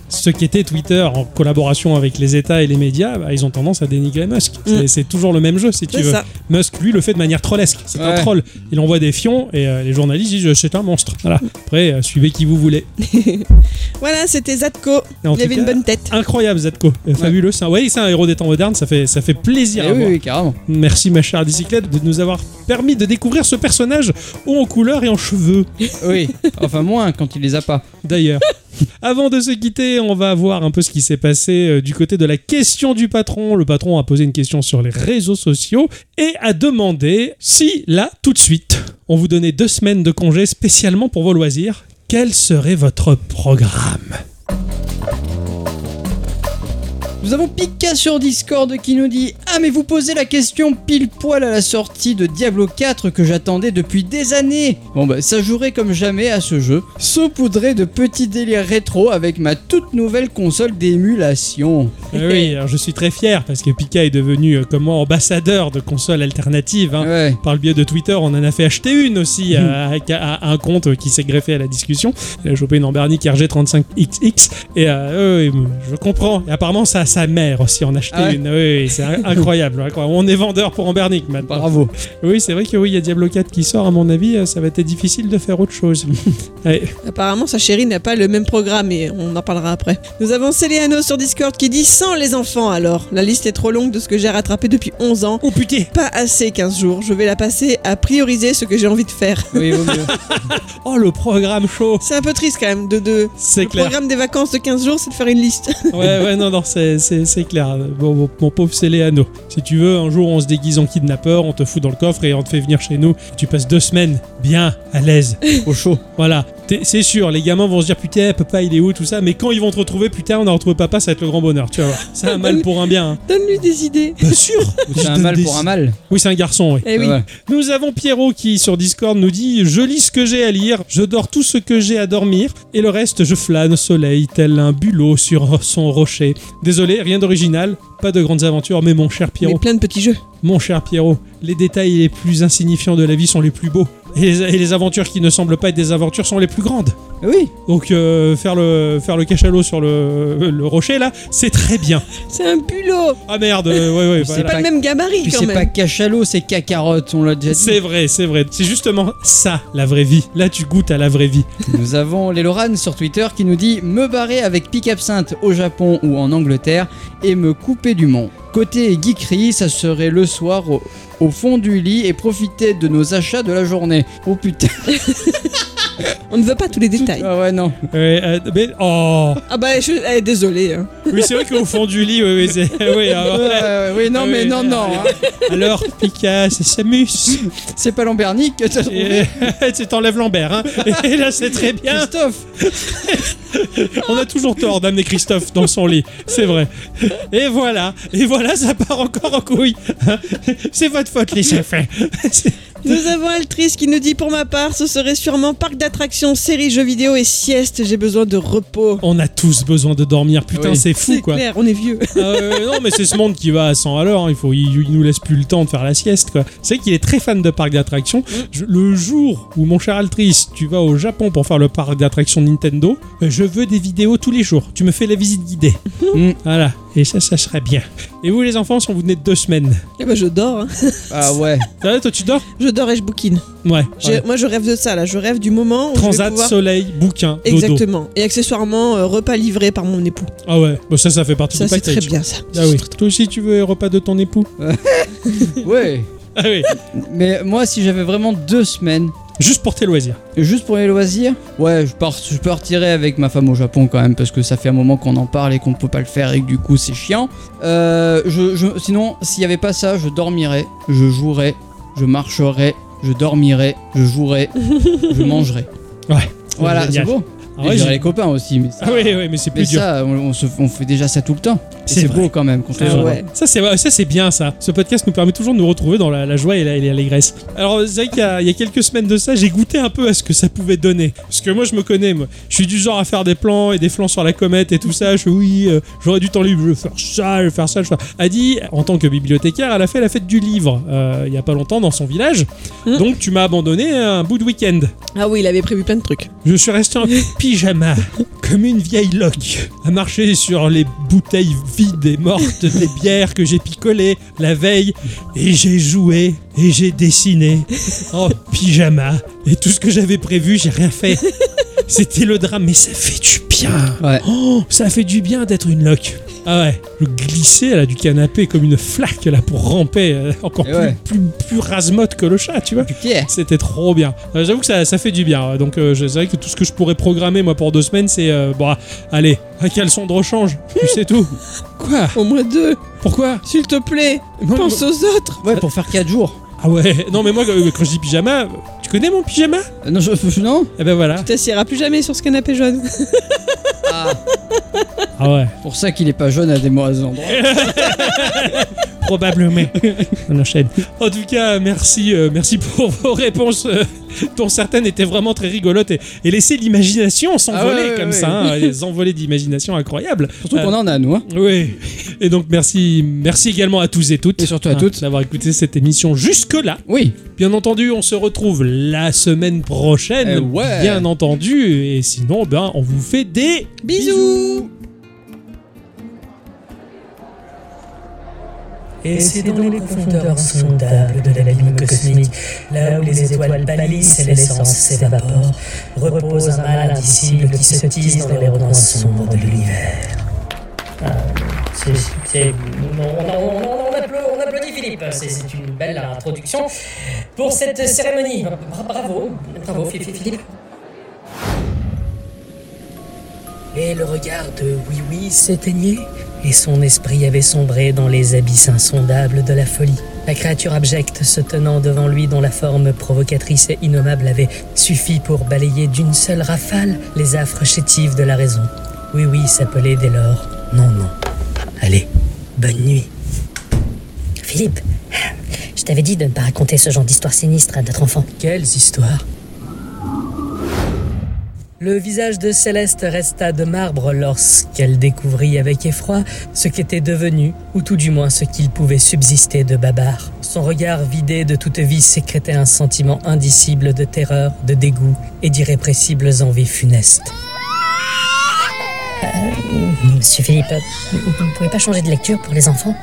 Speaker 1: ce qu'était Twitter en collaboration avec les États et les médias, bah, ils ont tendance à dénigrer Musk. C'est-
Speaker 3: Mm.
Speaker 1: C'est toujours le même jeu si tu
Speaker 3: C'est
Speaker 1: veux.
Speaker 3: ça.
Speaker 1: Musk lui le fait de manière trollesque. C'est un
Speaker 2: Ouais.
Speaker 1: troll. Il envoie des fions et euh, les journalistes disent c'est un monstre. Voilà. Après, euh, suivez qui vous voulez.
Speaker 3: Voilà, c'était Zadko.
Speaker 1: Et en
Speaker 3: Il
Speaker 1: tout
Speaker 3: avait une
Speaker 1: cas,
Speaker 3: bonne tête.
Speaker 1: Incroyable Zatko, Euh, fabuleux. C'est un- ouais, c'est un héros des temps modernes, ça fait, ça fait
Speaker 2: Eh
Speaker 1: plaisir à
Speaker 2: oui,
Speaker 1: voir.
Speaker 2: oui, carrément.
Speaker 1: Merci ma chère bicyclette de nous avoir permis de découvrir ce personnage haut en couleur et en cheveux,
Speaker 2: Oui, enfin moins quand il les a pas.
Speaker 1: d'ailleurs. Avant de se quitter, on va voir un peu ce qui s'est passé euh, du côté de la question du patron. Le patron a posé une question sur les réseaux sociaux et a demandé si, là, tout de suite, on vous donnait deux semaines de congé spécialement pour vos loisirs, quel serait votre programme
Speaker 2: Nous avons Pika sur Discord qui nous dit Ah, mais vous posez la question pile poil à la sortie de Diablo 4 que j'attendais depuis des années Bon, bah, ça jouerait comme jamais à ce jeu, saupoudré de petits délires rétro avec ma toute nouvelle console d'émulation.
Speaker 1: Eh Oui, alors je suis très fier parce que Pika est devenu, euh, comme moi, ambassadeur de consoles alternatives. hein.
Speaker 2: Ouais.
Speaker 1: Par le biais de Twitter, on en a fait acheter une aussi
Speaker 2: Hmm.
Speaker 1: à, à- à un compte qui s'est greffé à la discussion. Euh, Il a chopé une Ambernic RG35XX. Et euh, oui, je comprends. Et apparemment, ça a sa mère aussi en a acheté
Speaker 2: Ah ouais
Speaker 1: une. Oui, oui, c'est in- incroyable, incroyable. On est vendeur pour Ambernic maintenant.
Speaker 2: Bravo.
Speaker 1: Oui, c'est vrai que oui, il y a Diablo 4 qui sort. À mon avis, euh, ça va être difficile de faire autre chose. Ouais.
Speaker 3: Apparemment, sa chérie n'a pas le même programme et on en parlera après. Nous avons Céliano sur Discord qui dit sans les enfants alors. La liste est trop longue de ce que j'ai rattrapé depuis 11 ans.
Speaker 1: Oh putain
Speaker 3: Pas assez 15 jours. Je vais la passer à prioriser ce que j'ai envie de faire.
Speaker 2: Oui, vaut mieux.
Speaker 1: Oh le programme chaud.
Speaker 3: C'est un peu triste quand même de, de...
Speaker 1: C'est
Speaker 3: Le
Speaker 1: clair.
Speaker 3: programme des vacances de 15 jours, c'est de faire une liste.
Speaker 1: Ouais, ouais, non, non, c'est- c'est c'est clair. Bon, bon, mon pauvre Céléano, si tu veux, un jour on se déguise en kidnappeur, on te fout dans le coffre et on te fait venir chez nous. Tu passes deux semaines bien à l'aise, au chaud. Voilà, T'es- c'est sûr, les gamins vont se dire putain, papa il est où, tout ça, mais quand ils vont te retrouver, putain, on a retrouvé papa, ça va être le grand bonheur, tu vas voir. C'est un mal pour un bien. hein.
Speaker 3: Donne-lui des idées.
Speaker 1: Bien sûr
Speaker 2: C'est un mal pour un mal.
Speaker 1: Oui, c'est un garçon, oui.
Speaker 3: Eh oui.
Speaker 2: Ouais.
Speaker 1: Nous avons Pierrot qui sur Discord nous dit Je lis ce que j'ai à lire, je dors tout ce que j'ai à dormir, et le reste je flâne au soleil tel un bulot sur son rocher. Désolé, rien d'original, pas de grandes aventures, mais mon cher
Speaker 3: Mais
Speaker 1: Pierrot,
Speaker 3: plein de petits jeux.
Speaker 1: mon cher Pierrot, les détails les plus insignifiants de la vie sont les plus beaux, et les, et les aventures qui ne semblent pas être des aventures sont les plus grandes.
Speaker 2: Oui,
Speaker 1: Donc euh, faire le faire le cachalot sur le, le rocher là, c'est très bien.
Speaker 3: C'est un bulot.
Speaker 1: Ah merde, euh, ouais ouais.
Speaker 2: C'est
Speaker 1: voilà.
Speaker 3: Pas
Speaker 2: Pas-
Speaker 3: le même gabarit
Speaker 2: puis
Speaker 3: quand
Speaker 2: c'est
Speaker 3: même.
Speaker 2: pas cachalot, c'est cacarotte, on l'a déjà dit.
Speaker 1: C'est vrai, c'est vrai. C'est justement ça, la vraie vie. Là, tu goûtes à la vraie vie.
Speaker 2: Nous avons Leloran sur Twitter qui nous dit me barrer avec Pic Absinthe au Japon ou en Angleterre et me couper du monde. Côté geekery, ça serait le soir au, au fond du lit et profiter de nos achats de la journée. Oh putain.
Speaker 3: On ne veut pas tous les détails.
Speaker 2: Ah ouais non.
Speaker 1: Ouais, euh, mais- oh
Speaker 3: Ah bah, je... eh, désolé. hein.
Speaker 1: Oui, c'est vrai qu'au fond du lit, oui, oui, c'est. Oui, alors,
Speaker 2: Ouais, ouais, oui non
Speaker 1: Ah
Speaker 2: mais
Speaker 1: oui,
Speaker 2: non
Speaker 1: oui,
Speaker 2: non.
Speaker 1: oui.
Speaker 2: hein.
Speaker 1: alors Picasse et Samus.
Speaker 2: C'est pas Lambernic que t'as trouvé.
Speaker 1: Et, euh, tu t'enlèves Lambert, hein. Et là, c'est très bien.
Speaker 2: Christophe.
Speaker 1: On a toujours tort d'amener Christophe dans son lit. C'est vrai. Et voilà. Et voilà, ça part encore en couille. Hein. C'est votre faute, les chefs. hein.
Speaker 3: Nous avons Altrice qui nous dit pour ma part, ce serait sûrement parc d'attractions, séries, jeux vidéo et sieste. J'ai besoin de repos.
Speaker 1: On a tous besoin de dormir. Putain,
Speaker 2: Oui.
Speaker 1: c'est fou,
Speaker 3: C'est
Speaker 1: quoi.
Speaker 3: clair, on est vieux.
Speaker 1: Euh, non, mais c'est ce monde qui va à 100 à l'heure. hein. Il, faut, il, il nous laisse plus le temps de faire la sieste. quoi. C'est vrai qu'il est très fan de parcs d'attractions.
Speaker 3: Mm.
Speaker 1: Je- Le jour où, mon cher Altrice, tu vas au Japon pour faire le parc d'attractions Nintendo, euh, je veux des vidéos tous les jours. Tu me fais la visite guidée.
Speaker 2: Mm.
Speaker 1: Voilà. Et ça, ça serait bien. Et vous, les enfants, si on vous venez de deux semaines.
Speaker 3: Eh ben, je dors. hein.
Speaker 2: Ah ouais.
Speaker 1: Ça va, toi, tu dors
Speaker 3: Je dors et je bouquine.
Speaker 1: Ouais.
Speaker 3: J'ai-
Speaker 1: ouais.
Speaker 3: Moi, je rêve de ça, là. Je rêve du moment où je vais
Speaker 1: Transat,
Speaker 3: pouvoir...
Speaker 1: soleil, bouquin, dodo.
Speaker 3: Exactement. Et accessoirement, euh, repas livré par mon époux.
Speaker 1: Ah ouais, bon, ça, ça fait partie
Speaker 3: Ça,
Speaker 1: du
Speaker 3: c'est
Speaker 1: package.
Speaker 3: très bien, ça.
Speaker 1: Ah oui. Toi aussi, tu veux les repas de ton époux
Speaker 2: Ouais.
Speaker 1: Ah oui.
Speaker 2: Mais moi si j'avais vraiment deux semaines
Speaker 1: Juste pour tes loisirs.
Speaker 2: Juste pour les loisirs Ouais, je, pars, je partirai avec ma femme au Japon quand même, parce que ça fait un moment qu'on en parle et qu'on peut pas le faire, et que du coup c'est chiant. Euh, je, je- sinon, s'il n'y avait pas ça, je dormirais, je jouerais, je marcherais, je dormirais, je jouerais, je mangerais.
Speaker 1: Ouais.
Speaker 2: Voilà, c'est
Speaker 1: Génial.
Speaker 2: beau.
Speaker 1: Ah
Speaker 2: Et
Speaker 1: ouais,
Speaker 2: j'irai
Speaker 1: j'ai-
Speaker 2: les copains aussi, mais ça,
Speaker 1: Ah oui, oui, mais c'est
Speaker 2: mais
Speaker 1: plus dur.
Speaker 2: ça, on, on se- on fait déjà ça tout le temps. Et
Speaker 1: C'est
Speaker 2: C'est
Speaker 1: vrai.
Speaker 2: beau quand même qu'on
Speaker 1: Ah
Speaker 2: fait
Speaker 1: ouais.
Speaker 2: ça.
Speaker 1: Ça c'est ouais, ça c'est bien ça. Ce podcast nous permet toujours de nous retrouver dans la, la joie et la- et l'allégresse. Alors c'est vrai qu'il y, a- il y a quelques semaines de ça, j'ai goûté un peu à ce que ça pouvait donner. Parce que moi je me connais, moi. Je suis du genre à faire des plans et des flancs sur la comète et tout ça. Je fais, oui, euh, j'aurais du temps libre, je vais faire ça, je vais faire ça, je vais faire. Adi, en tant que bibliothécaire, elle a fait la fête du livre euh, il y a pas longtemps dans son village.
Speaker 3: Hmm.
Speaker 1: Donc tu m'as abandonné un bout de week-end.
Speaker 3: Ah oui, il avait prévu plein de trucs.
Speaker 1: Je suis resté en pyjama, comme une vieille loque, à marcher sur les bouteilles vides et mortes des bières que j'ai picolées la veille, et j'ai joué, et j'ai dessiné, en pyjama, et tout ce que j'avais prévu, j'ai rien fait. C'était le drame, mais ça fait du bien.
Speaker 2: Ouais.
Speaker 1: Oh, ça fait du bien d'être une loque. Ah ouais, je glissais là du canapé comme une flaque là pour ramper euh, encore
Speaker 2: Et
Speaker 1: plus,
Speaker 2: ouais.
Speaker 1: plus, plus rasmote que le chat, tu vois.
Speaker 2: Putain.
Speaker 1: C'était trop bien. Euh, J'avoue que ça, ça fait du bien. ouais. Donc euh, je- c'est vrai que tout ce que je pourrais programmer moi pour deux semaines, c'est euh, bon, allez, un caleçon de rechange, tu sais tout. Quoi
Speaker 3: Au moins deux,
Speaker 1: Pourquoi
Speaker 3: s'il te plaît,
Speaker 1: Moi,
Speaker 3: pense aux autres.
Speaker 2: Ouais, pour faire 4 jours.
Speaker 1: Ah ouais, non mais moi euh, quand je dis pyjama, tu connais mon pyjama
Speaker 2: Euh, Non, je, je- non
Speaker 1: Eh ben voilà.
Speaker 3: Tu t'assieras plus jamais sur ce canapé jaune.
Speaker 2: Ah,
Speaker 1: Ah ouais.
Speaker 2: pour ça qu'il est pas jaune à des mauvais endroits.
Speaker 1: Probablement. On enchaîne. En tout cas, merci, euh, merci pour vos réponses, euh, dont certaines étaient vraiment très rigolotes et, et laisser l'imagination s'envoler
Speaker 2: Ah ouais, ouais,
Speaker 1: comme
Speaker 2: ouais.
Speaker 1: ça, hein, les envolées d'imagination incroyables.
Speaker 2: Surtout
Speaker 1: Euh,
Speaker 2: qu'on en a, nous. Hein.
Speaker 1: Oui. Et donc merci, merci également à tous et toutes.
Speaker 2: Et surtout à
Speaker 1: hein,
Speaker 2: toutes.
Speaker 1: d'avoir écouté cette émission jusque là.
Speaker 2: Oui,
Speaker 1: Bien entendu, on se retrouve la semaine prochaine.
Speaker 2: Eh ouais.
Speaker 1: Bien entendu. Et sinon, ben, on vous fait des
Speaker 3: Bisous.
Speaker 4: Et c'est dans les profondeurs insondables de l'abîme cosmique, là où les étoiles pâlissent et l'essence s'évapore, repose un mal indicible qui se tisse dans les recoins sombres de l'univers. Ah, c'est- c'est- on- on- on- on applaudit- On applaudit Philippe, c'est c'est une belle introduction pour cette cérémonie. Bra- Bravo, bravo Philippe. Philippe. Et le regard de Oui Oui s'éteignait, et son esprit avait sombré dans les abysses insondables de la folie. La créature abjecte se tenant devant lui, dont la forme provocatrice et innommable avait suffi pour balayer d'une seule rafale les affres chétives de la raison. Oui Oui s'appelait dès lors Non Non. Allez, bonne nuit.
Speaker 5: Philippe, je t'avais dit de ne pas raconter ce genre d'histoire sinistre à notre enfant.
Speaker 4: Quelles histoires Le visage de Céleste resta de marbre lorsqu'elle découvrit avec effroi ce qu'était devenu, ou tout du moins ce qu'il pouvait subsister de Babar. Son regard vidé de toute vie sécrétait un sentiment indicible de terreur, de dégoût et d'irrépressibles envies funestes.
Speaker 5: Euh, Monsieur Philippe, euh, vous ne pouvez pas changer de lecture pour les enfants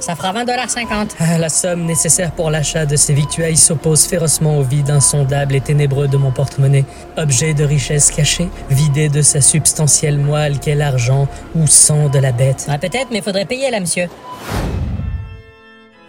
Speaker 5: Ça fera 20,50$.
Speaker 4: Ah, la somme nécessaire pour l'achat de ces victuailles s'oppose férocement au vide insondable et ténébreux de mon porte-monnaie. Objet de richesse cachée, vidé de sa substantielle moelle qu'est l'argent ou sang de la bête.
Speaker 5: Ah, peut-être, mais faudrait payer là, monsieur.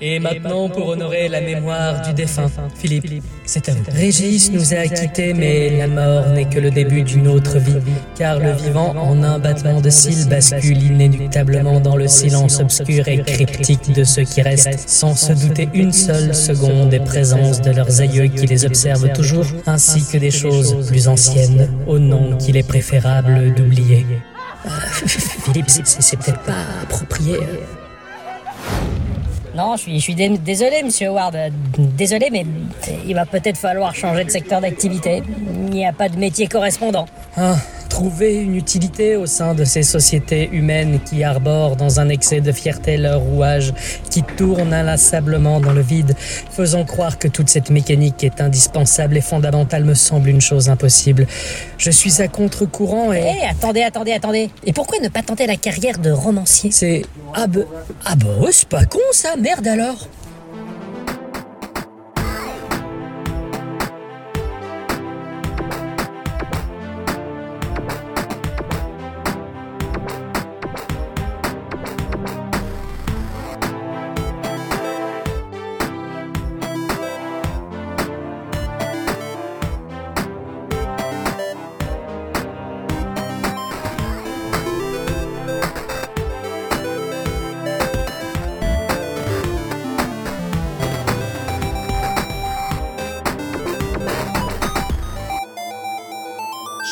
Speaker 4: Et maintenant, pour honorer la mémoire du défunt, Philippe, c'est à vous. Régis nous a acquittés, mais la mort n'est que le début d'une autre vie, car le vivant, en un battement de cils, bascule inéluctablement dans le silence obscur et cryptique de ceux qui restent, sans se douter une seule seconde des présences de leurs aïeux qui les observent toujours, ainsi que des choses plus anciennes, au nom qu'il est préférable d'oublier. Euh,
Speaker 5: Philippe, c'est- c'est c'est peut-être pas approprié. euh. Non, je suis, je suis dé- désolé, monsieur Ward. euh, Désolé, mais il va peut-être falloir changer de secteur d'activité. Il n'y a pas de métier correspondant.
Speaker 4: Ah, trouver une utilité au sein de ces sociétés humaines qui arborent dans un excès de fierté leur rouage, qui tournent inlassablement dans le vide, faisant croire que toute cette mécanique est indispensable et fondamentale me semble une chose impossible. Je suis à contre-courant
Speaker 5: Hé,
Speaker 4: et...
Speaker 5: Eh, attendez, attendez, attendez. Et pourquoi ne pas tenter la carrière de romancier
Speaker 4: C'est... Ah bah... Ah bah, ouais, c'est pas con ça, merde alors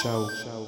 Speaker 6: Ciao. Ciao.